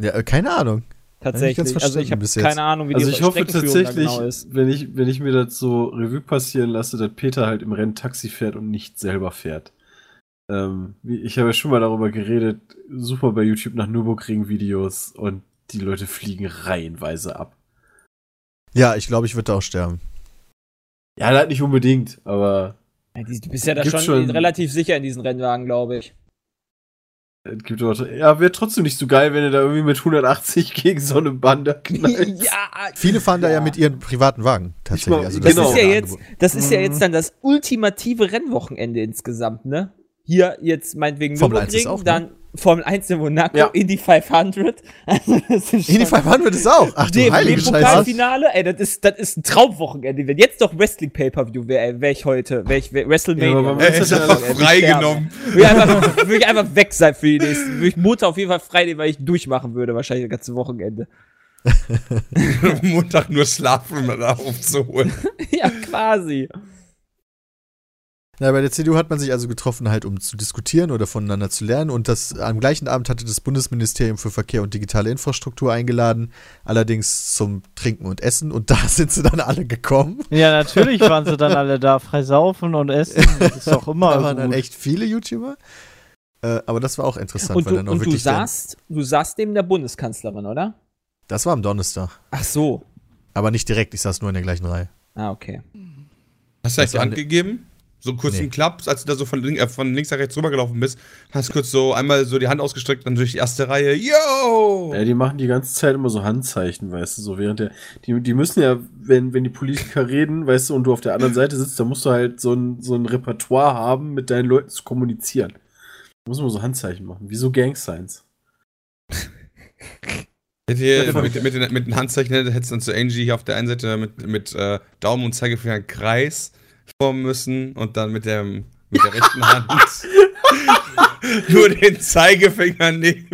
ich? Ja, äh, keine Ahnung. ich ganz Tatsächlich. also ich verstanden habe bis jetzt. keine Ahnung, wie Also die ich hoffe Streckenführung da tatsächlich, genau ist. wenn, ich, wenn ich mir das so Revue passieren lasse, dass Peter halt im Rennen Taxi fährt und nicht selber fährt. Ähm, wie- ich habe ja schon mal darüber geredet, super bei YouTube nach Nürburgring-Videos und die Leute fliegen reihenweise ab. Ja, ich glaube, ich würde da auch sterben. Ja, das nicht unbedingt, aber Ja, die- Du bist ja da Gibt's schon, schon- relativ sicher in diesen Rennwagen, glaube ich. es gibt auch, ja, wäre trotzdem nicht so geil, wenn er da irgendwie mit 180 gegen so eine Bande knallt. Viele fahren da ja mit ihren privaten Wagen tatsächlich. Also glaub, Das Genau. ist ja jetzt, das ist ja jetzt dann das ultimative Rennwochenende insgesamt, ne? Hier jetzt meinetwegen Formel 1 Nürburgring, ist auch, ne? dann Formel 1 in Monaco, Ja. Indy 500. Also das ist In die schon- 500 ist auch. Ach du DFB heilige Scheiße. Pokalfinale, ey, das ist, das ist ein Traumwochenende. Wenn jetzt noch Wrestling Pay-Per-View wäre, wäre ich heute, wäre ich wär Ja, WrestleMania. Äh, aber Er ist Ja, einfach ey, freigenommen. Würde ich, einfach, würde ich einfach weg sein für die nächsten. Würde ich Montag auf jeden Fall frei nehmen, weil ich durchmachen würde, wahrscheinlich das ganze Wochenende. Montag nur schlafen, um da aufzuholen. ja, quasi. Na, bei der CDU hat man sich also getroffen, halt um zu diskutieren oder voneinander zu lernen. Und das am gleichen Abend hatte das Bundesministerium für Verkehr und digitale Infrastruktur eingeladen, allerdings zum Trinken und Essen. Und da sind sie dann alle gekommen. Ja, natürlich waren sie dann alle da, frei saufen und essen. Das ist doch immer. Da waren dann gut. echt viele YouTuber. Äh, aber das war auch interessant, Und weil du, dann auch und du wirklich. dann- saßt, du saßt neben der Bundeskanzlerin, oder? das war am Donnerstag. Ach so. Aber nicht direkt, ich saß nur in der gleichen Reihe. Ah, okay. Hast du eigentlich Hast so du eine- angegeben? So einen kurzen Nee. Klaps, als du da so von, link, äh, von links nach rechts rübergelaufen bist, hast kurz so einmal so die Hand ausgestreckt, dann durch die erste Reihe. Oh. Yo! Ja, die machen die ganze Zeit immer so Handzeichen, weißt du, so während der. Die, die müssen ja, wenn, wenn die Politiker reden, weißt du, und du auf der anderen Seite sitzt, dann musst du halt so ein, so ein Repertoire haben, mit deinen Leuten zu kommunizieren. Da muss man so Handzeichen machen, wie so Gang Signs. Hätte hier genau. mit, mit, den, mit den Handzeichen ne, hättest du dann zu Angie hier auf der einen Seite mit, mit äh, Daumen und Zeigefinger einen Kreis formen müssen und dann mit, dem, mit der rechten Hand nur den Zeigefinger nehmen.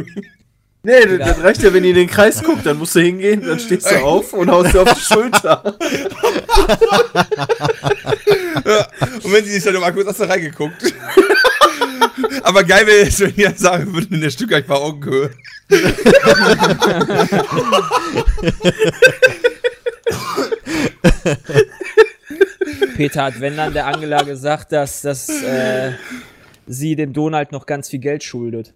Nee, das, das reicht ja, wenn ihr in den Kreis guckt, dann musst du hingehen, dann stehst du auf und haust dir auf die Schulter. Und wenn sie sich dann im Akku hast du reingeguckt. Aber geil wäre es, wenn ihr sagen würden, in der Stück gleich war Augenhöhe. Peter hat, wenn dann der Angela gesagt, dass, dass äh, sie dem Donald noch ganz viel Geld schuldet.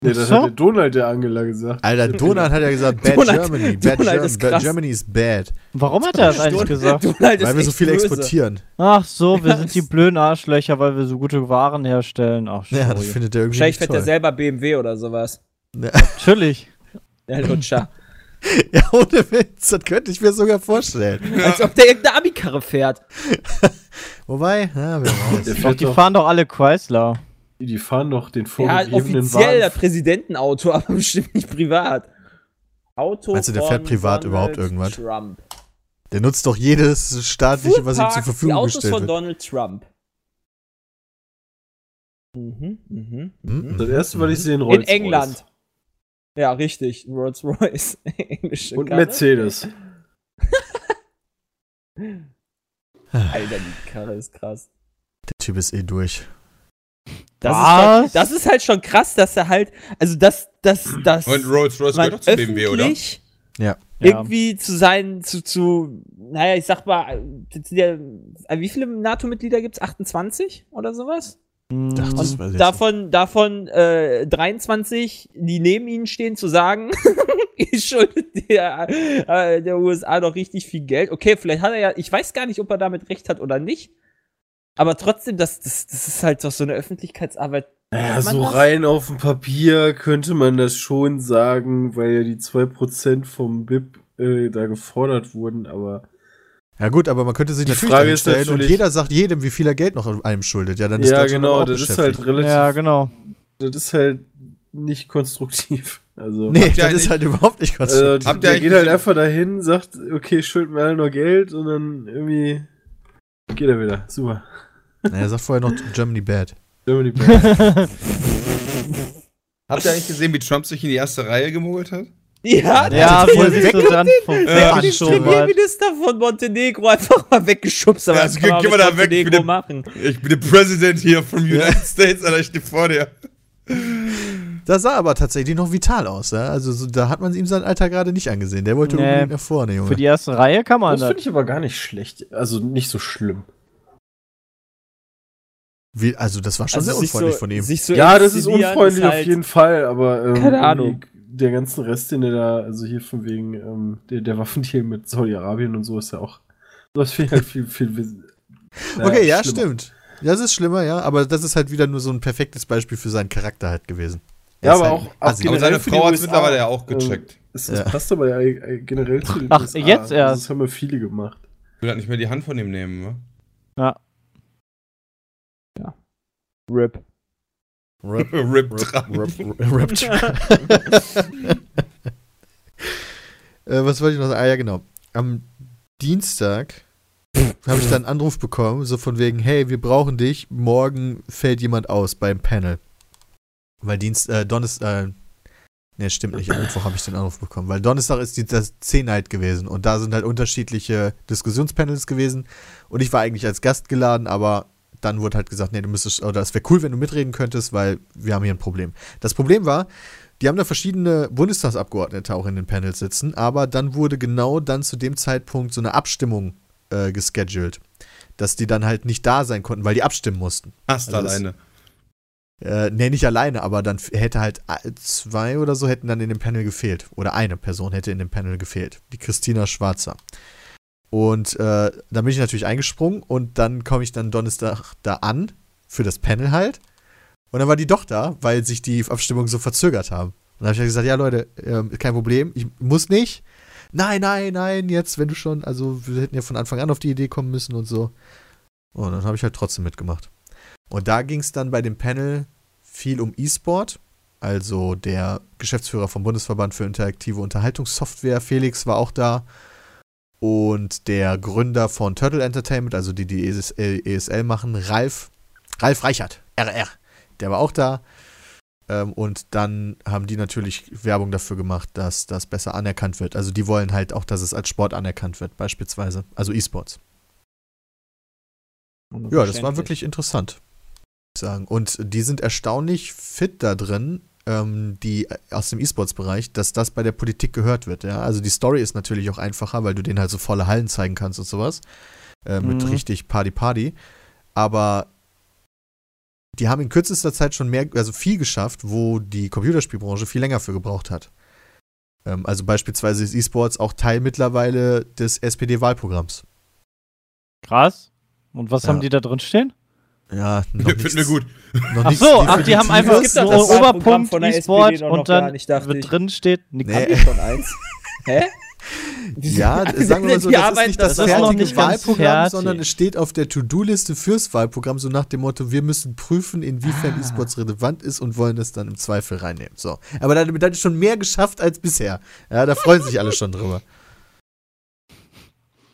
Nee, das hat der Donald der Angela gesagt. Alter, Donald hat ja gesagt, bad Donald- Germany. Bad, Donald Germ- ist bad krass. Germany is bad. Warum hat er das eigentlich gesagt? Donald Weil wir so echt viel böse. exportieren. Ach so, wir Ja, sind das- die blöden Arschlöcher, weil wir so gute Waren herstellen. Ach, Ja, das Schroje. findet er irgendwie Wahrscheinlich nicht fährt er toll. selber BMW oder sowas. natürlich. Der Lutscher. Ja, ohne Witz, das könnte ich mir sogar vorstellen. Als ob der irgendeine Amikarre fährt. Wobei, ja, wer weiß. Der Doch, fährt die doch, fahren doch alle Chrysler. die fahren doch den Ja, vorgegebenen offiziell das Wagen. Präsidentenauto, aber bestimmt nicht privat. Auto Meinst du, der fährt von privat Donald überhaupt irgendwas? Trump. Der nutzt doch jedes staatliche, was ihm zur Foodparks, die Verfügung Autos gestellt von wird. Donald Trump. Mhm, mhm. Hm? Das erste Mal, ich sehe den In Rolls England. Ja, richtig. ein Rolls Royce. Englische Und Karre. Mercedes. Alter, die Karre ist krass. Der Typ ist eh durch. Das, Ist, Was? schon, das ist halt schon krass, dass er halt. Also, das. das, das Und Rolls Royce man gehört doch zu BMW, oder? öffentlich Ja. Irgendwie zu sein, zu, zu, naja, ich sag mal, das sind ja, äh, wie viele NATO-Mitglieder gibt's? 28 oder sowas? Mm, Ach, das weiß ich jetzt Davon, davon äh, 23, die neben ihnen stehen, zu sagen, ich schuldet der, äh, der USA doch richtig viel Geld. Okay, vielleicht hat er ja, ich weiß gar nicht, ob er damit recht hat oder nicht. Aber trotzdem, das, das, das ist halt doch so eine Öffentlichkeitsarbeit. Naja, Kann man so das? rein auf dem Papier könnte man das schon sagen, weil ja die 2% vom BIP äh, da gefordert wurden, aber Ja gut, aber man könnte sich Die natürlich Frage dahin ist stellen und natürlich- jeder sagt jedem, wie viel er Geld noch einem schuldet. Ja, dann ist ja, Deutschland aber genau, auch das ist beschäftigt. halt relativ, ja, genau. das ist halt nicht konstruktiv. Also, Nee, Habt ihr das ist eigentlich- halt überhaupt nicht ganz also Habt ihr der eigentlich geht halt gesehen- einfach dahin, sagt, okay, schuld mir alle nur Geld und dann irgendwie geht er wieder. Super. Na, Er sagt vorher noch Germany bad. Germany back. Habt ihr eigentlich gesehen, wie Trump sich in die erste Reihe gemogelt hat? Ja, Ja, das- voll weg den- dran vom Der den Weg Premierminister von Montenegro einfach mal weggeschubst, aber Ja, das also kann man geh- geh mit mal da weg, Montenegro bitte. machen. Ich bin der President hier von United States, Alter, ich stehe vor dir. Das sah aber tatsächlich noch vital aus. Ja? Also so, da hat man ihm sein Alter gerade nicht angesehen. Der wollte Nee. unbedingt nach vorne, Junge. Für die erste Reihe kann man Das das. finde ich aber gar nicht schlecht. Also nicht so schlimm. wie, also das war schon sehr sich unfreundlich so, von ihm. Sich so Ja, das ist inszenieren unfreundlich halt- auf jeden Fall, aber ähm, Keine Ahnung. irgendwie Der ganzen Rest, den er da, also hier von wegen ähm, der, der Waffendeal mit Saudi-Arabien und so ist ja auch. Das finde ich halt viel, viel. wis- naja, okay, ja, schlimmer. stimmt. Das ist schlimmer, ja. Aber das ist halt wieder nur so ein perfektes Beispiel für seinen Charakter halt gewesen. Er Ja, ist aber halt auch. ein auch Assi. Aber generell seine für die Frau hat es USA, mittlerweile ja auch ähm, gecheckt. Es, es Ja. passt aber ja äh, generell zu den Ach, USA. jetzt Also erst. Das haben ja viele gemacht. Ich will halt nicht mehr die Hand von ihm nehmen, ne? RIP. Rap, rap, Rip dran. rap, rap. äh, was wollte ich noch sagen? Ah ja, genau. Am Dienstag habe ich dann einen Anruf bekommen, so von wegen, hey, wir brauchen dich, morgen fällt jemand aus beim Panel. Weil Dienst, äh, Donnerstag, äh, ne, stimmt nicht, am Mittwoch habe ich den Anruf bekommen, weil Donnerstag ist die, das C-Night gewesen und da sind halt unterschiedliche Diskussionspanels gewesen und ich war eigentlich als Gast geladen, aber dann wurde halt gesagt, nee, du müsstest, oder es wäre cool, wenn du mitreden könntest, weil wir haben hier ein Problem. Das Problem war, die haben da verschiedene Bundestagsabgeordnete auch in den Panels sitzen, aber dann wurde genau dann zu dem Zeitpunkt so eine Abstimmung äh, gescheduled, dass die dann halt nicht da sein konnten, weil die abstimmen mussten. Hast Also das- alleine. Äh, nee, nicht alleine, aber dann f- hätte halt a- zwei oder so hätten dann in dem Panel gefehlt. Oder eine Person hätte in dem Panel gefehlt. Die Christina Schwarzer. Und äh, dann bin ich natürlich eingesprungen und dann komme ich dann Donnerstag da an, für das Panel halt. Und dann war die doch da, weil sich die Abstimmung so verzögert haben. Und dann habe ich halt gesagt, ja Leute, ähm, kein Problem, ich muss nicht. Nein, nein, nein, jetzt, wenn du schon, also wir hätten ja von Anfang an auf die Idee kommen müssen und so. Und dann habe ich halt trotzdem mitgemacht. Und da ging es dann bei dem Panel viel um E-Sport also der Geschäftsführer vom Bundesverband für interaktive Unterhaltungssoftware, Felix, war auch da. Und der Gründer von Turtle Entertainment, also die, die ESL, ESL machen, Ralf, Ralf Reichert, RR, der war auch da. Ähm, und dann haben die natürlich Werbung dafür gemacht, dass das besser anerkannt wird. Also die wollen halt auch, dass es als Sport anerkannt wird, beispielsweise. Also E-Sports. Ja, das war wirklich interessant, muss ich sagen. Und die sind erstaunlich fit da drin, ähm, die aus dem E-Sports-Bereich, dass das bei der Politik gehört wird. Ja? Also die Story ist natürlich auch einfacher, weil du denen halt so volle Hallen zeigen kannst und sowas. Äh, mit Mhm. richtig Party-Party. Aber die haben in kürzester Zeit schon mehr, also viel geschafft, wo die Computerspielbranche viel länger für gebraucht hat. Ähm, also beispielsweise ist E-Sports auch Teil mittlerweile des SPD-Wahlprogramms. Krass. Und was Ja. haben die da drin stehen? Ja, noch Finden wir nichts, gut. noch Ach nichts so, ach, die haben einfach Es gibt doch so das Wahlprogramm Oberpunkt von der E-Sport SPD doch noch und dann gar nicht, dachte ich. wird drin steht nix. Nee. Ist schon eins. Hä? Ja, d- sagen wir mal so, Die das ist arbeiten nicht das, das ist noch fertige nicht ganz Wahlprogramm, fertig. sondern es steht auf der To-Do-Liste fürs Wahlprogramm, so nach dem Motto, wir müssen prüfen, inwiefern Ah. E-Sports relevant ist und wollen das dann im Zweifel reinnehmen. So. Aber da damit hat es schon mehr geschafft als bisher. Ja, da freuen sich alle schon drüber.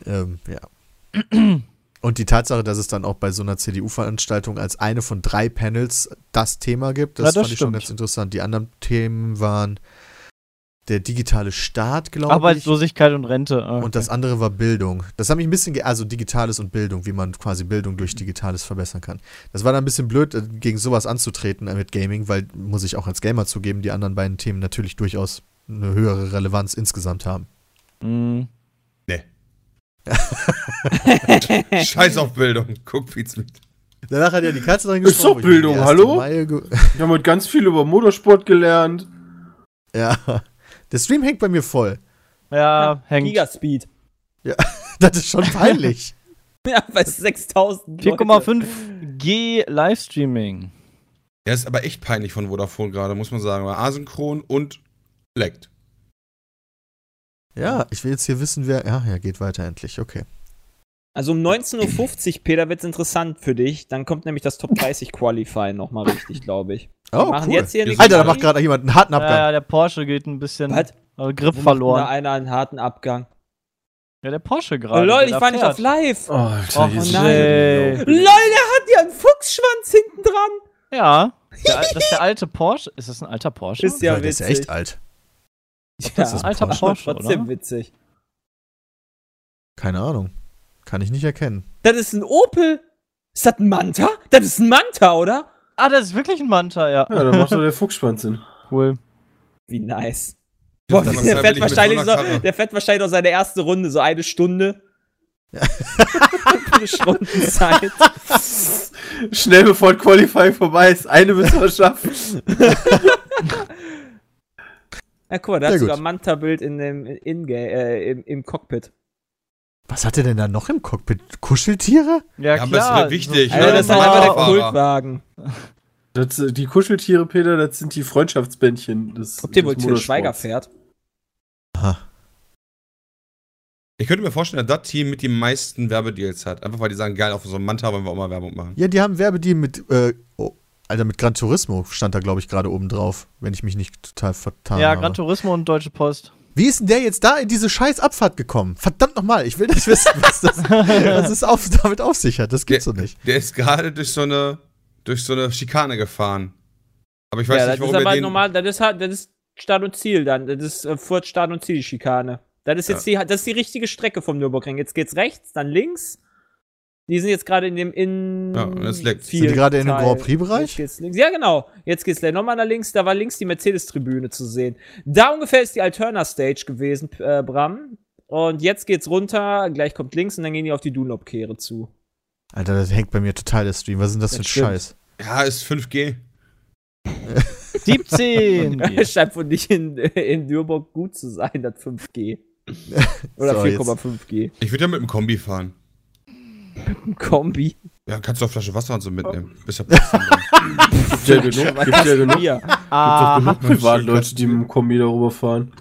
Ähm, ja. Und die Tatsache, dass es dann auch bei so einer CDU-Veranstaltung als eine von drei Panels das Thema gibt, das, Ja, das fand ich schon stimmt. ganz interessant. Die anderen Themen waren der digitale Staat, glaube ich. Arbeitslosigkeit und Rente. Ah, Und das andere war Bildung. Das hat mich ein bisschen, ge also Digitales und Bildung, wie man quasi Bildung durch Digitales verbessern kann. Das war dann ein bisschen blöd, äh, gegen sowas anzutreten äh, mit Gaming, weil, muss ich auch als Gamer zugeben, die anderen beiden Themen natürlich durchaus eine höhere Relevanz insgesamt haben. Mm. Scheiß auf Bildung. Guck, Pizza mit. Danach hat ja die Katze dran Ist gesprochen, wo ich doch mir die Bildung, erste hallo? Meile ge- Wir haben heute ganz viel über Motorsport gelernt. Ja. Der Stream hängt bei mir voll. Ja, hängt. Gigaspeed. Das ist schon peinlich. Ja, bei 6000. Leute. 4,5 G Livestreaming. Der ist aber echt peinlich von Vodafone gerade, muss man sagen. War Asynchron und leckt. ja, ich will jetzt hier wissen, wer. ah, Ja, ja, geht weiter endlich. Okay. Also um 19.50 Uhr, Peter, wird's interessant für dich. Dann kommt nämlich das Top 30 Qualify nochmal richtig, glaube ich. Wir Oh, machen cool. jetzt hier eine Alter, da Quali- macht gerade jemand einen harten Abgang. Ja, ja, der Porsche geht ein bisschen Was? äh, Wo macht denn Grip Da verloren. Halt, einer einen harten Abgang. Ja, der Porsche gerade. Oh, lol, der ich da war nicht fährt. auf Oh, live. Alter, Och, hier ist- nein. Lol, der hat ja einen Fuchsschwanz hinten dran. Ja. Der, al- das ist der alte Porsche. Ist das ein alter Porsche? Ist ja Leute, ist witzig. ja echt alt. Ja, das ist ein alter Porsche? Porsche, trotzdem oder? witzig. Keine Ahnung. Kann ich nicht erkennen. Das ist ein Opel. Ist das ein Manta? Das ist ein Manta, oder? Ah, das ist wirklich ein Manta, ja. Ja, da macht doch der Fuchsschwanz hin. Cool. wie nice. Boah, das der, ist fährt ja wahrscheinlich mit so, so einer Karre. der fährt wahrscheinlich noch seine erste Runde, so eine Stunde. eine Stundenzeit. Schnell bevor Qualifying vorbei ist. Eine müssen wir schaffen. Ja, guck mal, da Sehr hat sogar gut. ein Manta-Bild in dem, in, äh, im, im Cockpit. Was hat er denn da noch im Cockpit? Kuscheltiere? Ja, Ja, aber klar. Also, es ist wichtig, So, Alter, Ja, das ist halt Manta- einfach der Fahrer. Kultwagen. Das, äh, die Kuscheltiere, Peter, das sind die Freundschaftsbändchen. Das, Ob der wohl Till Motorsports. Schweiger fährt? Ich könnte mir vorstellen, dass das Team mit den meisten Werbedeals hat. Einfach weil die sagen, geil, auf so einem Manta wollen wir auch mal Werbung machen. Ja, die haben Werbedeal mit, äh, oh, Alter, mit Gran Turismo stand da, glaube ich, gerade oben drauf, wenn ich mich nicht total vertan Ja, habe. Gran Turismo und Deutsche Post. Wie ist denn der jetzt da in diese scheiß Abfahrt gekommen? Verdammt nochmal, ich will nicht wissen, was das, was es auf, damit auf sich hat. Das gibt's doch nicht. Der ist gerade durch so eine durch so eine Schikane gefahren. Aber ich weiß Ja, das nicht, ist warum er aber den. halt normal, das ist halt, das ist Start und Ziel dann. Das ist äh, Furt Start und Ziel, die Schikane. Das ist jetzt die, das ist die richtige Strecke vom Nürburgring. Jetzt geht's rechts, dann links. Die sind jetzt gerade in dem in Ja, und jetzt leckt's. Sind die gerade in dem Teil. Grand Prix-Bereich? Jetzt geht's links. Ja, genau. Jetzt geht's gleich nochmal nach links. Da war links die Mercedes-Tribüne zu sehen. Da ungefähr ist die Alterna-Stage gewesen, äh, Bram. Und jetzt geht's runter, gleich kommt links und dann gehen die auf die Dunlop-Kehre zu. Alter, das hängt bei mir total der Stream. Was ist denn das, Das für ein stimmt. Scheiß? ja, ist 5G. 17. G. Scheint wohl nicht in, in Nürburg gut zu sein, das 5G. Oder So, jetzt- 4,5G. Ich würde ja mit dem Kombi fahren. Kombi. Ja, kannst du auch Flasche Wasser und so mitnehmen. Oh. Bist ja Gibt ja genug, gibt ja genug, gibt Ja. doch Ah, genug Privatleute, die mit dem Kombi darüber fahren.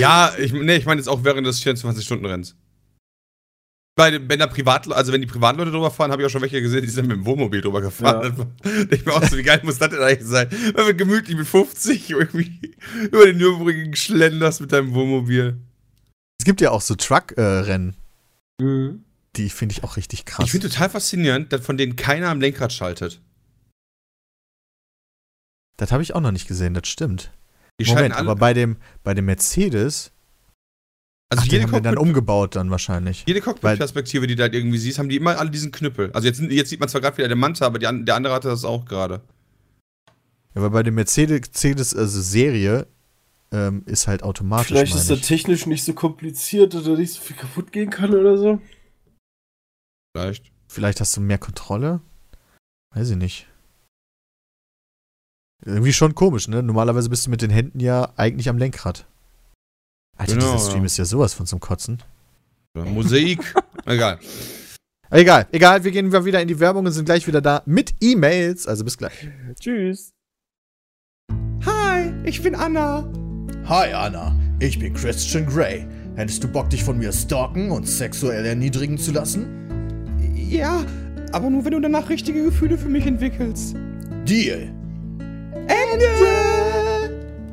ja, ich, nee, ich meine jetzt auch während des 24-Stunden-Renns. Bei den- wenn da Privat, also wenn die Privatleute drüber fahren, habe ich auch schon welche gesehen, die sind mit dem Wohnmobil drüber gefahren. Ich bin auch so, wie geil muss das denn eigentlich sein? Wenn wir gemütlich mit 50 irgendwie über den Nürburgring schlenderst mit deinem Wohnmobil. Es gibt ja auch so Truck-Rennen, Mhm. die finde ich auch richtig krass. Ich finde total faszinierend, dass von denen keiner am Lenkrad schaltet. das habe ich auch noch nicht gesehen, das stimmt. Die Moment, schalten alle- aber bei dem, bei dem Mercedes, also ach, den jede, haben wir dann um- Cockpit, umgebaut dann wahrscheinlich. jede Cockpit-Perspektive, die du halt irgendwie siehst, haben die immer alle diesen Knüppel. Also jetzt, jetzt sieht man zwar gerade wieder den Manta, aber die, an- der andere hatte das auch gerade. Ja, weil bei dem Mercedes, Mercedes also Serie, ähm, ist halt automatisch. Vielleicht meine ist das ich. technisch nicht so kompliziert oder nicht so viel kaputt gehen kann oder so. Vielleicht. Vielleicht hast du mehr Kontrolle? Weiß ich nicht. Irgendwie schon komisch, ne? Normalerweise bist du mit den Händen ja eigentlich am Lenkrad. Alter, Genau, dieser Stream ja. ist ja sowas von zum Kotzen. Oder Mosaik. Egal. Egal, egal, wir gehen wieder in die Werbung und sind gleich wieder da mit E-Mails. Also bis gleich. Tschüss. Hi, ich bin Anna. Hi Anna, ich bin Christian Grey. Hättest du Bock, dich von mir stalken und sexuell erniedrigen zu lassen? Ja, aber nur wenn du danach richtige Gefühle für mich entwickelst. Deal. Ende!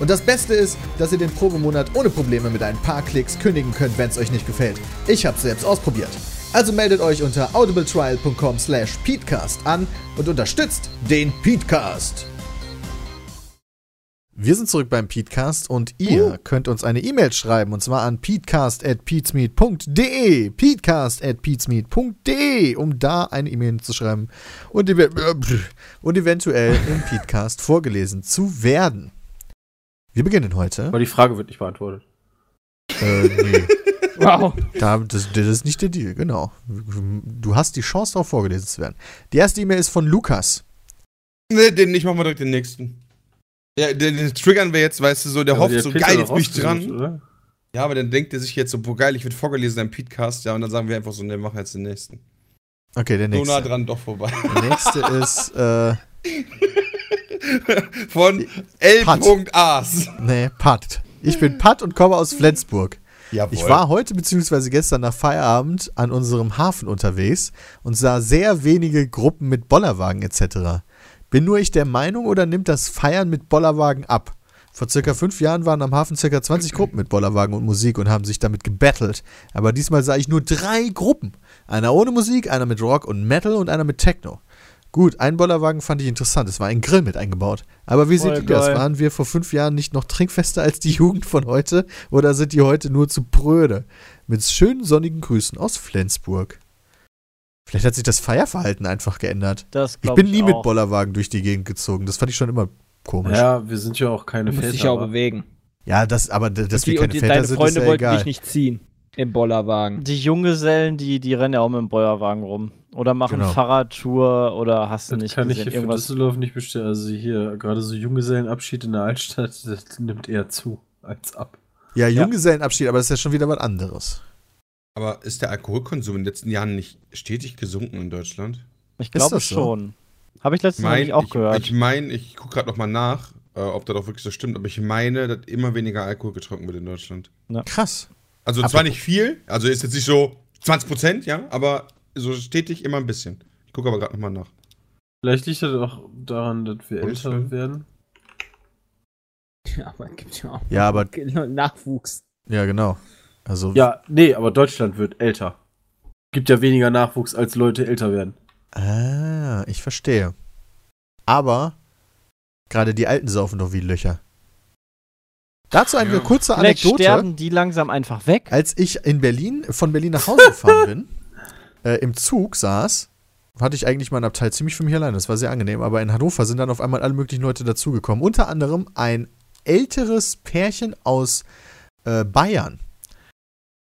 Und das Beste ist, dass ihr den Probemonat ohne Probleme mit ein paar Klicks kündigen könnt, wenn es euch nicht gefällt. Ich habe selbst ausprobiert. Also meldet euch unter audibletrial.com slash peatcast an und unterstützt den Peatcast. Wir sind zurück beim Peatcast und ihr könnt uns eine E-Mail schreiben und zwar an peatcast at peatsmeet.de peatcast at peatsmeet.de um da eine E-Mail zu schreiben und, ev äh, und eventuell im Peatcast vorgelesen zu werden. Wir beginnen heute. Aber die Frage wird nicht beantwortet. Äh, nee. Wow. Da, das, das ist nicht der Deal, genau. Du hast die Chance, darauf vorgelesen zu werden. Die erste E-Mail ist von Lukas. Nee, den ich mach mal direkt den nächsten. Ja, den, den triggern wir jetzt, weißt du, so, der Aber hofft hat so, Peter geil, doch jetzt bin ich rausgesucht, dran. oder? Ja, aber dann denkt er sich jetzt so, boah, geil, ich werde vorgelesen am Podcast, ja, und dann sagen wir einfach so, ne, machen jetzt den nächsten. Okay, der So nah nächste. dran, doch vorbei. Der nächste ist, äh, Von L.A's. nee, Pat. Ich bin Pat und komme aus Flensburg. Ich war heute bzw. gestern nach Feierabend an unserem Hafen unterwegs und sah sehr wenige Gruppen mit Bollerwagen etc. Bin nur ich der Meinung oder nimmt das Feiern mit Bollerwagen ab? Vor circa fünf Jahren waren am Hafen circa 20 Gruppen mit Bollerwagen und Musik und haben sich damit gebettelt. Aber diesmal sah ich nur drei Gruppen. Einer ohne Musik, einer mit Rock und Metal und einer mit Techno. Gut, einen Bollerwagen fand ich interessant. Es war ein Grill mit eingebaut. Aber Oh, wie seht ihr das? geil. Waren wir vor fünf Jahren nicht noch trinkfester als die Jugend von heute? Oder sind die heute nur zu bröde? Mit schönen sonnigen Grüßen aus Flensburg. Vielleicht hat sich das Feierverhalten einfach geändert. Das Ich glaub bin nie mit auch. Bollerwagen durch die Gegend gezogen. Das fand ich schon immer komisch. Ja, Ja, wir sind ja auch keine Du musst dich Väter. ja auch aber- bewegen. das, aber d- dass und die, wir keine und die, Väter deine sind, Freunde ist ja wollten egal. dich nicht ziehen im Bollerwagen. Die Junggesellen, die, die rennen ja auch mit dem Bollerwagen rum. Oder machen Genau. Fahrradtour oder hast du Das nicht kann ich gesehen. hier für irgendwas. Düsseldorf nicht bestellen. Also hier, gerade so Junggesellenabschied in der Altstadt, das nimmt eher zu als ab. Ja, Junggesellenabschied, aber das ist ja schon wieder was anderes. Aber ist der Alkoholkonsum in den letzten Jahren nicht stetig gesunken in Deutschland? Ich das glaube so? schon. Habe ich letztens Mein, nämlich auch ich gehört. ich meine, ich gucke gerade nochmal nach, äh, ob das auch wirklich so stimmt, aber ich meine, dass immer weniger Alkohol getrunken wird in Deutschland. Krass. Also zwar nicht viel, also ist jetzt nicht so 20 Prozent, ja, aber so stetig immer ein bisschen. Ich gucke aber gerade nochmal nach. Vielleicht liegt das auch daran, dass wir Bundeswehr? älter werden. Ja, aber gibt ja auch Ja, aber Nachwuchs. ja genau. Also Ja, nee, aber Deutschland wird älter. Gibt ja weniger Nachwuchs, als Leute älter werden. ah, ich verstehe. Aber gerade die Alten saufen doch wie Löcher. Dazu eine Ja. kurze Vielleicht Anekdote. sterben die langsam einfach weg. Als ich in Berlin, von Berlin nach Hause gefahren bin, äh, im Zug saß, hatte ich eigentlich meinen Abteil ziemlich für mich alleine. Das war sehr angenehm. Aber in Hannover sind dann auf einmal alle möglichen Leute dazugekommen. Unter anderem ein älteres Pärchen aus äh, Bayern,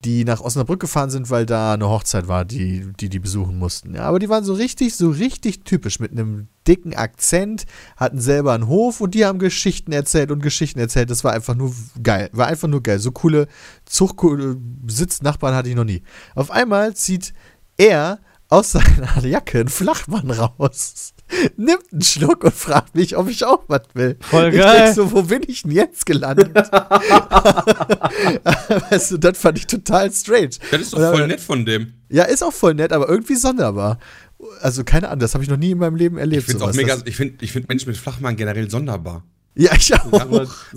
die nach Osnabrück gefahren sind, weil da eine Hochzeit war, die die, die besuchen mussten. Ja, aber die waren so richtig, so richtig typisch mit einem dicken Akzent, hatten selber einen Hof und die haben Geschichten erzählt und Geschichten erzählt. Das war einfach nur geil. War einfach nur geil. So coole Zuchtbesitznachbarn hatte ich noch nie. Auf einmal zieht er aus seiner Jacke einen Flachmann raus, nimmt einen Schluck und fragt mich, ob ich auch was will. Voll Ich geil. denk so, wo bin ich denn jetzt gelandet? weißt du, das fand ich total strange. Das ist doch Oder- voll nett von dem. Ja, ist auch voll nett, aber irgendwie sonderbar. Also keine Ahnung, das habe ich noch nie in meinem Leben erlebt. Ich finde auch sowas. mega, Das- ich finde ich find Menschen mit Flachmann generell sonderbar. Ja, ich auch.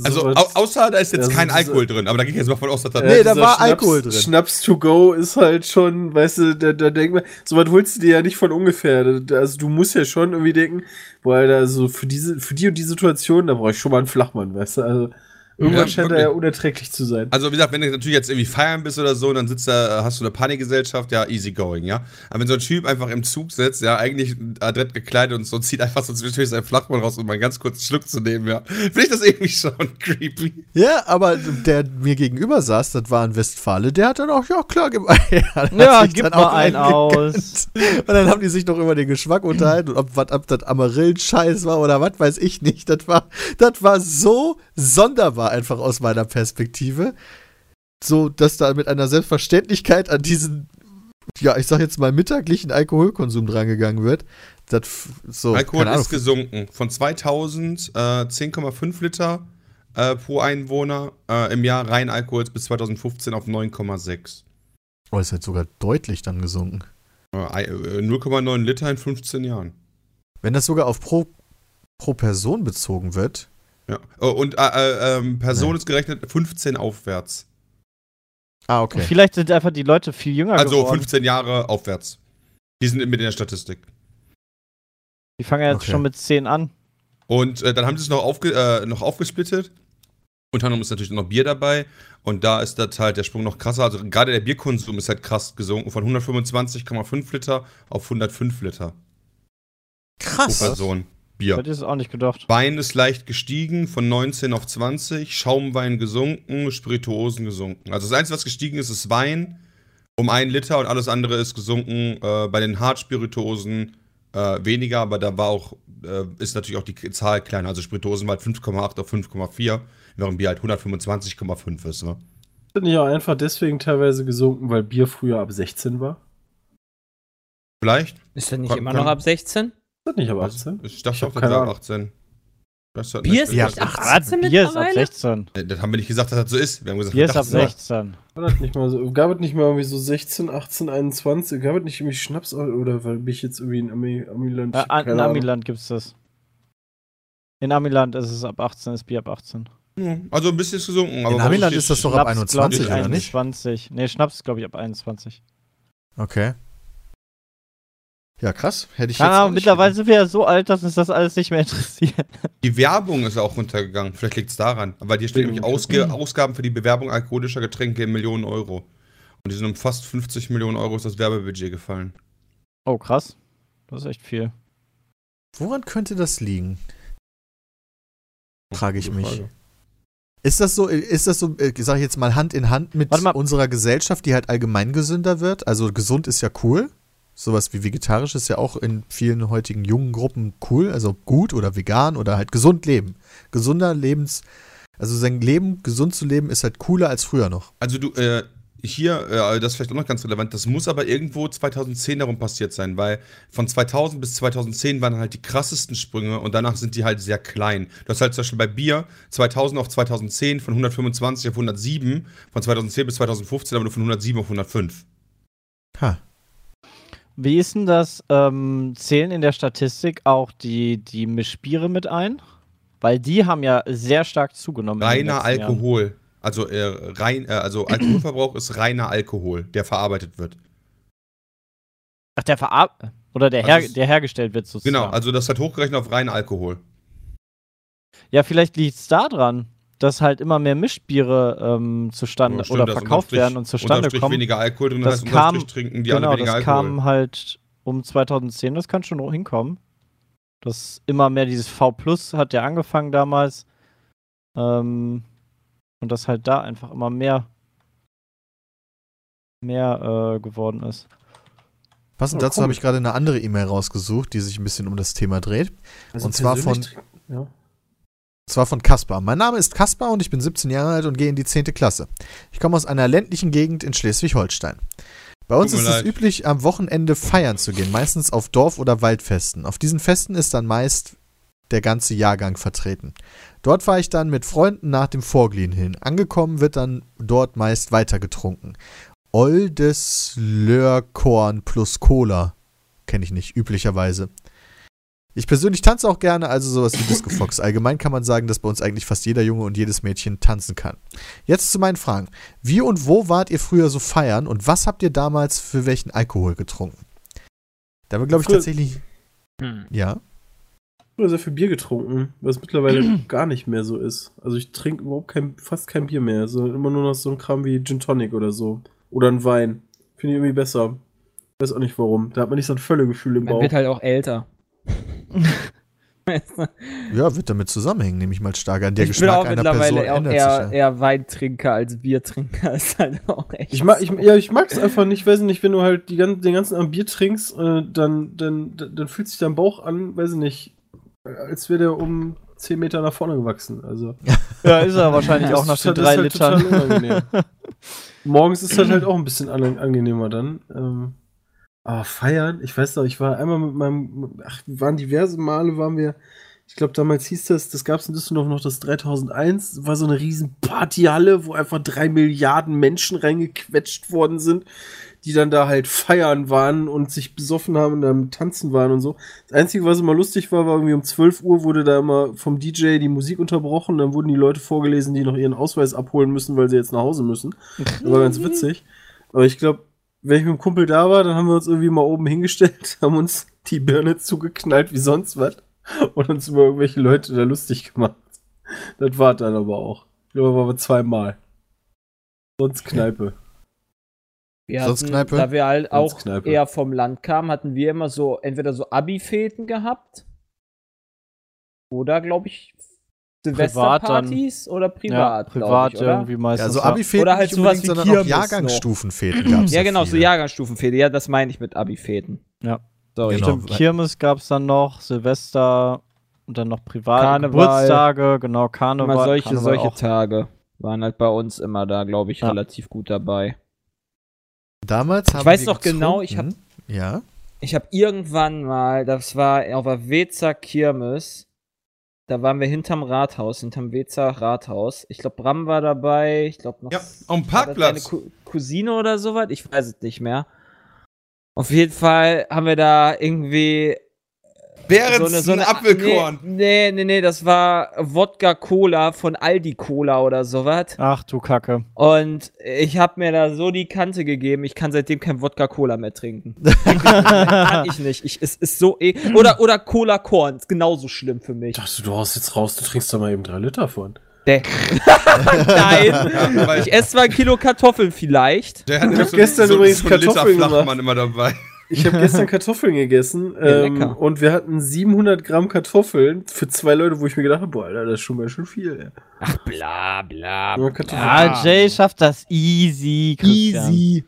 Also sowas- au außer da ist jetzt Ja, so- kein so- Alkohol drin, aber da gehe ich jetzt mal von aus, dass da Nee, da dieser war Alkohol drin. Schnaps to go ist halt schon, weißt du, da, da denkt man, so was holst du dir ja nicht von ungefähr. Da- da- Also du musst ja schon irgendwie denken, weil da so für diese, für die und die Situation, da brauche ich schon mal einen Flachmann, weißt du. Also irgendwann Ja, scheint er wirklich. ja unerträglich zu sein. Also wie gesagt, wenn du natürlich jetzt irgendwie feiern bist oder so, dann sitzt da, hast du eine Panikgesellschaft, ja, easy going, ja. Aber wenn so ein Typ einfach im Zug sitzt, ja, eigentlich adrett gekleidet und so, zieht einfach so zwischendurch seinen Flachmann raus, um mal einen ganz kurzen Schluck zu nehmen, ja. Finde ich das irgendwie schon creepy. Ja, aber der mir gegenüber saß, das war ein Westfale, der hat dann auch, ja klar, gib mal her. Dann hat Ja, sich gib dann mal auch einen gegönnt. aus. Und dann haben die sich noch über den Geschmack unterhalten und ob, wat, ob das Amarillenscheiß war oder was, weiß ich nicht. Das war, das war so sonderbar einfach aus meiner Perspektive. So, dass da mit einer Selbstverständlichkeit an diesen, ja, ich sag jetzt mal mittaglichen Alkoholkonsum drangegangen wird. Das, f- so, Alkohol keine ist gesunken. Von 2000 äh, 10,5 Liter äh, pro Einwohner äh, im Jahr rein Alkohol ist bis 2015 auf 9,6. Oh, ist jetzt sogar deutlich dann gesunken. Äh, ei- äh, 0,9 Liter in 15 Jahren. Wenn das sogar auf pro, pro Person bezogen wird, Ja. Oh, Und äh, äh, ähm, Person Nee. ist gerechnet 15 aufwärts. ah, Und okay. Vielleicht sind einfach die Leute viel jünger Also geworden. 15 Jahre aufwärts. Die sind mit in der Statistik. Die fangen ja jetzt Okay. schon mit 10 an. Und äh, dann haben sie es noch, aufge äh, noch aufgesplittet. Unter anderem ist natürlich noch Bier dabei. Und da ist das halt der Sprung noch krasser. Also gerade der Bierkonsum ist halt krass gesunken. Von 125,5 Liter auf 105 Liter Krass. pro Person Ja. Bier. Hätte ich es auch nicht gedacht. Wein ist leicht gestiegen, von 19 auf 20. Schaumwein gesunken, Spirituosen gesunken. Also das Einzige, was gestiegen ist, ist Wein um einen Liter und alles andere ist gesunken. Äh, bei den Hartspirituosen äh, weniger, aber da war auch, äh, ist natürlich auch die K- Zahl kleiner. Also Spirituosen war halt 5,8 auf 5,4, während Bier halt 125,5 ist. Ne? Ist das nicht auch einfach deswegen teilweise gesunken, weil Bier früher ab 16 war? Vielleicht? Ist das nicht Kann- immer kann- noch ab 16? Ist das nicht ab 18? Ich dachte Ich hab auch, das keine war ab Ahnung. 18. Das hat Bier ist das- nicht ab Ah, 18 Bier ist ab mittlerweile? 16. Das haben wir nicht gesagt, dass das so ist. Wir haben gesagt, Bier wir ist ab dachten, 16. War das nicht mal so, gab es nicht mal irgendwie so 16, 18, 21? Gab es nicht irgendwie Schnaps oder weil bin ich jetzt irgendwie in Ami, Amiland? Äh, Ich hab an- in keine Ahnung. Amiland gibt's das. In Amiland ist es ab 18, ist Bier ab 18. ja, Also ein bisschen ist gesunken. Aber In warum Amiland steht- ist das doch ab Schnaps, glaub 21, ich, oder nicht? 21. Nee, Schnaps glaube ich ab 21. Okay. Ja, krass. Hätte ich Ah, auch nicht mittlerweile gedacht. sind wir ja so alt, dass uns das alles nicht mehr interessiert. Die Werbung ist auch runtergegangen. Vielleicht liegt es daran. Weil hier steht nämlich Ausge Ausgaben für die Bewerbung alkoholischer Getränke in Millionen Euro. Und die sind um fast 50 Millionen Euro ist das Werbebudget gefallen. Oh, krass. Das ist echt viel. Woran könnte das liegen? Frage ich Gute mich. Frage. Ist das so, ist das so, äh, sag ich jetzt mal, Hand in Hand mit Warte mal. unserer Gesellschaft, die halt allgemein gesünder wird? Also gesund ist ja cool. Sowas wie vegetarisch ist ja auch in vielen heutigen jungen Gruppen cool, also gut oder vegan oder halt gesund leben. Gesunder Lebens, also sein Leben gesund zu leben ist halt cooler als früher noch. Also du, äh, hier, äh, das ist vielleicht auch noch ganz relevant, das muss aber irgendwo 2010 darum passiert sein, weil von 2000 bis 2010 waren halt die krassesten Sprünge und danach sind die halt sehr klein. Du hast halt zum Beispiel bei Bier 2000 auf 2010 von 125 auf 107, von 2010 bis 2015 aber nur von 107 auf 105. Ha. Wie ist denn das? Ähm, zählen in der Statistik auch die, die Mischbiere mit ein? Weil die haben ja sehr stark zugenommen. in den Reiner letzten Jahren. Alkohol. Also, äh, rein, äh, also Alkoholverbrauch ist reiner Alkohol, der verarbeitet wird. Ach, der verab oder der, Also her es- der hergestellt wird sozusagen. Genau, also das hat hochgerechnet auf reinen Alkohol. ja, vielleicht liegt es da dran, dass halt immer mehr Mischbiere ähm, zustande Ja, Oh, stimmt, oder da ist verkauft unterm Strich- werden und zustande unterm Strich kommen. weniger Alkohol drin, Das heißt unterm kam- Strich trinken die alle genau, weniger das Alkohol. kam halt um 2010, das kann schon hinkommen. Das immer mehr dieses V Plus hat ja angefangen damals. Ähm, und das halt da einfach immer mehr mehr äh, geworden ist. Passend Oh, Ja, dazu habe cool. ich gerade eine andere E-Mail rausgesucht, die sich ein bisschen um das Thema dreht. Und zwar Also persönlich trinken- Ja. Und zwar von Kaspar. Mein Name ist Kaspar und ich bin 17 Jahre alt und gehe in die 10. Klasse. Ich komme aus einer ländlichen Gegend in Schleswig-Holstein. Bei uns Tut ist mir es leid. üblich, am Wochenende feiern zu gehen, meistens auf Dorf- oder Waldfesten. Auf diesen Festen ist dann meist der ganze Jahrgang vertreten. Dort fahre ich dann mit Freunden nach dem Vorglühen hin. Angekommen wird dann dort meist weitergetrunken. Oldes Lörkorn plus Cola. Kenne ich nicht, üblicherweise. Ich persönlich tanze auch gerne, also sowas wie Disco Fox. Allgemein kann man sagen, dass bei uns eigentlich fast jeder Junge und jedes Mädchen tanzen kann. Jetzt zu meinen Fragen. Wie und wo wart ihr früher so feiern und was habt ihr damals für welchen Alkohol getrunken? Da wir, glaube ich, Früher- tatsächlich. Ja. früher sehr viel Bier getrunken, was mittlerweile gar nicht mehr so ist. Also ich trinke überhaupt kein, fast kein Bier mehr, sondern immer nur noch so ein Kram wie Gin Tonic oder so. Oder ein Wein. Finde ich irgendwie besser. Weiß auch nicht warum. Da hat man nicht so ein Völlegefühl im Man Bauch. wird halt auch älter. Ja, wird damit zusammenhängen, nehme ich mal stark an. Der ich bin Geschmack auch einer mittlerweile Person auch ändert eher, sich ja. eher Weintrinker als Biertrinker. Ist halt auch echt Ich mag, ich, so. ja, ich mag es einfach nicht, weiß ich nicht, wenn du halt die ganzen, den ganzen Abend Bier trinkst, äh, dann, dann, dann, dann fühlt sich dein Bauch an, weiß ich nicht, als wäre der um 10 Meter nach vorne gewachsen. Also Ja, ist er wahrscheinlich auch nach Das den ist drei halt total Litern. unangenehm. morgens ist das halt auch ein bisschen an, angenehmer dann. Ähm, aber feiern, ich weiß noch, ich war einmal mit meinem, ach, wir waren diverse Male, waren wir, ich glaube damals hieß das, das gab es in Düsseldorf noch das 3001, war so eine riesen Partyhalle, wo einfach drei Milliarden Menschen reingequetscht worden sind, die dann da halt feiern waren und sich besoffen haben und dann tanzen waren und so. Das Einzige, was immer lustig war, war irgendwie um 12 Uhr wurde da immer vom DJ die Musik unterbrochen, dann wurden die Leute vorgelesen, die noch ihren Ausweis abholen müssen, weil sie jetzt nach Hause müssen. Das war ganz witzig. Aber ich glaube, wenn ich mit dem Kumpel da war, dann haben wir uns irgendwie mal oben hingestellt, haben uns die Birne zugeknallt wie sonst was und uns über irgendwelche Leute da lustig gemacht. Das war dann aber auch. Ich glaube, waren wir zweimal. Sonst Kneipe. Wir Sonst Kneipe? Da wir halt Sonst auch Kneipe. eher vom Land kamen, hatten wir immer so entweder so Abi-Fäden gehabt oder, glaube ich, Silvesterpartys oder Ja, privat. privat glaub ich, oder? irgendwie meistens. Also ja. Abi-Fäden Oder halt nicht sowas unbedingt, wie sondern auch Kirmes Jahrgangsstufenfäden gab es. Ja, genau, so viele. Jahrgangsstufenfäden. Ja, das meine ich mit Abi-Fäden. Ja. Sorry. Genau. Stimmt, Kirmes gab es dann noch, Silvester und dann noch privat. Karneval. Geburtstage, genau, Karneval. Immer solche, Karneval solche auch. Tage waren halt bei uns immer da, glaube ich, Ja. relativ gut dabei. Damals haben weiß wir noch genau, ich hab- getrunken. Ja. Ich habe irgendwann mal, das war auf der Wezer Kirmes, da waren wir hinterm Rathaus, hinterm Wezer Rathaus. Ich glaube, Bram war dabei, ich glaube noch. Ja, auf dem war das Parkplatz. seine Cou- Cousine oder sowas, ich weiß es nicht mehr. Auf jeden Fall haben wir da irgendwie Behrens so ein Apfelkorn. Nee, nee, nee, nee, das war Wodka Cola von Aldi Cola oder sowas. Ach du Kacke. Und ich habe mir da so die Kante gegeben, ich kann seitdem kein Wodka Cola mehr trinken. Kann ich nicht. Ich, es ist so eh. Oder, oder Cola Korn. Ist genauso schlimm für mich. Ich dachte, du haust jetzt raus, du trinkst da mal eben drei Liter von. Däh. Nein. Ja, weil Ich esse zwar ein Kilo Kartoffeln vielleicht. der hat Ich immer hab gestern übrigens einen Liter Kartoffeln Flachmann gemacht. immer dabei. Ich habe gestern Kartoffeln gegessen Ja, ähm, lecker. und wir hatten 700 Gramm Kartoffeln für zwei Leute, wo ich mir gedacht habe, boah, Alter, das ist schon ganz schön viel. Ey. Bla bla. Aber Kartoffeln, Ah, Jay schafft das easy. Christian. Easy.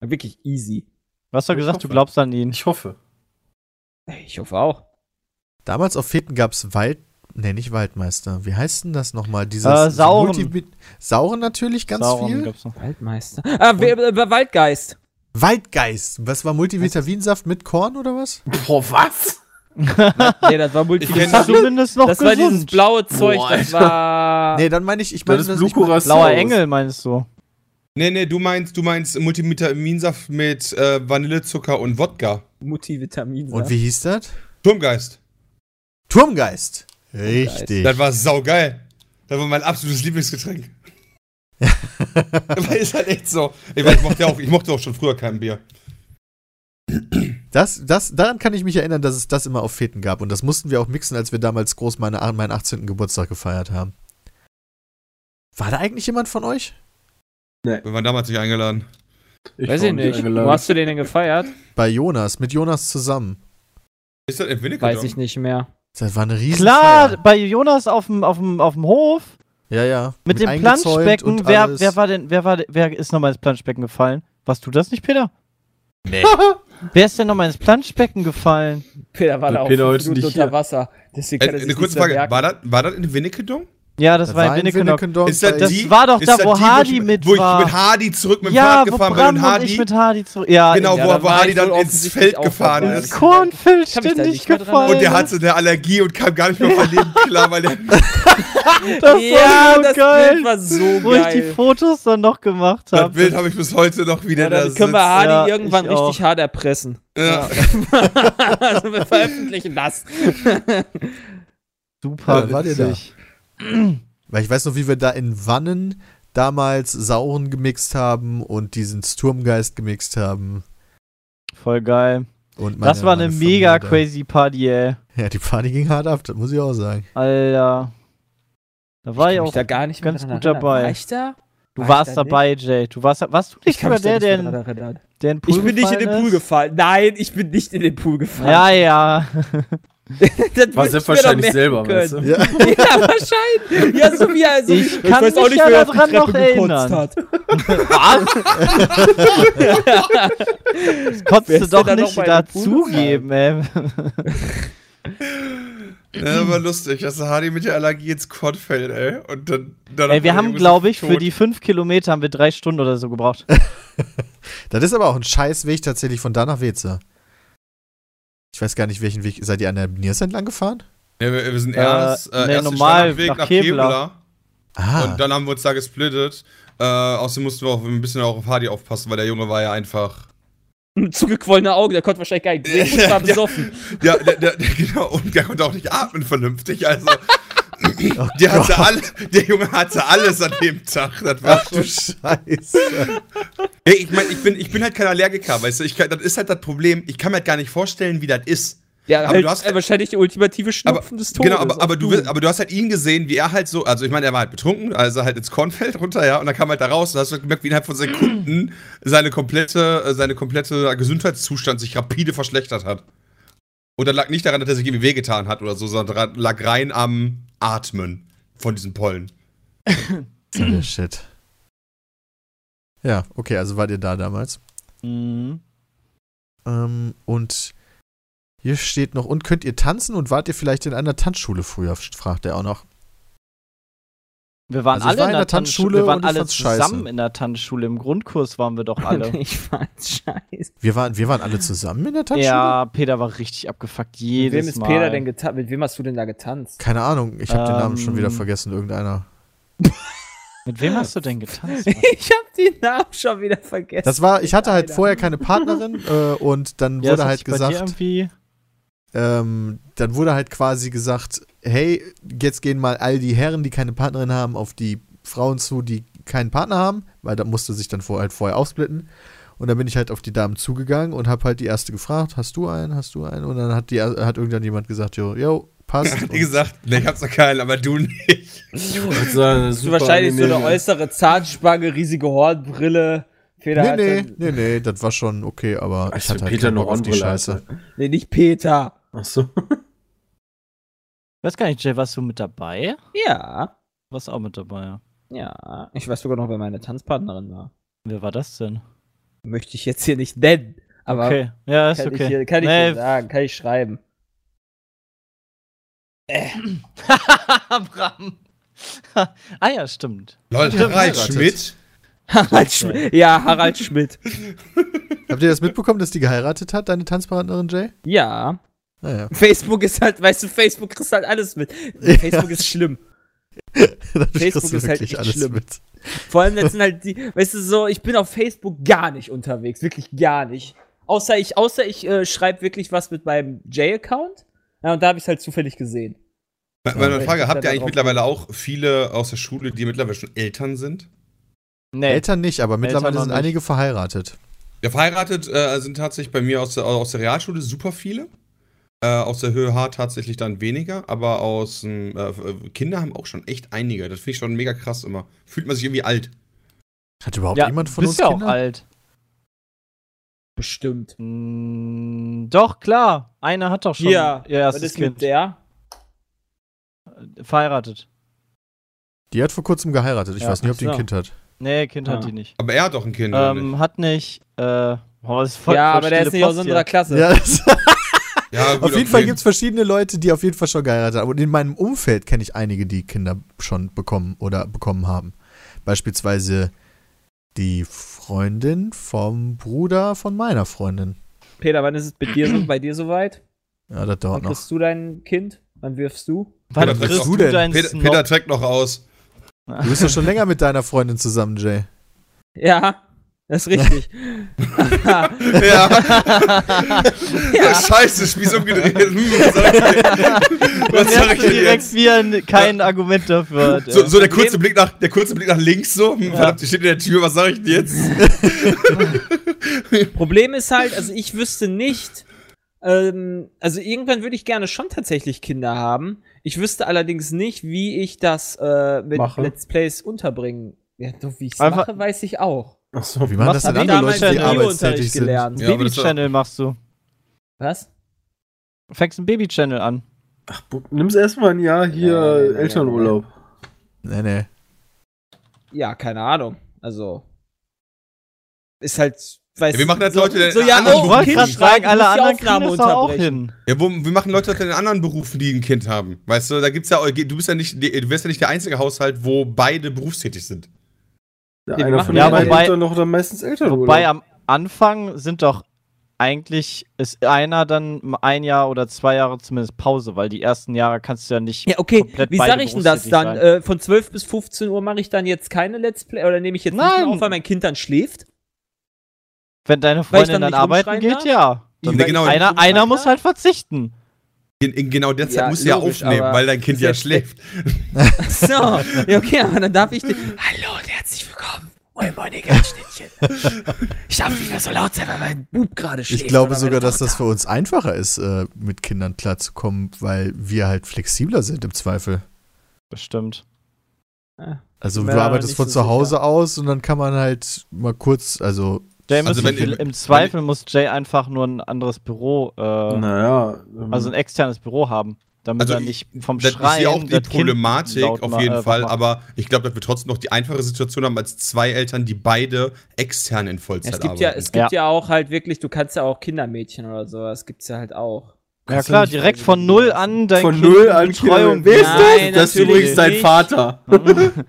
Wirklich easy. Was hast du Ich gesagt, du hoffe. glaubst an ihn? Ich hoffe. Ich hoffe auch. Damals auf Feten gab es Wald. Nee, nicht Waldmeister. Wie heißt denn das nochmal? Dieses Äh, Sauren. Multibi- Sauren natürlich, ganz Sauron viel. gab's noch. Waldmeister. Ah, wer- äh, Waldgeist. Waldgeist. Was war Multivitaminsaft mit Korn oder was? Boah, was? Nee, das war Ich kenn Multivitamin. das Das, so. Zumindest noch war gesund. dieses blaue Zeug. Boah, das war. Nee, dann meine ich, ich meine, Das ist das- ich mein- Glucoras Blauer Saus. Engel meinst du? Nee, nee, du meinst, du meinst Multivitaminsaft mit äh, Vanillezucker und Wodka. Multivitamin. Und wie hieß das? Turmgeist. Turmgeist. Richtig. Das war saugeil. Das war mein absolutes Lieblingsgetränk. Aber ist halt echt so. Ich, weiß, ich, mochte auch, ich mochte auch schon früher kein Bier. Das, das, daran kann ich mich erinnern, dass es das immer auf Feten gab. Und das mussten wir auch mixen, als wir damals groß meine, meinen 18. Geburtstag gefeiert haben. War da eigentlich jemand von euch? Wir waren damals nicht eingeladen. Ich Weiß war ich nicht. eingeladen. Wo hast du den denn gefeiert? Bei Jonas, mit Jonas zusammen. Ist das in Winnetou? Weiß ich nicht mehr. Das war eine riesen Klar, Feier. bei Jonas auf dem, auf dem, auf dem Hof. Ja, ja. Mit, dem eingezäunt Planschbecken, und wer, alles. wer war denn, wer war wer ist nochmal ins Planschbecken gefallen? Warst du das nicht, Peter? Nee. Wer ist denn nochmal ins Planschbecken gefallen? Peter war Der da auch Peter fünf heute Minuten nicht unter hier. Wasser. Deswegen Äh, kann er sich eine nichts kurze mehr Frage, merken. war das, war das in Winnekedong? Ja, das war in Winnekendock. Ist das bei- die- war doch ist da, das wo die, Hardy ich, mit wo ich war. mit Hardy zurück mit dem Ja, Fahrrad wo gefahren bin Bram und und ich Hardy, mit Hardy zu. Ja, genau, Ja, wo, da wo war Hardy ich dann wohl ins Feld offensichtlich auch gefahren dabei. ins ist. Kornfeld Kann mich da ständig nicht mehr dran gefallen. Und der hatte eine Allergie und kam gar nicht mehr von Leben klar, weil er das war Ja, so das geil. Bild war so wo ich die geil. Fotos dann noch gemacht das Bild habe. habe ich bis heute noch wieder Ja, da dann können wir sitzt. Hardy Ja, irgendwann ich richtig auch. hart erpressen. Ja. also wir veröffentlichen das. Super Ja, wart ihr da? witzig. Weil ich weiß noch, wie wir da in Wannen damals Sauren gemixt haben und diesen Sturmgeist gemixt haben. Voll geil. Und meine- Das war eine meine Familie mega da. crazy Party, ey. Ja, die Party ging hart ab, das muss ich auch sagen. Alter. Da war ich, auch. gar nicht ganz dran gut erinnern. dabei. War ich da? du war ich warst da dabei, Jay. Du warst, warst du nicht kann sogar mich da der, der, nicht mehr in- dran erinnern. der in den Pool Ich bin nicht in den gefallen Pool ist? gefallen. Nein, ich bin nicht in den Pool gefallen. Ja, ja. das War würd ich mir doch selbstverständlich merken selber, können. weißt du? Ja. Ja, wahrscheinlich. Ja, so wie er so Ich wie- kann mich ja wer auf die daran noch Treppe gekotzt erinnern. Hat. Das konntest Wer du ist denn doch da noch nicht mal in den Pool dazugeben, ey. Ja, war lustig, dass Hardy mit der Allergie ins Quad fällt, ey. Und dann, dann ey wir hat haben, er glaube ich, für tot. die fünf Kilometer haben wir drei Stunden oder so gebraucht. Das ist aber auch ein scheiß Weg tatsächlich von da nach Weze. Ich weiß gar nicht, welchen Weg. Seid ihr an der Niers entlang gefahren? Ja, wir, wir sind erst, Äh, äh, nee, erst normal, den Weg nach, nach nach Kevlar. Kevlar. Ah. Und dann haben wir uns da gesplittet. Äh, außerdem mussten wir auch ein bisschen auch auf Hardy aufpassen, weil der Junge war ja einfach. Zugequollene Augen, der konnte wahrscheinlich gar nicht sehen. Ich war besoffen. Ja, der, der, der, genau, und der konnte auch nicht atmen vernünftig. Also, der, hatte alles, der Junge hatte alles an dem Tag. Das war schon Scheiße. Ey, ich meine, ich bin, ich bin halt kein Allergiker, weißt du? Ich kann, das ist halt das Problem. Ich kann mir halt gar nicht vorstellen, wie das ist. Ja, Aber halt, du hast- äh, wahrscheinlich die ultimative Aber, Schnupfen des Todes. genau, aber, aber, auf du, wirst- aber du hast halt ihn gesehen, wie er halt so, also ich meine, er war halt betrunken, also halt ins Kornfeld runter, ja, und dann kam halt da raus und hast halt gemerkt, wie innerhalb von Sekunden seine komplette, äh, seine komplette Gesundheitszustand sich rapide verschlechtert hat. Und das lag nicht daran, dass er sich irgendwie wehgetan hat oder so, sondern daran- lag rein am Atmen von diesen Pollen. Das ist der Shit. Ja, okay, also wart ihr da damals. Mhm. Ähm, und hier steht noch, und könnt ihr tanzen und wart ihr vielleicht in einer Tanzschule früher? fragt er auch noch. Wir waren Also ich alle war in der Tanzschule, wir und waren ich alle fand's scheiße. zusammen in der Tanzschule. Im Grundkurs waren wir doch alle. Ich fand's scheiße. Wir waren, wir waren alle zusammen in der Tanzschule? ja, Peter war richtig abgefuckt. Mit Jedes wem, ist Mal. Peter denn geta- mit wem hast du denn da getanzt? Keine Ahnung, ich habe den Namen schon wieder Ähm. vergessen, irgendeiner. Mit wem hast du denn getanzt? Mann? Ich hab den Namen schon wieder vergessen. Das war, ich hatte halt Alter. vorher keine Partnerin äh, und dann Ja, das wurde hat halt sich bei dir gesagt, irgendwie- ähm, dann wurde halt quasi gesagt, hey, jetzt gehen mal all die Herren, die keine Partnerin haben, auf die Frauen zu, die keinen Partner haben, weil da musste sich dann vor, halt vorher aufsplitten. Und dann bin ich halt auf die Damen zugegangen und habe halt die erste gefragt, hast du einen, hast du einen? Und dann hat die hat irgendwann jemand gesagt, jo, jo, passt. Wie Und gesagt, ne, ich hab's doch keinen, aber du nicht. Das war eine Du super wahrscheinlich so eine angenehme- äußere Zahnspange, riesige Hornbrille. Peter Nee, hat nee, dann- nee, nee, das war schon okay, aber ich Also hatte halt Peter keinen noch Bock auf die Hornbrille, Scheiße. nee, nicht Peter. Ach so. Ich weiß gar nicht, Jay, warst du mit dabei? Ja, Warst auch mit dabei, ja. ja. Ich weiß sogar noch, wer meine Tanzpartnerin war. Wer war das denn? Möchte ich jetzt hier nicht nennen. Aber okay. Ja, ist kann okay. ich, hier, kann ich Nee, hier sagen, kann ich schreiben. Bram. ah ja, stimmt. Lol, Harald verheiratet. Schmidt. Harald Schmidt. Ja, Harald Schmidt. Habt ihr das mitbekommen, dass die geheiratet hat, deine Tanzpartnerin Jay? Ja. Naja, Facebook ist halt, weißt du, Facebook kriegst halt alles mit. Facebook ist schlimm. dadurch Facebook kriegst du ist halt wirklich echt alles schlimm. mit. Vor allem, das sind halt die, weißt du, so, ich bin auf Facebook gar nicht unterwegs, wirklich gar nicht. Außer ich, außer ich äh, schreibe wirklich was mit meinem J-Account. Ja, und da habe ich es halt zufällig gesehen. Meine- Meine Ja, Frage, ich- habt ihr da eigentlich drauf- mittlerweile auch viele aus der Schule, die mittlerweile schon Eltern sind? Nee. Eltern nicht, aber mittlerweile noch sind nicht. einige verheiratet. Ja, verheiratet äh, sind tatsächlich bei mir aus der, aus der Realschule super viele. Äh, aus der Höhe H tatsächlich dann weniger, aber aus dem, äh, Kinder haben auch schon echt einige. Das finde ich schon mega krass immer. Fühlt man sich irgendwie alt. Hat überhaupt ja, jemand von bist uns ja auch Kinder? alt. Bestimmt. Mm, doch, klar. Einer hat doch schon Ja, ihr Was erstes ist Kind. mit der? Verheiratet. Die hat vor kurzem geheiratet. Ich Ja, weiß nicht, ob die ein so. Kind hat. Nee, Kind Ah. hat die nicht. Aber er hat doch ein Kind. oder nicht? Ähm, hat nicht. Äh, Boah, das ist voll, ja, voll aber der stille ist nicht aus Post unserer hier. Klasse. Ja, das, Ja, auf jeden Fall gibt es verschiedene Leute, die auf jeden Fall schon geheiratet haben. Und in meinem Umfeld kenne ich einige, die Kinder schon bekommen oder bekommen haben. Beispielsweise die Freundin vom Bruder von meiner Freundin. Peter, wann ist es bei dir, so, bei dir soweit? Ja, das dauert Wann noch. kriegst du dein Kind? Wann wirfst du? Wann Peter, kriegst was du denn? deinen Peter, Snob? Peter trägt noch aus. Du bist doch schon länger mit deiner Freundin zusammen, Jay. Ja, das ist richtig. Ja. ja. Scheiße, Spieß umgedreht. Hm, was sag ich denn? Dann Was sag ich merkst du denn direkt, jetzt? wie er kein Argument dafür hat. So, ja. so der, kurze Blick nach, der kurze Blick nach links, so. Hm, Verdammt, die steht in der Tür, was sag ich denn jetzt? Problem ist halt, also ich wüsste nicht, ähm, also irgendwann würde ich gerne schon tatsächlich Kinder haben. Ich wüsste allerdings nicht, wie ich das äh, mit Mache. Let's Plays unterbringen. Ja, doch, wie ich es Einfach- mache, weiß ich auch. Achso, Wie machen das denn Hab ich andere damals Leute, die im arbeitstätig Biounterricht sind? gelernt. Ja, aber das war- Baby-Channel machst du. Was? Fängst einen Baby-Channel an. nimm's erstmal ein Jahr hier Äh, Elternurlaub. Nee, nee. Ja, keine Ahnung. Also ist halt, weiß Ja, wie machen das so, Leute denn so, in ja, anderen oh, Ich wollte Kind gerade schreien, sagen, ich alle muss die anderen kriegen Aufnahme das doch auch unterbrechen. hin. Ja, wo, wie machen Leute das denn in anderen Berufen, die ein Kind haben? Weißt du, da gibt's ja, du bist ja nicht, du wärst ja nicht der einzige Haushalt, wo beide berufstätig sind. Der Die einer machen von ja den beiden wobei- nimmt dann noch dann meistens Elternurlaub. Wobei am Anfang sind doch eigentlich ist einer dann ein Jahr oder zwei Jahre zumindest Pause, weil die ersten Jahre kannst du ja nicht. Ja, okay, komplett wie beide sage ich denn das berufstätig dann? sein. Äh, von 12 bis 15 Uhr mache ich dann jetzt keine Let's Play oder nehme ich jetzt nicht Nein. mehr auf, weil mein Kind dann schläft? Wenn Weil deine ich Freundin dann dann, nicht arbeiten rumschreien darf? geht, ja. Dann Ja, genau. einer einer muss halt verzichten. In, in genau der Zeit Ja, musst du ja logisch, aufnehmen, aber weil dein Kind ist ja jetzt- schläft. So, ja, okay, aber dann darf ich. den- Hallo und herzlich willkommen. Moin, moin, ihr Gänseschnittchen. Ich darf nicht mehr so laut sein, weil mein Bub gerade schläft. Ich glaube oder sogar, meine dass das Tochter. für uns einfacher ist, äh, mit Kindern klarzukommen, weil wir halt flexibler sind im Zweifel. Bestimmt. Also Bin du mir da arbeitest nicht von so zu Hause sicher. aus und dann kann man halt mal kurz, also Jay Also muss wenn- im, wenn- im Zweifel muss Jay einfach nur ein anderes Büro, äh, Naja. ähm, also ein externes Büro haben, damit Mhm. Also er ich- nicht vom Das Schreien ist ja auch die das Kind Problematik laut ma- auf jeden äh, Fall, wach macht. aber ich glaube, dass wir trotzdem noch die einfache Situation haben als zwei Eltern, die beide extern in Vollzeit Es gibt, arbeiten. ja, es gibt ja. auch halt wirklich, du kannst ja auch Kindermädchen oder sowas, gibt's ja halt auch. ja klar, direkt von null an dein von Kind null in an Betreuung. Wer ist geben. das? Nein, das ist natürlich übrigens dein nicht. Vater.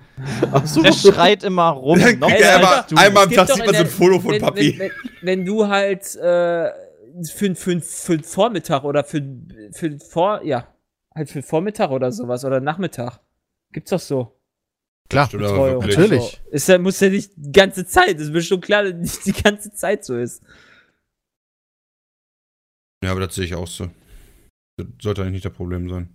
Der schreit immer rum. Dann Noch kriegt Ey, er als einmal, du. einmal am Es Tag gibt doch sieht man in so ein der- Foto von wenn, Wenn, Papi. wenn, wenn du halt äh, für, für, für den Vormittag oder für, für, vor, ja, halt für den Vormittag oder sowas oder Nachmittag. Gibt's doch so. klar, Stimmt aber Betreuung. wirklich. natürlich. So. Ist ja, muss ja nicht die ganze Zeit. Es ist mir schon klar, dass nicht die ganze Zeit so ist. Ja, aber das sehe ich auch so. Das sollte eigentlich nicht das Problem sein.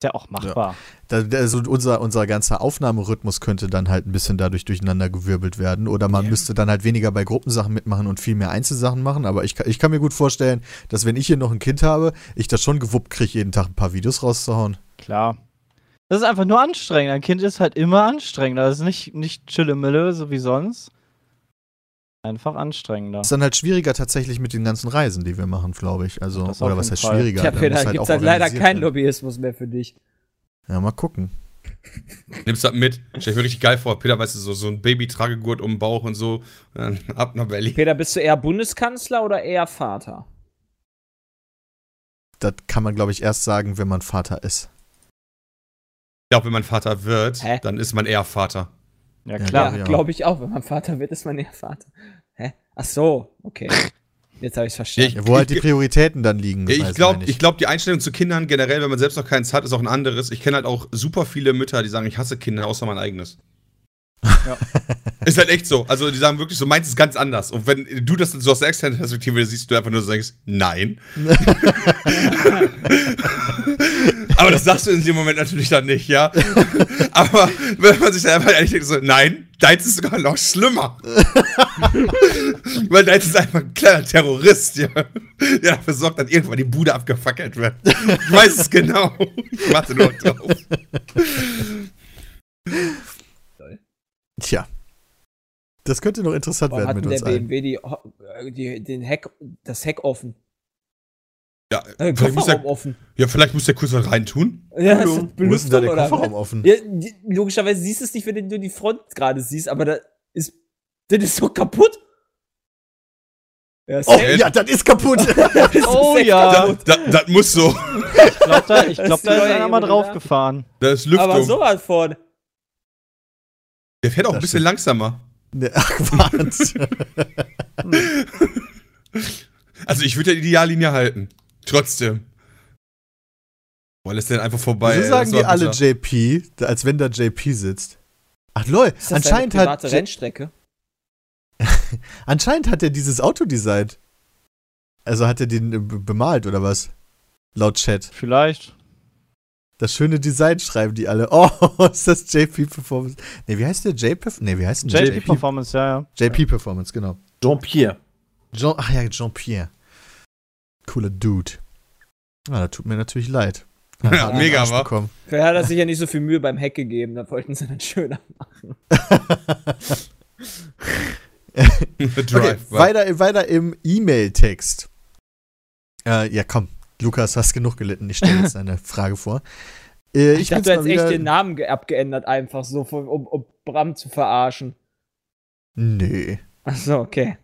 Ist ja auch machbar. Da, da- also unser, unser ganzer Aufnahmerhythmus könnte dann halt ein bisschen dadurch durcheinander gewirbelt werden. Oder man müsste dann halt weniger bei Gruppensachen mitmachen und viel mehr Einzelsachen machen. Aber ich, kann- ich kann mir gut vorstellen, dass wenn ich hier noch ein Kind habe, ich das schon gewuppt kriege, jeden Tag ein paar Videos rauszuhauen. Klar. Das ist einfach nur anstrengend. Ein Kind ist halt immer anstrengender. Das ist nicht, nicht Chillemille, so wie sonst. Einfach anstrengender. Ist dann halt schwieriger tatsächlich mit den ganzen Reisen, die wir machen, glaube ich. Also, Das auf oder was jeden heißt Fall. schwieriger? Tja, Da Peter, muss gibt's auch halt leider organisiert keinen werden. Lobbyismus mehr für dich. Ja, mal gucken. Nimmst das mit. Stell ich mir richtig geil vor. Peter, weißt du, so, so ein Baby-Tragegurt um den Bauch und so. Und dann ab nach Berlin. Peter, bist du eher Bundeskanzler oder eher Vater? Das kann man, glaube ich, erst sagen, wenn man Vater ist. Ich glaube, wenn man Vater wird, Hä? dann ist man eher Vater. Ja, Ja, klar. ja. glaube ich auch. Wenn man Vater wird, ist man eher Vater. Hä? Ach so, okay. Jetzt habe ich verstanden. Ja, wo halt die Ich- Prioritäten dann liegen. Ja, weiß ich glaube, man nicht. ich glaub, die Einstellung zu Kindern generell, wenn man selbst noch keins hat, ist auch ein anderes. Ich kenne halt auch super viele Mütter, die sagen, ich hasse Kinder, außer mein eigenes. Ist halt echt so. Also die sagen wirklich so, meins ist ganz anders. Und wenn du das so aus der externen Perspektive siehst, du einfach nur so denkst, nein. Aber das sagst du in dem Moment natürlich dann nicht, ja. Aber wenn man sich dann einfach ehrlich denkt, so, nein, deins ist sogar noch schlimmer. Weil deins ist einfach ein kleiner Terrorist, ja. Der dafür sorgt, dass irgendwann die Bude abgefackelt wird. Ich weiß es genau. Ich warte nur drauf. Tja. Das könnte noch interessant Warum werden hat mit denn der uns allen. BMW die, Ho- äh, die, den Heck, das Heck offen? Ja, Äh, vielleicht muss, Kofferraum der, offen. ja, vielleicht muss der kurz was reintun. Ja, ist Wo Wo das ist ist denn Belüftung da oder der was? Kofferraum offen? Ja, die, logischerweise siehst du es nicht, wenn du die Front gerade siehst, aber da ist. Das ist so kaputt. Ja, Oh safe. ja, das ist kaputt. Das ist Oh safe ja. kaputt. Da, das muss so. Ich glaube, da, ich glaub, Das da ist neue einer mal Emulator. draufgefahren. Da ist Aber Lüftung. sowas von. Der fährt auch ein bisschen langsamer. Ne, Ach, warte. Also ich würde ja die Ideallinie halten. Trotzdem. Boah, lässt den einfach vorbei. äh, So ey. sagen Das die war alle bitter. JP, da- als wenn da JP sitzt. Ach lol, Ist das anscheinend deine private hat, Rennstrecke. anscheinend hat er dieses Auto designt. Also hat er den äh, b- bemalt oder was? Laut Chat. Vielleicht. Das schöne Design schreiben die alle. Oh, ist das JP Performance? Ne, wie heißt der JP? Ne, wie heißt denn JP Performance, ja, ja. JP Performance, genau. Jean-Pierre. Jean, ach ja, Jean-Pierre. Cooler Dude. Ah, da tut mir natürlich leid. Hat Ja, einen an den mega, Arsch wa? bekommen. Vielleicht hat er sich ja nicht so viel Mühe beim Heck gegeben, da wollten sie dann schöner. Okay, Drive. war- weiter, weiter im E-Mail-Text. Äh, ja, komm. Lukas, hast genug gelitten. Ich stelle jetzt eine Frage vor. Äh, Ich, ich dachte, bin's du hättest mal echt wieder- den Namen ge- abgeändert, einfach so, von- um, um Bram zu verarschen. Nö. Achso, okay.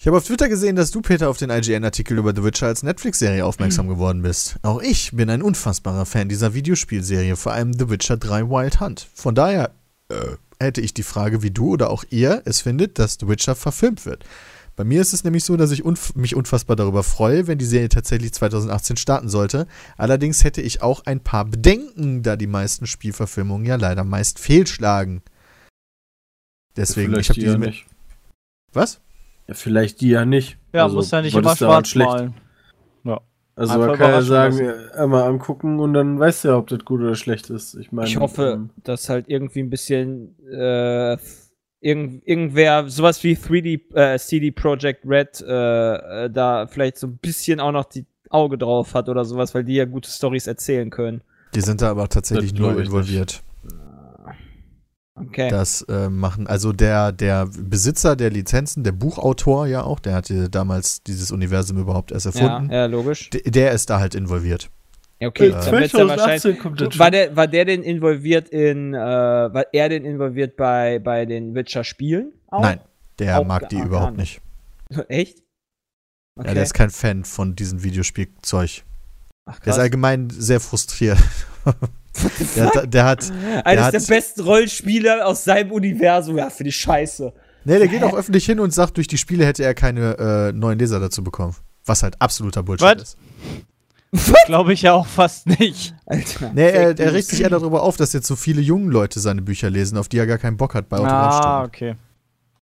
Ich habe auf Twitter gesehen, dass du, Peter, auf den IGN-Artikel über The Witcher als Netflix-Serie aufmerksam geworden bist. Auch ich bin ein unfassbarer Fan dieser Videospielserie, vor allem The Witcher 3 Wild Hunt. Von daher äh, hätte ich die Frage, wie du oder auch ihr es findet, dass The Witcher verfilmt wird. Bei mir ist es nämlich so, dass ich unf mich unfassbar darüber freue, wenn die Serie tatsächlich 2018 starten sollte. Allerdings hätte ich auch ein paar Bedenken, da die meisten Spielverfilmungen ja leider meist fehlschlagen. Deswegen, ich vielleicht habe die ja diese. nicht. Was? Ja, vielleicht die ja nicht. Ja, Also, muss ja nicht was immer ist daran schwarz malen. Also Einfach man kann ja überraschen sagen, einmal angucken und dann weißt du ja, ob das gut oder schlecht ist. Ich meine, Ich hoffe, ähm, dass halt irgendwie ein bisschen äh, irgend, irgendwer, sowas wie 3D, äh, CD Projekt Red, äh, äh, da vielleicht so ein bisschen auch noch die Auge drauf hat oder sowas, weil die ja gute Stories erzählen können. Die sind da aber tatsächlich Das nur glaub ich involviert. Okay. Das äh, machen, also der, der Besitzer der Lizenzen, der Buchautor ja auch, der hatte damals dieses Universum überhaupt erst ja, erfunden. ja, logisch. Der, der ist da halt involviert. Ja, okay, äh, dann wird's ja wahrscheinlich. 2018 kommt das War schon. der, war der denn involviert in, äh, war er denn involviert bei, bei den Witcher-Spielen? auch? Nein, der Auch mag die gar- überhaupt gar nicht. nicht. Echt? Ja, der ist kein Fan von diesem Videospielzeug. Ach, Der ist krass. allgemein sehr frustriert. der, hat- der hat, Eines hat- der besten Rollenspieler aus seinem Universum. Ja, für die Scheiße. nee, der geht auch öffentlich hin und sagt, durch die Spiele hätte er keine äh, neuen Leser dazu bekommen. Was halt absoluter Bullshit Was? ist. Glaube ich ja auch fast nicht. Alter. Nee, er, er regt sich eher darüber auf, dass jetzt so viele junge Leute seine Bücher lesen, auf die er gar keinen Bock hat bei Ah, Autogrammstunden. okay.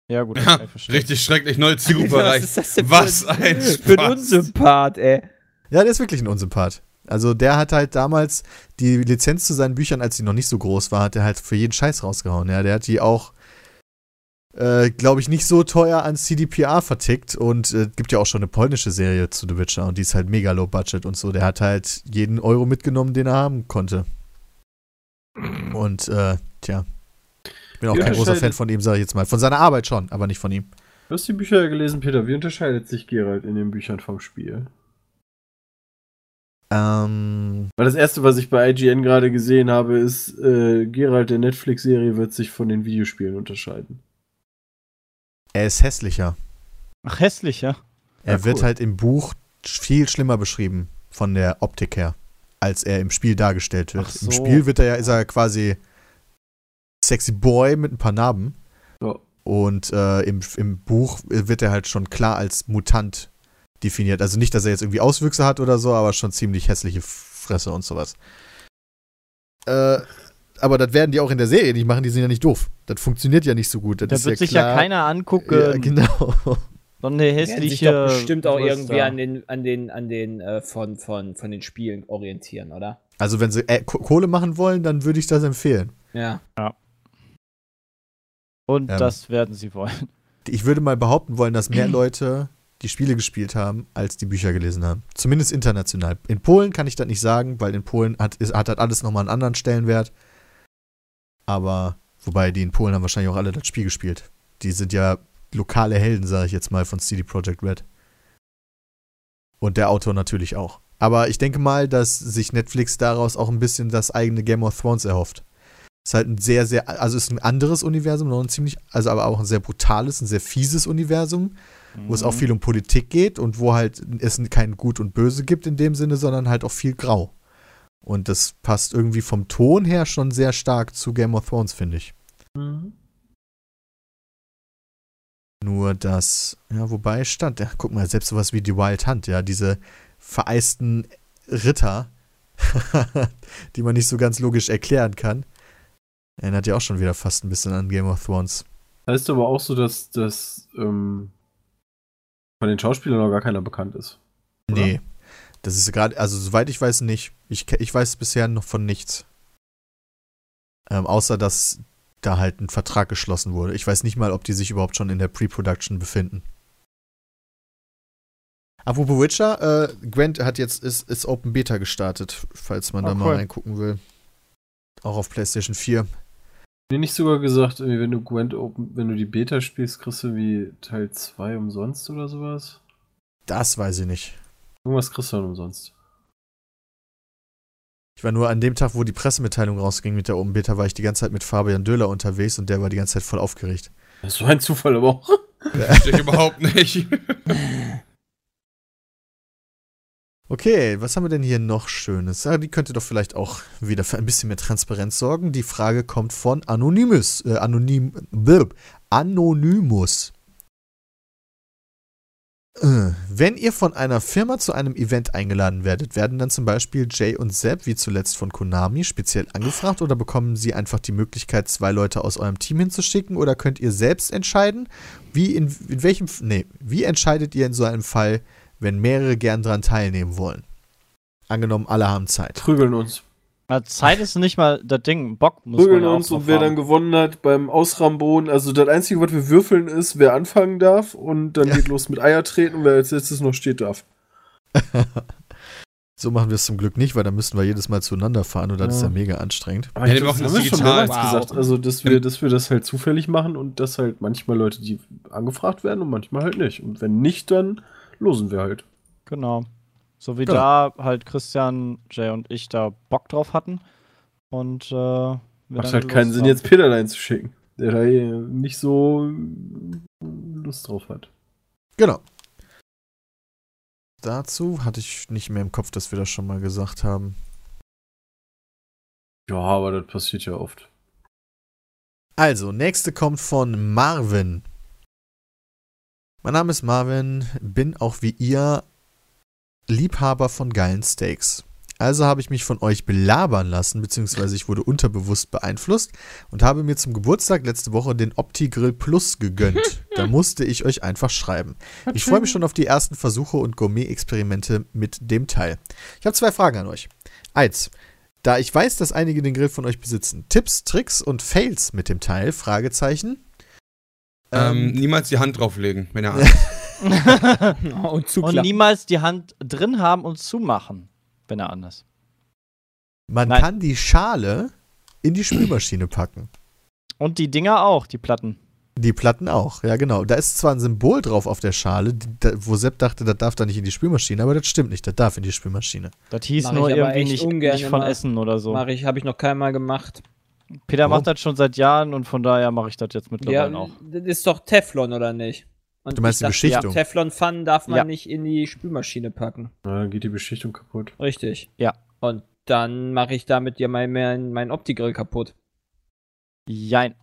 Ja, gut. Ja, ich verstehe. richtig schrecklich neue Zielgruppe Was erreicht. ist das denn für Was ein- ein Für ein Spaß. Unsympath, ey. Ja, der ist wirklich ein Unsympath. Also der hat halt damals die Lizenz zu seinen Büchern, als die noch nicht so groß war, hat er halt für jeden Scheiß rausgehauen. Ja, der hat die auch, äh, glaube ich, nicht so teuer an CDPR vertickt und äh, gibt ja auch schon eine polnische Serie zu The Witcher und die ist halt mega low budget und so. Der hat halt jeden Euro mitgenommen, den er haben konnte. Und äh, tja, ich bin auch Wie kein großer unterscheidet- Fan von ihm, sage ich jetzt mal. Von seiner Arbeit schon, aber nicht von ihm. Du hast die Bücher ja gelesen, Peter. Wie unterscheidet sich Geralt in den Büchern vom Spiel? Ähm, Weil das erste, was ich bei IGN gerade gesehen habe, ist, äh, Geralt der Netflix-Serie wird sich von den Videospielen unterscheiden. er ist hässlicher. Ach, hässlich, ja. Er Ja, wird cool. halt im Buch sch- viel schlimmer beschrieben von der Optik her, als er im Spiel dargestellt wird. Ach Im so. Spiel wird er ja, ist er quasi sexy Boy mit ein paar Narben. Ja. Und äh, im, im Buch wird er halt schon klar als Mutant definiert. Also nicht, dass er jetzt irgendwie Auswüchse hat oder so, aber schon ziemlich hässliche Fresse und sowas. Äh, aber das werden die auch in der Serie nicht machen, die sind ja nicht doof. Das funktioniert ja nicht so gut. Das Da ist wird ja sich klar. ja keiner angucken. Ja, genau. So eine Werden sich hässliche. doch bestimmt auch Wurst irgendwie da. an den, an den, an den äh, von, von, von den Spielen orientieren, oder? Also wenn sie äh, Ko- Kohle machen wollen, dann würde ich das empfehlen. Ja. Und Ähm. das werden sie wollen. Ich würde mal behaupten wollen, dass mehr Leute die Spiele gespielt haben, als die Bücher gelesen haben. Zumindest international. In Polen kann ich das nicht sagen, weil in Polen hat, ist, hat das alles nochmal einen anderen Stellenwert. Aber, wobei die in Polen haben wahrscheinlich auch alle das Spiel gespielt. Die sind ja lokale Helden, sage ich jetzt mal, von CD Projekt Red. Und der Autor natürlich auch. Aber ich denke mal, dass sich Netflix daraus auch ein bisschen das eigene Game of Thrones erhofft. Ist halt ein sehr, sehr, also ist ein anderes Universum, noch ein ziemlich, also aber auch ein sehr brutales, ein sehr fieses Universum, wo es auch viel um Politik geht und wo halt es kein Gut und Böse gibt in dem Sinne, sondern halt auch viel Grau. Und das passt irgendwie vom Ton her schon sehr stark zu Game of Thrones, finde ich. Nur das, ja, wobei stand, ja, guck mal, selbst sowas wie die Wild Hunt, ja, diese vereisten Ritter, die man nicht so ganz logisch erklären kann, erinnert ja auch schon wieder fast ein bisschen an Game of Thrones. Heißt aber auch so, dass, dass ähm, von den Schauspielern noch gar keiner bekannt ist. oder? Nee. Das ist gerade, also soweit ich weiß, nicht. Ich, ke- ich weiß bisher noch von nichts. Ähm, außer, dass da halt ein Vertrag geschlossen wurde. Ich weiß nicht mal, ob die sich überhaupt schon in der Pre-Production befinden. Apropos Witcher, äh, Gwent hat jetzt, ist, ist Open Beta gestartet, falls man Ah, da cool. mal reingucken will. Auch auf PlayStation 4. Mir nicht sogar gesagt, irgendwie, wenn du Gwent Open, wenn du die Beta spielst, kriegst du wie Teil 2 umsonst oder sowas? Das weiß ich nicht. Irgendwas kriegst du dann umsonst. Ich war nur an dem Tag, wo die Pressemitteilung rausging mit der Open Beta, war ich die ganze Zeit mit Fabian Döhler unterwegs und der war die ganze Zeit voll aufgeregt. Das war ein Zufall, aber auch. Verstehe ich überhaupt nicht. Okay, was haben wir denn hier noch Schönes? Ah, die könnte doch vielleicht auch wieder für ein bisschen mehr Transparenz sorgen. Die Frage kommt von Anonymous. Äh, Anonym, blub, Anonymous. Äh, Wenn ihr von einer Firma zu einem Event eingeladen werdet, werden dann zum Beispiel Jay und Sepp, wie zuletzt von Konami, speziell angefragt oder bekommen sie einfach die Möglichkeit, zwei Leute aus eurem Team hinzuschicken oder könnt ihr selbst entscheiden, wie in, in welchem, nee, wie entscheidet ihr in so einem Fall, wenn mehrere gern dran teilnehmen wollen. Angenommen, alle haben Zeit. Prügeln uns. Na, Zeit ist nicht mal das Ding. Bock muss Prügeln man ja uns auch und wer dann drauf haben. gewonnen hat beim Ausrambonen, also das Einzige, was wir würfeln, ist, wer anfangen darf und dann Ja. geht los mit Eier treten und wer als letztes noch steht darf. so machen wir es zum Glück nicht, weil dann müssten wir jedes Mal zueinander fahren und das ist ja Ja. meiga anstrengend. Aber Ja, ich die glaub, machen das das haben wir schon digital. mehrmals Wow. gesagt, also dass wir, dass wir das halt zufällig machen und dass halt manchmal Leute, die angefragt werden und manchmal halt nicht. Und wenn nicht, dann losen wir halt. Genau. So wie Genau. da halt Christian, Jay und ich da Bock drauf hatten. Und äh, wir Macht dann halt keinen los Sinn, waren. jetzt Peter dahin zu schicken, der da eh nicht so Lust drauf hat. Genau. Dazu hatte ich nicht mehr im Kopf, dass wir das schon mal gesagt haben. Ja, aber das passiert ja oft. Also, nächste kommt von Marvin. Mein Name ist Marvin, bin auch wie ihr Liebhaber von geilen Steaks. Also habe ich mich von euch belabern lassen, beziehungsweise ich wurde unterbewusst beeinflusst und habe mir zum Geburtstag letzte Woche den Opti-Grill Plus gegönnt. Da musste ich euch einfach schreiben. Ich freue mich schon auf die ersten Versuche und Gourmet-Experimente mit dem Teil. Ich habe zwei Fragen an euch. Eins, da ich weiß, dass einige den Grill von euch besitzen, Tipps, Tricks und Fails mit dem Teil? Fragezeichen. ähm, niemals die Hand drauflegen, wenn er Angst Und zu und niemals die Hand drin haben und zumachen, wenn er anders. man nein. kann die Schale in die Spülmaschine packen. Und die Dinger auch, die Platten. Die Platten auch, ja genau. Da ist zwar ein Symbol drauf auf der Schale, die- da- wo Sepp dachte, das darf da nicht in die Spülmaschine, aber das stimmt nicht, das darf in die Spülmaschine. Das hieß Mach nur ich aber irgendwie echt nicht, ungern nicht von immer. Essen oder so. Mach ich, habe ich noch keinmal gemacht. Peter Oh. macht das schon seit Jahren und von daher mache ich das jetzt Ja, mittlerweile auch. das ist doch Teflon, oder nicht? Und Du meinst ich die dachte, Beschichtung? Ja, Teflon-Pfannen darf man Ja. nicht in die Spülmaschine packen. Na, dann geht die Beschichtung kaputt. Richtig. Ja. Und dann mache ich damit ja mein, mein, mein Opti-Grill kaputt. Jein.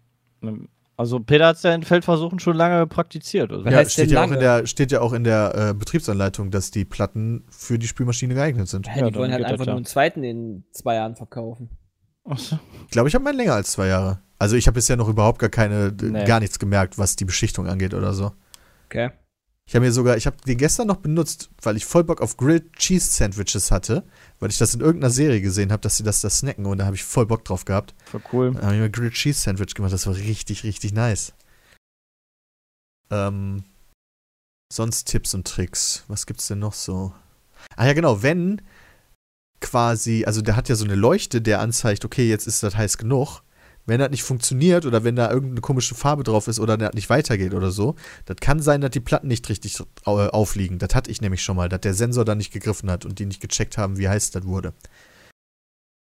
Also Peter hat es ja in Feldversuchen schon lange praktiziert. Also. Ja. heißt steht, denn ja auch in lange? der, steht ja auch in der äh, Betriebsanleitung, dass die Platten für die Spülmaschine geeignet sind. Hä, Ja, die wollen dann halt geht das einfach ja. nur einen zweiten in zwei Jahren verkaufen. Ich glaube, ich habe meinen länger als zwei Jahre. Also ich habe bisher noch überhaupt gar keine, Nee. gar nichts gemerkt, was die Beschichtung angeht oder so. Okay. Ich habe mir sogar, ich habe den gestern noch benutzt, weil ich voll Bock auf Grilled Cheese Sandwiches hatte, weil ich das in irgendeiner Serie gesehen habe, dass sie das da snacken und da habe ich voll Bock drauf gehabt. Voll cool. Dann habe ich mir Grilled Cheese Sandwich gemacht, das war richtig, richtig nice. Ähm, sonst Tipps und Tricks. Was gibt's denn noch so? Ah ja, genau, wenn quasi, also der hat ja so eine Leuchte, der anzeigt, okay, jetzt ist das heiß genug. Wenn das nicht funktioniert oder wenn da irgendeine komische Farbe drauf ist oder das nicht weitergeht oder so, das kann sein, dass die Platten nicht richtig äh, aufliegen. Das hatte ich nämlich schon mal, dass der Sensor da nicht gegriffen hat und die nicht gecheckt haben, wie heiß das wurde.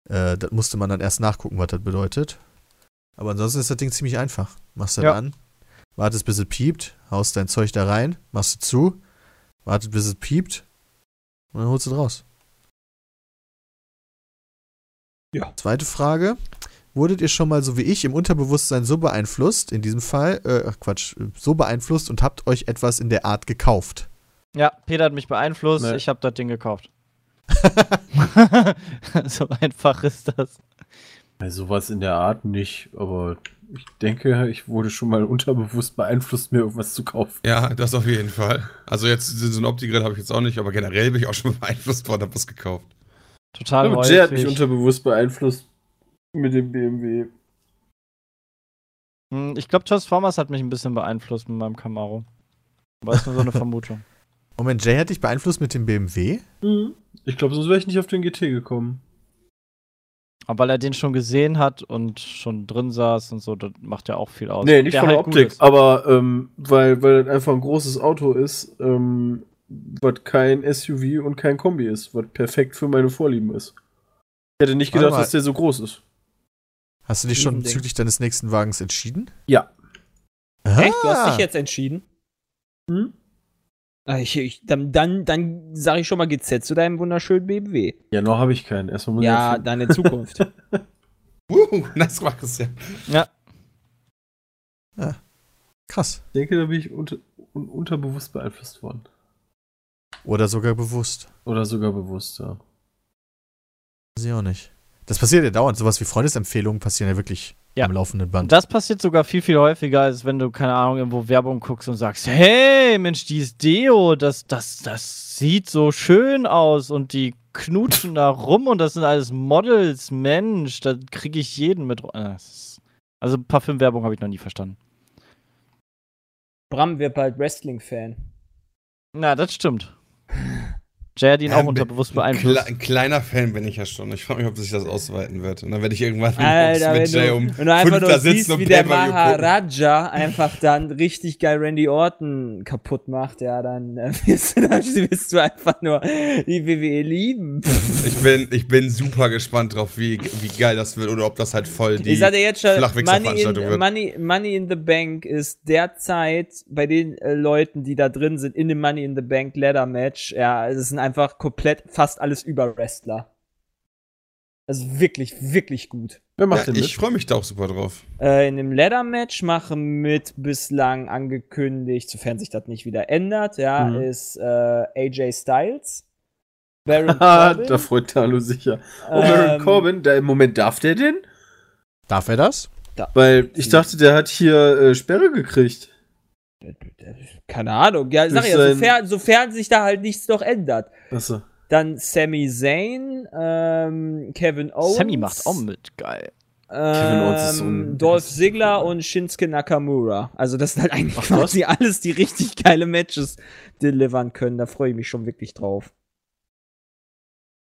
Äh, das musste man dann erst nachgucken, was das bedeutet. Aber ansonsten ist das Ding ziemlich einfach. Machst du Ja. ja. an, wartest bis es piept, haust dein Zeug da rein, machst es zu, wartet bis es piept und dann holst du es raus. Ja. Zweite Frage. Wurdet ihr schon mal so wie ich im Unterbewusstsein so beeinflusst, in diesem Fall, äh, ach Quatsch, so beeinflusst und habt euch etwas in der Art gekauft? Ja, Peter hat mich beeinflusst, Nee. ich habe das Ding gekauft. so einfach ist das. Bei sowas in der Art nicht, aber ich denke, ich wurde schon mal unterbewusst beeinflusst, mir irgendwas zu kaufen. Ja, das auf jeden Fall. Also jetzt so ein Opti-Grill habe ich jetzt auch nicht, aber generell bin ich auch schon beeinflusst worden, habe was gekauft. Total Aber häufig. Jay hat mich unterbewusst beeinflusst mit dem BMW. Hm, ich glaube, Transformers hat mich ein bisschen beeinflusst mit meinem Camaro. Aber ist nur so eine Vermutung. Moment, Jay hat dich beeinflusst mit dem BMW? Ich glaube, sonst wäre ich nicht auf den GT gekommen. Aber weil er den schon gesehen hat und schon drin saß und so, das macht ja auch viel aus. nee, nicht Der von der halt gut Optik, ist. aber ähm, weil, weil das einfach ein großes Auto ist, ähm, was kein SUV und kein Kombi ist, was perfekt für meine Vorlieben ist. Ich hätte nicht Warte gedacht, mal. dass der so groß ist. Hast du dich schon Riesending. bezüglich deines nächsten Wagens entschieden? Ja. Echt? Du hast Ah. dich jetzt entschieden? Hm? Ah, Ich, ich, dann dann, dann sage ich schon mal GZ zu deinem wunderschönen BMW. Ja, noch habe ich keinen. Erstmal muss Ja, ich dann in Zukunft. Uh, nice gemacht, Christian. Krass. ich denke, da bin ich unter, un unterbewusst beeinflusst worden. Oder sogar bewusst. Oder sogar bewusst, ja. Weiß ich auch nicht. Das passiert ja dauernd. Sowas wie Freundesempfehlungen passieren ja wirklich Ja. am laufenden Band. Das passiert sogar viel, viel häufiger, als wenn du, keine Ahnung, irgendwo Werbung guckst und sagst, hey, Mensch, dieses Deo, das, das, das sieht so schön aus und die knutschen da rum und das sind alles Models, Mensch, da kriege ich jeden mit. ru- Ah, das ist- Also Parfümwerbung habe ich noch nie verstanden. Bram wird halt bald Wrestling-Fan. Na, das stimmt. Jay hat ihn auch Ähm, unterbewusst Ein, kle beeinflusst. ein kleiner Fan bin ich ja schon. Ich frage mich, ob sich das ausweiten wird. Und dann werde ich irgendwann Alter, wenn mit Jay du, um wenn du einfach fünf nur da siehst, sitzen und wie der Pay-Per-View gucken. Maharaja einfach dann richtig geil Randy Orton kaputt macht, ja, dann äh, wirst, du, dann wirst du einfach nur die WWE lieben. Ich bin, ich bin super gespannt drauf, wie, wie geil das wird oder ob das halt voll die ich sage dir jetzt schon, Money Flachwichserveranstaltung in, wird. Money, Money in the Bank ist derzeit bei den äh, Leuten, die da drin sind, in dem Money in the Bank Ladder Match, ja, also es sind einfach komplett fast alles über Wrestler. Also wirklich, wirklich gut. Wer macht Ja, denn ich mit? freue mich da auch super drauf. Äh, in dem Ladder-Match machen mit bislang angekündigt, sofern sich das nicht wieder ändert, ja, Mhm. ist äh, AJ Styles. Baron Ah, Corbin, da freut Talo sicher. Oh, Baron ähm, Corbin, da im Moment darf der denn? Darf er das? Weil ich dachte, der hat hier äh, Sperre gekriegt. Keine Ahnung, ja, sag Durch ich ja, sein- sofern, sofern sich da halt nichts noch ändert. Achso. Dann Sami Zayn, ähm, Kevin Owens. Sammy macht auch mit, geil. Kevin Owens ist so ähm, ein- Dolph Ziggler und Shinsuke Nakamura. Also das sind halt eigentlich Ach, quasi alles die richtig geile Matches delivern können. Da freue ich mich schon wirklich drauf.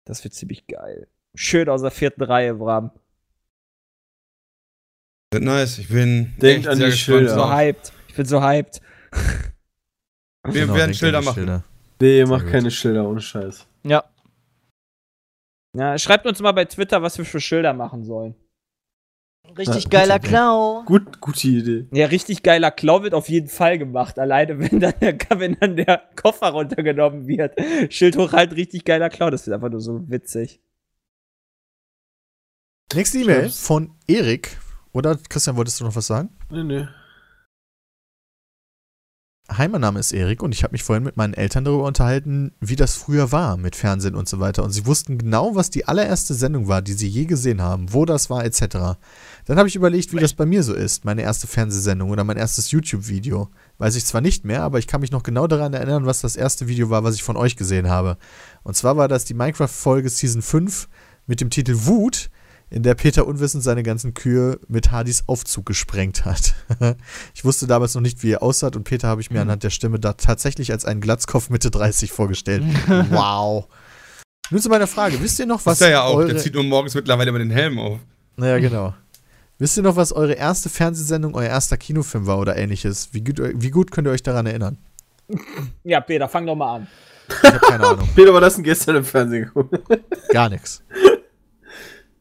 Das wird ziemlich geil. Schön aus der vierten Reihe, Bram. Wird nice. Ich bin Denkt an die Schilder. So drauf. hyped. Ich bin so hyped. Wir Genau, werden denk Schilder an die machen. Schilder. Nee, ihr macht gut. keine Schilder ohne Scheiß. Ja, Ja, schreibt uns mal bei Twitter, was wir für Schilder machen sollen. richtig geiler Clown. Gut, gute Idee. Ja, richtig geiler Klau wird auf jeden Fall gemacht. Alleine, wenn dann der, wenn dann der Koffer runtergenommen wird. Schild hoch halt, richtig geiler Klau. Das wird einfach nur so witzig. Nächste E-Mail Schreib's. von Erik. Oder Christian, wolltest du noch was sagen? Nee, nee. Hi, mein Name ist Erik und ich habe mich vorhin mit meinen Eltern darüber unterhalten, wie das früher war mit Fernsehen und so weiter. Und sie wussten genau, was die allererste Sendung war, die sie je gesehen haben, wo das war, etc. Dann habe ich überlegt, wie das bei mir so ist, meine erste Fernsehsendung oder mein erstes YouTube-Video. Weiß ich zwar nicht mehr, aber ich kann mich noch genau daran erinnern, was das erste Video war, was ich von euch gesehen habe. Und zwar war das die Minecraft-Folge Season 5 mit dem Titel Wut, in der Peter unwissend seine ganzen Kühe mit Hardys Aufzug gesprengt hat. ich wusste damals noch nicht, wie er aussah und Peter habe ich Mhm. mir anhand der Stimme da tatsächlich als einen Glatzkopf Mitte 30 vorgestellt. wow. Nun zu meiner Frage, wisst ihr noch, Was was ist er ja auch. eure... Der zieht nur morgens mittlerweile immer den Helm auf. Naja, genau. Wisst ihr noch, was eure erste Fernsehsendung, euer erster Kinofilm war oder ähnliches? Wie gut, wie gut könnt ihr euch daran erinnern? Ja, Peter, fang doch mal an. Ich habe keine Ahnung. Peter war das denn gestern im Fernsehen geguckt. Gar nichts.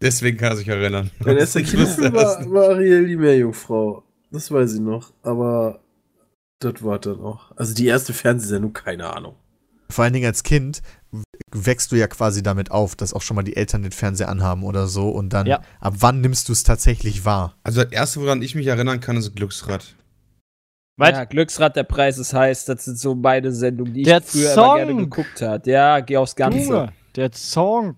Deswegen kann er sich erinnern. Mein erster Ich wusste Kind das war, war Ariel die Meerjungfrau. Das weiß ich noch. Aber das war dann auch. Also die erste Fernsehsendung, keine Ahnung. Vor allen Dingen als Kind w- wächst du ja quasi damit auf, dass auch schon mal die Eltern den Fernseher anhaben oder so und dann Ja. ab wann nimmst du es tatsächlich wahr? Also das erste, woran ich mich erinnern kann, ist Glücksrad. Was? Ja, Glücksrad der Preis ist heiß. Das sind so beide Sendungen, die Der ich früher Song. immer gerne geguckt hat. Ja, geh aufs Ganze. Junge, der Song.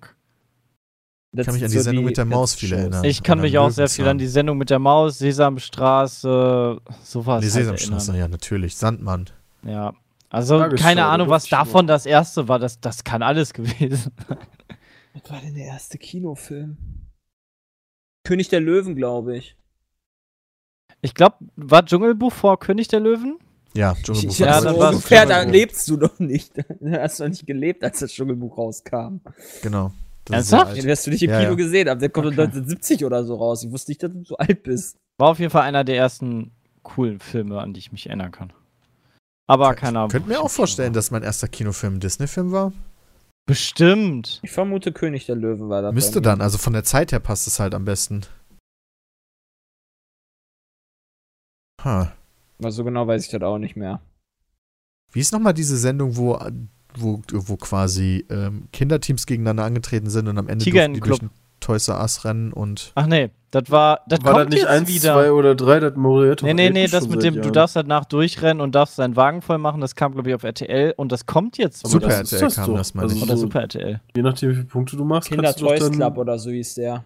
Ich Das kann mich sind an die so Sendung mit der letzten Maus viel Shows. erinnern. Ich kann Und mich auch sehr viel Löwenzahn. an die Sendung mit der Maus, Sesamstraße, sowas. Die halt Sesamstraße, ja, natürlich. Sandmann. erinnern. Ja. Also Tagesschau, keine Ahnung, was Luftschiffe. davon das erste war. Das, das kann alles gewesen. Was war denn der erste Kinofilm? König der Löwen, glaube ich. Ich glaube, war Dschungelbuch vor König der Löwen? Ja, ich, Dschungelbuch ich war ja, das das dann erste. war war's ungefähr, da Dschungelbuch. lebst du noch nicht. Da hast du noch nicht gelebt, als das Dschungelbuch rauskam. Genau. ist Ernsthaft? sehr Den alt. wirst du nicht im Ja, Kino ja. gesehen haben. Der kommt Okay. 1970 oder so raus. Ich wusste nicht, dass du so alt bist. War auf jeden Fall einer der ersten coolen Filme, an die ich mich erinnern kann. Aber keine Ahnung. Ich könnte mir auch vorstellen, dass mein erster Kinofilm ein Disney-Film war. Bestimmt. Ich vermute, König der Löwen war das. Müsste bei mir. dann, also von der Zeit her passt es halt am besten. Ha. Aber so genau weiß ich das auch nicht mehr. Wie ist nochmal diese Sendung, wo, wo, wo quasi ähm, Kinderteams gegeneinander angetreten sind und am Ende durften Tiger in die den durch Club. den Toys R Us rennen und Ach nee, das war. Das war kommt das nicht jetzt eins, wieder. zwei oder drei, das moderiert Nee, doch nee, Elton nee, das schon mit seit dem, du Jahren. darfst danach durchrennen und darfst seinen Wagen voll machen, das kam, glaube ich, auf RTL und das kommt jetzt Aber Super das ist RTL das kam doch. das, meine Also ich. Oder so, Super RTL. Je nachdem, wie viele Punkte du machst, Kinder kannst du doch Toys dann, Club oder so hieß der.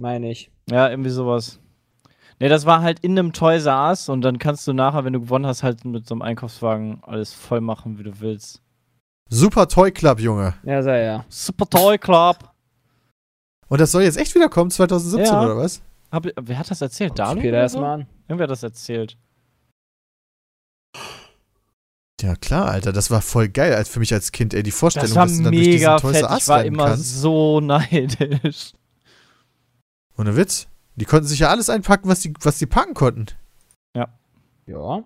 Meine ich. Ja, irgendwie sowas. Nee, das war halt in einem Toys R Us und dann kannst du nachher, wenn du gewonnen hast, halt mit so einem Einkaufswagen alles voll machen, wie du willst. Super Toy Club, Junge. Ja, sei ja. Super Toy Club. Und das soll jetzt echt wieder kommen, 2017 Ja. oder was? Hab, wer hat das erzählt? Dalu? Später oder erstmal an. Irgendwer hat das erzählt. Ja klar, Alter, das war voll geil als für mich als Kind, ey, die Vorstellung, Das war dass du dann durch diesen mega Toys fett. R Ich Us war rennen immer kannst. so neidisch. Ohne Witz. Die konnten sich ja alles einpacken, was die, was die packen konnten. Ja.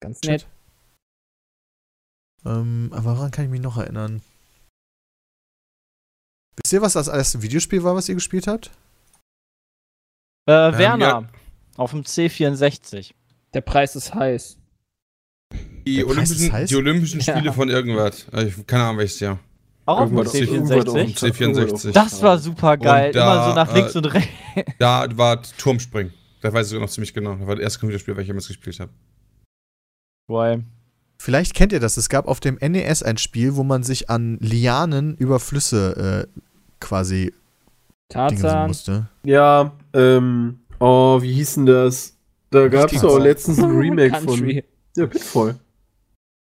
Ganz nett. Ähm, aber woran kann ich mich noch erinnern? Wisst ihr, was das erste Videospiel war, was ihr gespielt habt? Äh, Werner. Auf dem C64. Der Preis ist heiß. Die Der Preis ist Olympischen, heiß? die Olympischen Ja. Spiele von irgendwas. Äh, Ich, keine Ahnung welches Jahr. Auch auf dem Irgendwas- irgendwas auf dem C64. Tab- irgendwas auf dem Das war Tab. super geil. Und da, immer so nach links äh, und rechts. Da war Turmspringen. Da weiß ich sogar noch ziemlich genau. Das war das erste Computerspiel, welches ich jemals gespielt habe. Boy. Vielleicht kennt ihr das. Es gab auf dem NES ein Spiel, wo man sich an Lianen über Flüsse äh, quasi dingen Tarzan. musste. Ja, ähm, oh, wie hieß denn das? Da gab es auch Tarzan. letztens ein Remake von. Country. Ja, Pitfall.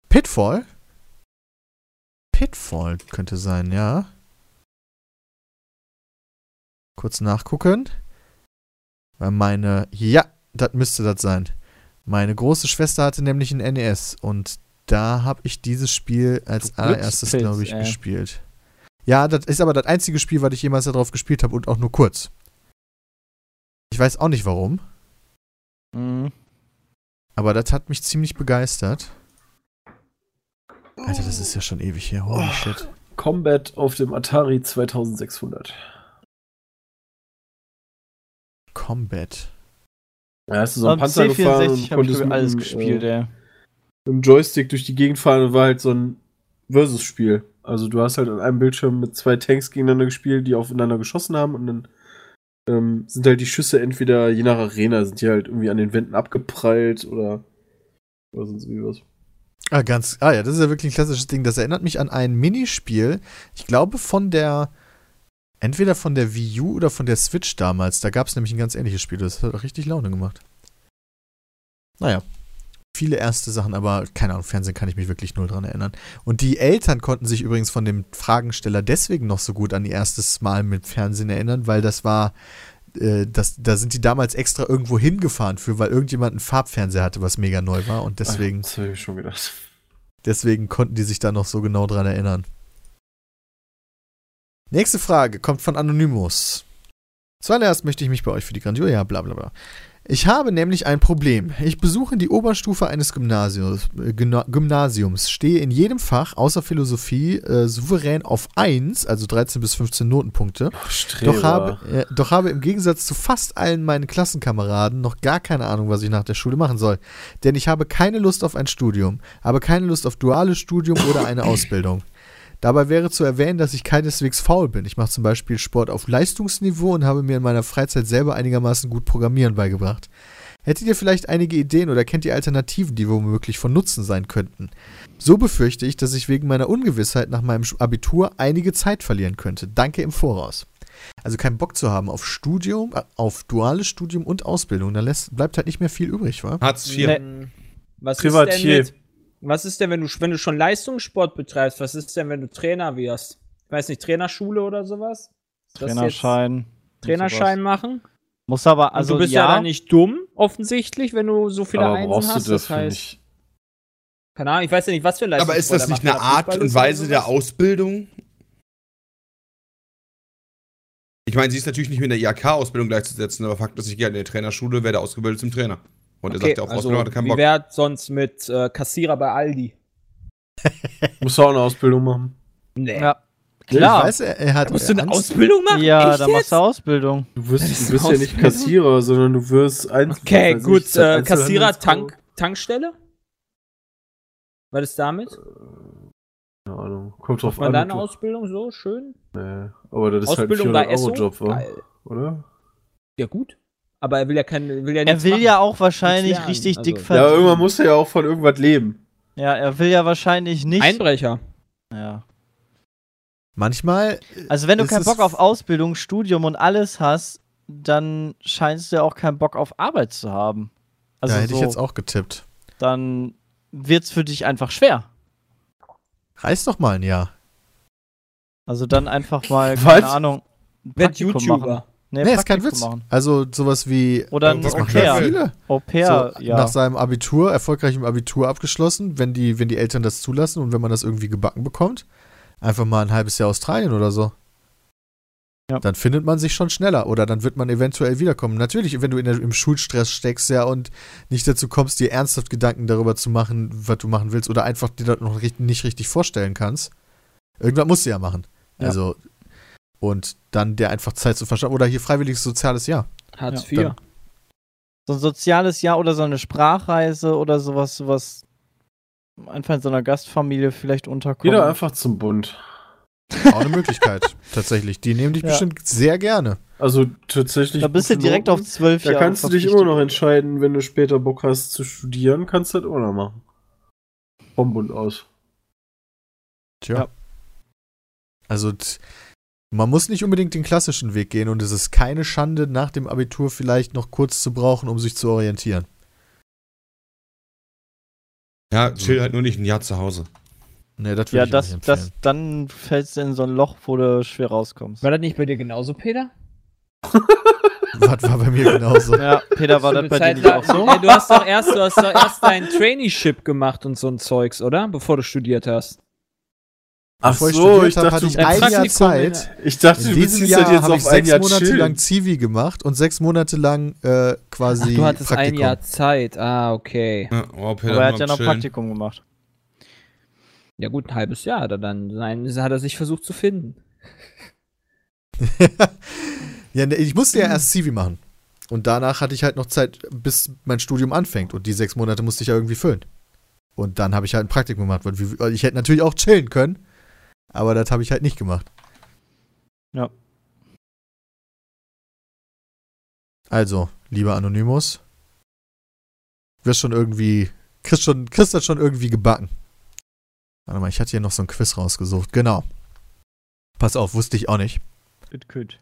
Pitfall? Pitfall könnte sein, ja. Kurz nachgucken. Weil meine. Ja, das müsste das sein. Meine große Schwester hatte nämlich ein NES und da habe ich dieses Spiel als Du allererstes, Glückspilz, glaube ich, ey. gespielt. Ja, das ist aber das einzige Spiel, was ich jemals darauf gespielt habe und auch nur kurz. Ich weiß auch nicht warum, Mhm. aber das hat mich ziemlich begeistert. Alter, das ist ja schon ewig her. Holy Oh. shit. Combat auf dem Atari 2600. Combat. Ja, hast du so Am einen Panzer C64 gefahren und habe ich konntest glaub ich, mit alles dem, gespielt, äh, ey. mit dem Joystick durch die Gegend fahren und war halt so ein Versus-Spiel. Also du hast halt an einem Bildschirm mit zwei Tanks gegeneinander gespielt, die aufeinander geschossen haben und dann ähm, sind halt die Schüsse entweder je nach Arena sind die halt irgendwie an den Wänden abgeprallt oder oder sonst wie was. Ah, ganz, ah ja, das ist ja wirklich ein klassisches Ding. Das erinnert mich an ein Minispiel. Ich glaube von der, entweder von der Wii U oder von der Switch damals. Da gab es nämlich ein ganz ähnliches Spiel. Das hat auch richtig Laune gemacht. Naja. Viele erste Sachen, aber keine Ahnung, Fernsehen kann ich mich wirklich null dran erinnern. Und die Eltern konnten sich übrigens von dem Fragensteller deswegen noch so gut an ihr erstes Mal mit Fernsehen erinnern, weil das war, äh, das, da sind die damals extra irgendwo hingefahren für, weil irgendjemand einen Farbfernseher hatte, was mega neu war und deswegen. Das habe ich schon gedacht. Deswegen konnten die sich da noch so genau dran erinnern. Nächste Frage kommt von Anonymous. Zuallererst möchte ich mich bei euch für die Grandiosa, ja, bla bla bla. Ich habe nämlich ein Problem. Ich besuche die Oberstufe eines Gymnasiums, äh, Gymna- Gymnasiums stehe in jedem Fach außer Philosophie äh, souverän auf 1, also 13 bis 15 Notenpunkte. Doch habe, äh, doch habe im Gegensatz zu fast allen meinen Klassenkameraden noch gar keine Ahnung, was ich nach der Schule machen soll. Denn ich habe keine Lust auf ein Studium, habe keine Lust auf duales Studium oder eine Ausbildung. Dabei wäre zu erwähnen, dass ich keineswegs faul bin. Ich mache zum Beispiel Sport auf Leistungsniveau und habe mir in meiner Freizeit selber einigermaßen gut Programmieren beigebracht. Hättet ihr vielleicht einige Ideen oder kennt ihr Alternativen, die womöglich von Nutzen sein könnten? So befürchte ich, dass ich wegen meiner Ungewissheit nach meinem Abitur einige Zeit verlieren könnte. Danke im Voraus. Also keinen Bock zu haben auf Studium, äh, auf duales Studium und Ausbildung, da lässt, bleibt halt nicht mehr viel übrig, wa? Hartz IV. Ne, was Privatier. Ist denn mit, was ist denn, wenn du, wenn du schon Leistungssport betreibst? Was ist denn, wenn du Trainer wirst? Ich weiß nicht, Trainerschule oder sowas? Ist das jetzt Trainerschein. und Trainerschein sowas. machen? Muss aber, Also also du bist ja, ja, dann nicht dumm, offensichtlich, wenn du halt. so viele Aber Einsen brauchst hast. du das Das für heißt, mich? keine Ahnung, ich weiß ja nicht, was für Leistungssport Aber ist das er nicht macht, eine wenn er Art Fußball und ist oder Weise der sowas? Ausbildung? Ich meine, sie ist natürlich nicht mit der IHK-Ausbildung gleichzusetzen, aber Fakt ist, ich gehe an der Trainerschule, werde ausgebildet zum Trainer. Und er Okay, sagt ja auch, also, Ausbildung hat er keinen wie Bock. wär's sonst mit äh, Kassierer bei Aldi? Musst du auch eine Ausbildung machen. Nee. Ja. klar. Ich weiß, er, er hat Musst du eine Angst. Ausbildung machen? ja, Echt da jetzt? machst du Ausbildung. Du wirst, Ist du wirst ja nicht Ausbildung? Kassierer, sondern du wirst ein. Okay, weiß ich, gut. Äh, Einzelhandels- Kassierer, Tank, Tankstelle? Was ist damit? Keine Ahnung. Kommt drauf War an. deine ob du- Ausbildung so schön? Nee. Aber das ist Ausbildung halt bei ein Esso? 400-Euro-Job, wa? Geil. oder? Ja, gut. Aber er will ja keine. Will ja Er nichts will machen. ja auch wahrscheinlich lernen, richtig also. dick Ja, Ja, aber verdienen. irgendwann muss er ja auch von irgendwas leben. ja, er will ja wahrscheinlich nicht. Einbrecher. ja. Manchmal Also wenn du Es keinen ist- Bock auf Ausbildung, Studium und alles hast, dann scheinst du ja auch keinen Bock auf Arbeit zu haben. Also ja, hätte so, ich jetzt auch getippt. dann wird's für dich einfach schwer. Reiß doch mal ein Jahr. Also dann einfach mal, keine Was? Ahnung, ein Wird Praktikum YouTuber. machen. Nee, ist kein Praktikum Witz. Machen. Also sowas wie Oder ein das machen Au-pair. ja viele. Au pair, so, ja. Nach seinem Abitur, erfolgreich im Abitur abgeschlossen, wenn die, wenn die Eltern das zulassen und wenn man das irgendwie gebacken bekommt, einfach mal ein halbes Jahr Australien oder so. Ja. Dann findet man sich schon schneller oder dann wird man eventuell wiederkommen. Natürlich, wenn du in der, im Schulstress steckst ja und nicht dazu kommst, dir ernsthaft Gedanken darüber zu machen, was du machen willst oder einfach dir das noch richt- nicht richtig vorstellen kannst. Irgendwann musst du ja machen. Ja. Also und dann der einfach Zeit zu verschaffen oder hier freiwilliges soziales Jahr. Hartz IV. Ja, dann- So ein soziales Jahr oder so eine Sprachreise oder sowas, sowas. Einfach in so einer Gastfamilie vielleicht unterkommen. Geh doch einfach zum Bund. Auch eine Möglichkeit, tatsächlich. Die nehmen dich Ja. bestimmt sehr gerne. Also tatsächlich. da bist du gute direkt Noten. auf zwölf Da Jahre. kannst du dich verpflichtet. immer noch entscheiden, wenn du später Bock hast zu studieren, kannst du das auch noch machen. Vom Bund aus. Tja. Ja. Also t- man muss nicht unbedingt den klassischen Weg gehen und es ist keine Schande, nach dem Abitur vielleicht noch kurz zu brauchen, um sich zu orientieren. Ja, chill halt nur nicht ein Jahr zu Hause. Ne, das würde Ja, ich auch das, nicht das, empfehlen. dann fällst du in so ein Loch, wo du schwer rauskommst. War das nicht bei dir genauso, Peter? Das war bei mir genauso. Ja, Peter, war das bei dir nicht auch so? Ey, du hast doch erst, du hast doch erst dein Traineeship gemacht und so ein Zeugs, oder? Bevor du studiert hast. Ach Bevor ich so, studiert ich hab, dachte, hatte du, ich ein Jahr Praktikum in- Zeit. ich dachte, In du diesem beziehst das Jahr jetzt habe ich auf ein sechs Jahr Monate Chill. lang Zivi gemacht und sechs Monate lang äh, quasi Ach, du hattest Praktikum. ein Jahr Zeit. Ah, okay. Ja, oh, Peter, Aber er mal hat ja noch chillen. Praktikum gemacht. Ja, gut, ein halbes Jahr. Oder dann nein, hat er sich versucht zu finden. ja, ne, ich musste ja erst Zivi machen. Und danach hatte ich halt noch Zeit, bis mein Studium anfängt. Und die sechs Monate musste ich ja irgendwie füllen. Und dann habe ich halt ein Praktikum gemacht. weil wie- weil Ich hätte natürlich auch chillen können, aber das habe ich halt nicht gemacht. Ja. Also, lieber Anonymous, wirst schon irgendwie, kriegst, schon, kriegst das schon irgendwie gebacken. Warte mal, ich hatte hier noch so ein Quiz rausgesucht. Genau. Pass auf, wusste ich auch nicht. It could.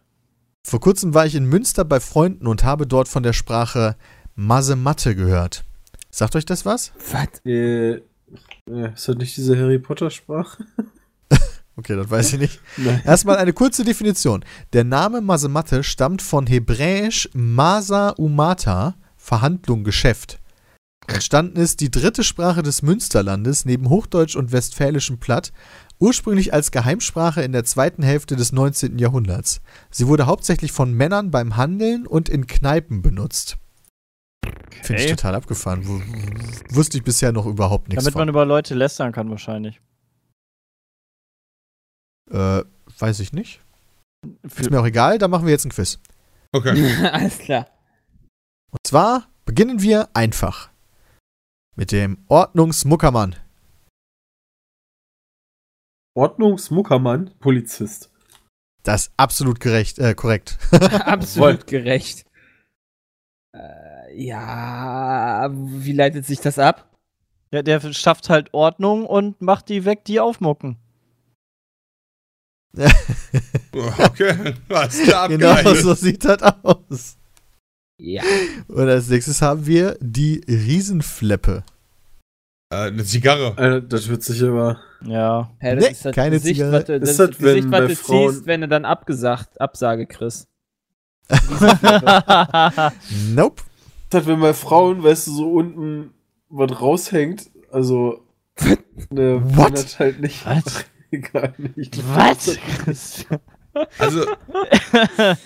Vor kurzem war ich in Münster bei Freunden und habe dort von der Sprache Masematte gehört. Sagt euch das was? Was? Äh, äh, ist das nicht diese Harry Potter-Sprache? Okay, das weiß ich nicht. Nein. Erstmal eine kurze Definition. Der Name Masematte stammt von hebräisch Masa Umata, Verhandlung, Geschäft. Entstanden ist die dritte Sprache des Münsterlandes neben Hochdeutsch und Westfälischem Platt, ursprünglich als Geheimsprache in der zweiten Hälfte des 19. Jahrhunderts. Sie wurde hauptsächlich von Männern beim Handeln und in Kneipen benutzt. Finde ich total abgefahren. W- w- Wusste ich bisher noch überhaupt nichts Damit man von. über Leute lästern kann, wahrscheinlich. Äh, weiß ich nicht. Ist Für, mir auch egal, dann machen wir jetzt ein Quiz. Okay. Alles klar. Und zwar beginnen wir einfach mit dem Ordnungsmuckermann. Ordnungsmuckermann, Polizist. Das ist absolut gerecht, äh, korrekt. Absolut gerecht. Äh, ja, wie leitet sich das ab? ja, der schafft halt Ordnung und macht die weg, die aufmucken. Okay. Alles klar, genau abgeleitet. so sieht das aus. Ja. Und als nächstes haben wir die Riesenfleppe. Äh, eine Zigarre. Äh, das wird sich aber. Ja. Hä, das Nee, ist das keine Gesicht, Zigarre. was du, das ist Ist das das, wenn Gesicht, was bei du Frauen- ziehst, wenn du dann abgesagt, Absage kriegst. Nope. Das, wenn bei Frauen, weißt du, so unten was raushängt, also. Ne, wenn What? das halt nicht. Was? Egal nicht. Was? Also,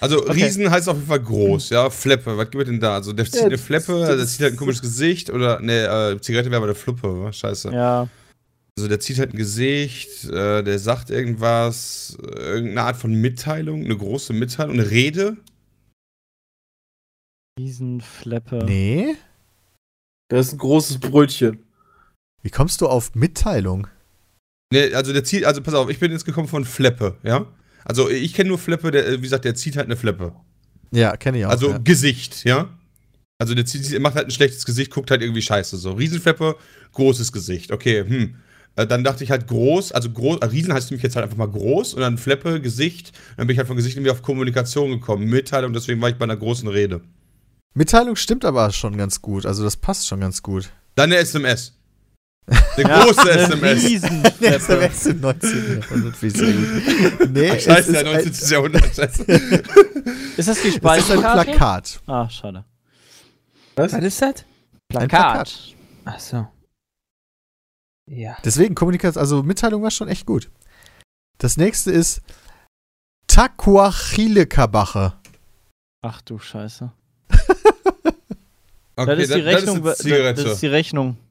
also Riesen heißt auf jeden Fall groß, ja. Fleppe, was gibt es denn da? Also der zieht Ja, eine Fleppe, das- der zieht halt ein komisches Gesicht oder ne, äh, Zigarette wäre aber der Fluppe, wa? scheiße. ja. Also der zieht halt ein Gesicht, äh, der sagt irgendwas, äh, irgendeine Art von Mitteilung, eine große Mitteilung, eine Rede. Riesenfleppe. Nee. Das ist ein großes Brötchen. Wie kommst du auf Mitteilung? Ne, also der zieht, also pass auf, ich bin jetzt gekommen von Fleppe, ja. Also ich kenne nur Fleppe, der, äh, wie gesagt, der zieht halt eine Fleppe. Ja, kenne ich auch. Also ja. Gesicht, ja. Also der zieht, macht halt ein schlechtes Gesicht, guckt halt irgendwie scheiße. So, Riesenfleppe, großes Gesicht. Okay, hm. Äh, Dann dachte ich halt groß, also groß, äh, Riesen heißt nämlich jetzt halt einfach mal groß und dann Fleppe, Gesicht. Dann bin ich halt von Gesicht irgendwie auf Kommunikation gekommen, Mitteilung, deswegen war ich bei einer großen Rede. Mitteilung stimmt aber schon ganz gut. Also das passt schon ganz gut. Dann eine SMS. Eine große Äh, SMS. Der Riesenfleppe. SMS im 19. Jahrhundert finde ich sehr gut. Nee, Ach, es scheiße, ist der ein, 19. es Jahrhundert. Scheiße. Ist das die ist ein Speisekarte? Plakat. Ah, schade. Was ist das? Ein Plakat. Plakat. Ach so. Ja. Deswegen Kommunikation, also Mitteilung war schon echt gut. Das nächste ist Taquachilekabache. Ach du Scheiße. Okay, das ist die Rechnung. Das ist eine Zigarette. Das ist die Rechnung.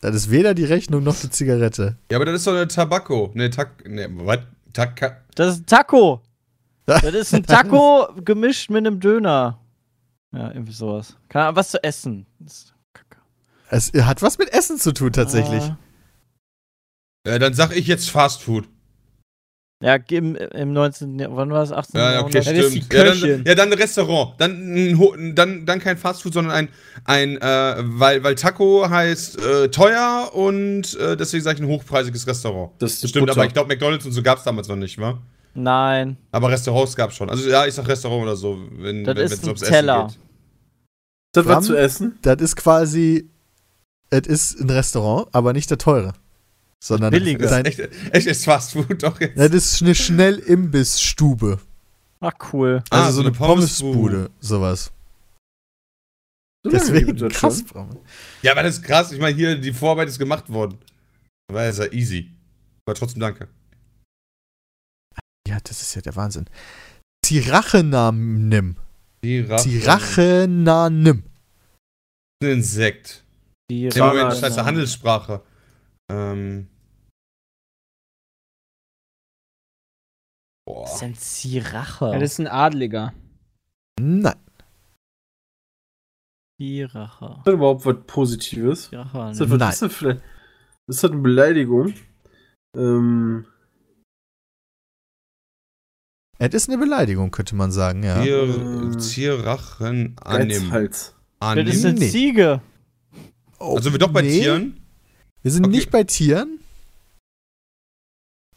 Das ist weder die Rechnung noch die Zigarette. ja, aber das ist doch eine Tabako. Ne, Tak. Ne, was? Taka. Das ist ein Taco. Das ist ein Taco gemischt mit einem Döner. Ja, irgendwie sowas. Keine Ahnung, was zu essen. Das ist Kacke. Es hat was mit Essen zu tun tatsächlich. Ah. Äh, dann sag ich jetzt Fast Food. äh, Ja, im, im 19. Jahr- Wann war es? 18. Ja, ja, okay, Jahrhundert? Das ist die stimmt. Ja dann, Köchin. ja, dann ein Restaurant. Dann, ein Ho- dann, dann kein Fastfood, sondern ein, ein äh, weil, weil Taco heißt äh, teuer und äh, deswegen sage ich ein hochpreisiges Restaurant. Das ist die stimmt, Butter. aber ich glaube, McDonalds und so gab es damals noch nicht, wa? Nein. Aber Restaurants gab es schon. Also ja, ich sag Restaurant oder so, wenn Das wenn- ist wenn's ein ums Teller. Essen geht. Ist das Flammen? was zu essen? Das ist quasi, es ist ein Restaurant, aber nicht der teure. Sondern Billiges. Sein, Echt, echt ist Fastfood doch jetzt. das ist eine Schnellimbissstube. Ach, cool. Ah, Also so eine, Pommesbude. Pommesbude, sowas. So lange gibt Deswegen das krass. schon. Ja, aber das ist krass. Ich meine, hier, die Vorarbeit ist gemacht worden. War ja sehr easy. Aber trotzdem danke. Ja, das ist ja der Wahnsinn. Tirachenanim. Die Rache. Tirachenanim. Ein Insekt. Die Nee, Moment, Rahmen. scheiße, Handelssprache. Ähm. Das ist Boah. ein Zirache. ja. Das ist ein Adliger. Nein. Zirache. Ist das überhaupt was Positives? Zirache. Ist das, was Nein. ist das vielleicht? Ist das eine Beleidigung? Ähm, Es ist eine Beleidigung, könnte man sagen, ja. Hm. Zier, Zierrachen annehmen. Geizhals. Das ist eine Nee. Ziege. Oh, Also wir doch bei nee. Tieren. Wir sind Okay. nicht bei Tieren.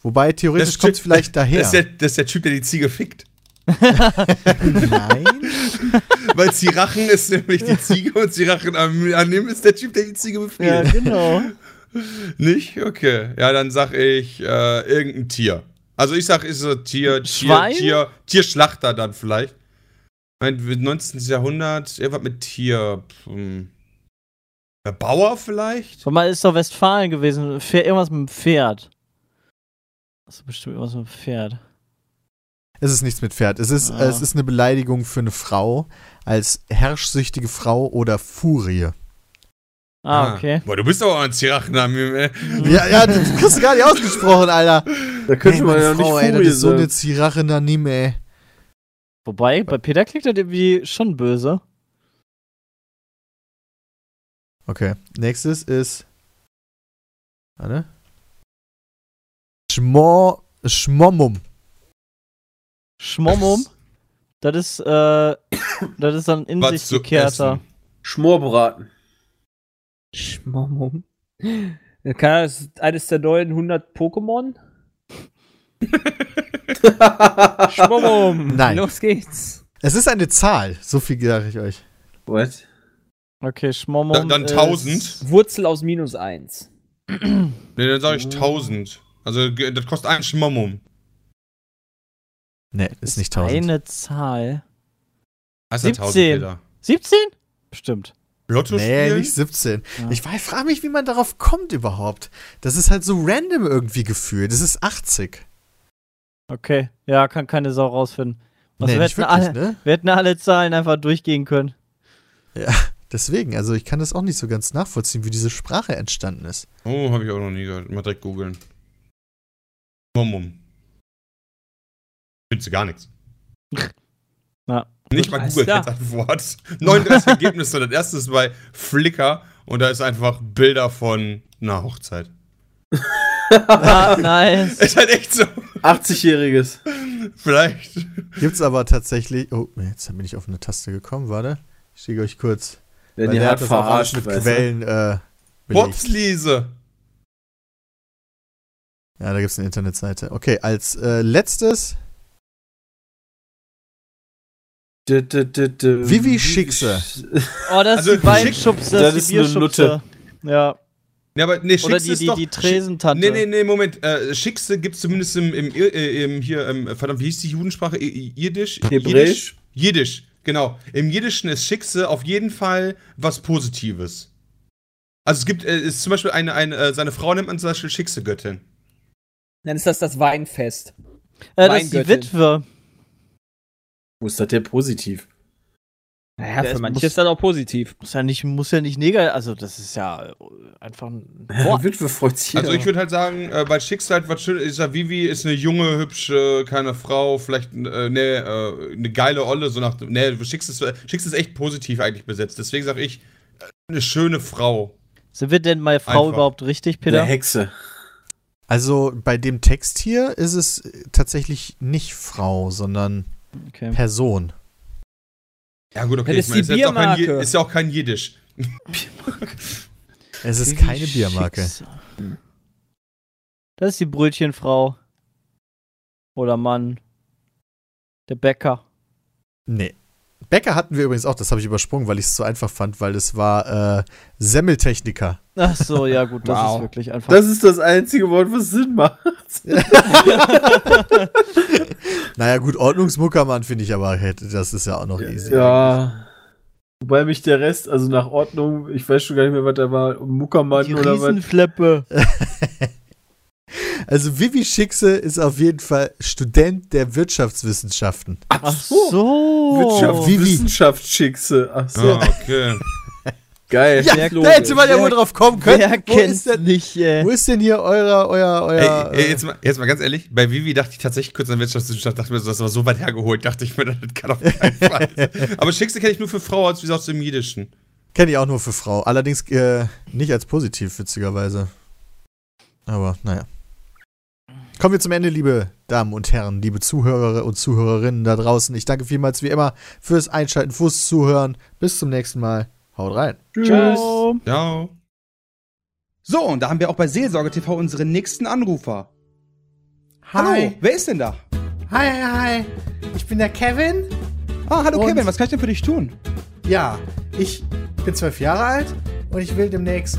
Wobei, theoretisch Das kommt es stimmt. vielleicht daher. Das, ist der, das ist der Typ, der die Ziege fickt. Nein. Weil Zierrachen ist nämlich die Ziege und Zierrachen an- annehmen ist der Typ, der die Ziege Ja, befehlt. genau. Nicht? Okay. Ja, dann sag ich äh, irgendein Tier. Also ich sag, ist so Tier, Tier, Schwein? Tier, Tierschlachter dann vielleicht. Meint, mit 19. Jahrhundert, irgendwas mit Tier. pf, hm. Der Bauer vielleicht? So mal ist doch Westfalen gewesen. Pferd, irgendwas mit dem Pferd. Das ist bestimmt irgendwas mit dem Pferd. Es ist nichts mit Pferd. Es ist, Ah. es ist eine Beleidigung für eine Frau als herrschsüchtige Frau oder Furie. Ah, okay. Boah, du bist aber ein Zirachname, ey. Ja, ja, du hast gar nicht ausgesprochen, Alter. Da könnte man ja Frau, nicht ey, das Furie äh, ist so eine sein. Zirache Nanime, ey. Wobei, bei Peter klingt das irgendwie schon böse. Okay, nächstes ist. Warte. Schmo, Schmommum. Schmommum. um. Das ist, äh, das ist dann in Was sich zu gekehrter. essen. Schmorbraten. Schmomum. Kann das eines der neuen 100 Pokémon? Schmomum. Nein. Los geht's. Es ist eine Zahl, so viel sage ich euch. What? Okay, Da, Schmommum. dann ist- 1000. Wurzel aus minus 1. Nee, dann sag ich 1000. Also, ge- das kostet ein Schmommum. Nee, ist nicht 1000. Eine Zahl. Hast du 17. 1000 Bilder? 17? Bestimmt. Lotto Nee, spielen? nicht 17. Ja. Ich frage mich, wie man darauf kommt überhaupt. Das ist halt so random irgendwie gefühlt. Das ist 80. Okay. Ja, kann keine Sau rausfinden. Was, nee, wir, nicht hätten wirklich, alle, ne? wir hätten alle Zahlen einfach durchgehen können. Deswegen, also ich kann das auch nicht so ganz nachvollziehen, wie diese Sprache entstanden ist. Oh, habe ich auch noch nie gehört. Mal direkt googeln. Schmommum. Findest du gar nichts. Na, Nicht mal alles Google klar. jetzt Antwort. 39 Ergebnisse. Das erste ist bei Flickr und da ist einfach Bilder von einer Hochzeit. Ah, nice. Ist halt echt so. 80-jähriges. Vielleicht. Gibt's aber tatsächlich. Oh, jetzt bin ich auf eine Taste gekommen, warte. Ich schicke euch kurz. Wenn Weil die der hart hat das auch alles verarscht, mit weißt du? Quellen äh, belegt. Botzliese. Ja, da gibt's eine Internetseite. Okay, als äh, letztes D- d- d- d- Vivi Schickse. Sch- Oh, das Also, ist die schick- Weinschubse, das das ist ist die eine Bierschubse. Ja. Ja, aber nee, Oder Schickse die, ist die, doch. die Tresentante. Nee, nee, nee, Moment. Äh, Schickse gibt's zumindest im, im, Ir- äh, im hier, ähm, verdammt, wie hieß die Judensprache? I- I- Jiddisch? Hebräisch? Jiddisch, Jiddisch, genau. Im Jiddischen ist Schickse auf jeden Fall was Positives. Also es gibt, äh, ist zum Beispiel eine, eine äh, seine Frau nennt man zum Beispiel Schickse-Göttin. Dann ist das das Weinfest. Äh, das ist die Weingöttin. Witwe. Wo ist das denn positiv? Naja, Ja, für es manche muss- ist das auch positiv. Muss ja nicht, muss ja nicht negativ. Also, das ist ja äh, einfach ein Boah. Wort. Witwe freut sich. Also ich würde halt sagen, äh, bei Schickse halt was schön ist, ja, Vivi ist eine junge, hübsche, keine Frau, vielleicht äh, ne, äh, eine geile Olle, so nach, ne, Schickse ist, Schickse ist echt positiv eigentlich besetzt. Deswegen sage ich, äh, eine schöne Frau. Sind wir Also denn mal Frau Einfach. überhaupt richtig, Eine Peter? Hexe. Also bei dem Text hier ist es äh, tatsächlich nicht Frau, sondern Okay. Person. Ja gut, okay, Das ist ich meine, die jetzt auch kein, Je- Biermarke. ist ja auch kein Jiddisch. Es ist Vivi keine Biermarke. Schickse. Das ist die Brötchenfrau. Oder Mann. Der Bäcker. Nee. Bäcker hatten wir übrigens auch, das habe ich übersprungen, weil ich es so einfach fand, weil es war äh, Semmeltechniker. Ach so, ja gut, das Wow. ist wirklich einfach. Das ist das einzige Wort, was Sinn macht. Naja, gut, Ordnungsmuckermann finde ich aber, hätte- das ist ja auch noch easy. Ja. Wobei mich der Rest, also nach Ordnung, ich weiß schon gar nicht mehr, was da war, Muckermann die oder was. Riesenfleppe. Also Vivi Schickse ist auf jeden Fall Student der Wirtschaftswissenschaften. Ach so. Wirtschaft, Vivi. Wissenschaft schickse. Oh, Ach so, Ah, okay. geil. Ja, da hätte man ja wohl drauf kommen können. Wer wo, ist kennt's denn, nicht, ey? wo ist denn hier euer, euer, euer. Ey, ey, äh, jetzt, mal, jetzt mal ganz ehrlich, bei Vivi dachte ich tatsächlich kurz an Wirtschaftswissenschaft, dachte mir, so, das war so weit hergeholt, dachte ich mir, das kann auf keinen Fall. sein. Aber Schickse kenne ich nur für Frau, als wie gesagt, im Jiddischen. Kenne ich auch nur für Frau. Allerdings äh, nicht als positiv, witzigerweise. Aber naja. Kommen wir zum Ende, liebe Damen und Herren, liebe Zuhörer und Zuhörerinnen da draußen. Ich danke vielmals wie immer fürs Einschalten, fürs Zuhören. Bis zum nächsten Mal. Haut rein. Tschüss. Ciao. So, und da haben wir auch bei Seelsorge TV unseren nächsten Anrufer. Hallo, wer ist denn da? Hi, hi, hi. Ich bin der Kevin. Ah, hallo Und- Kevin, was kann ich denn für dich tun? Ja, ich bin zwölf Jahre alt und ich will demnächst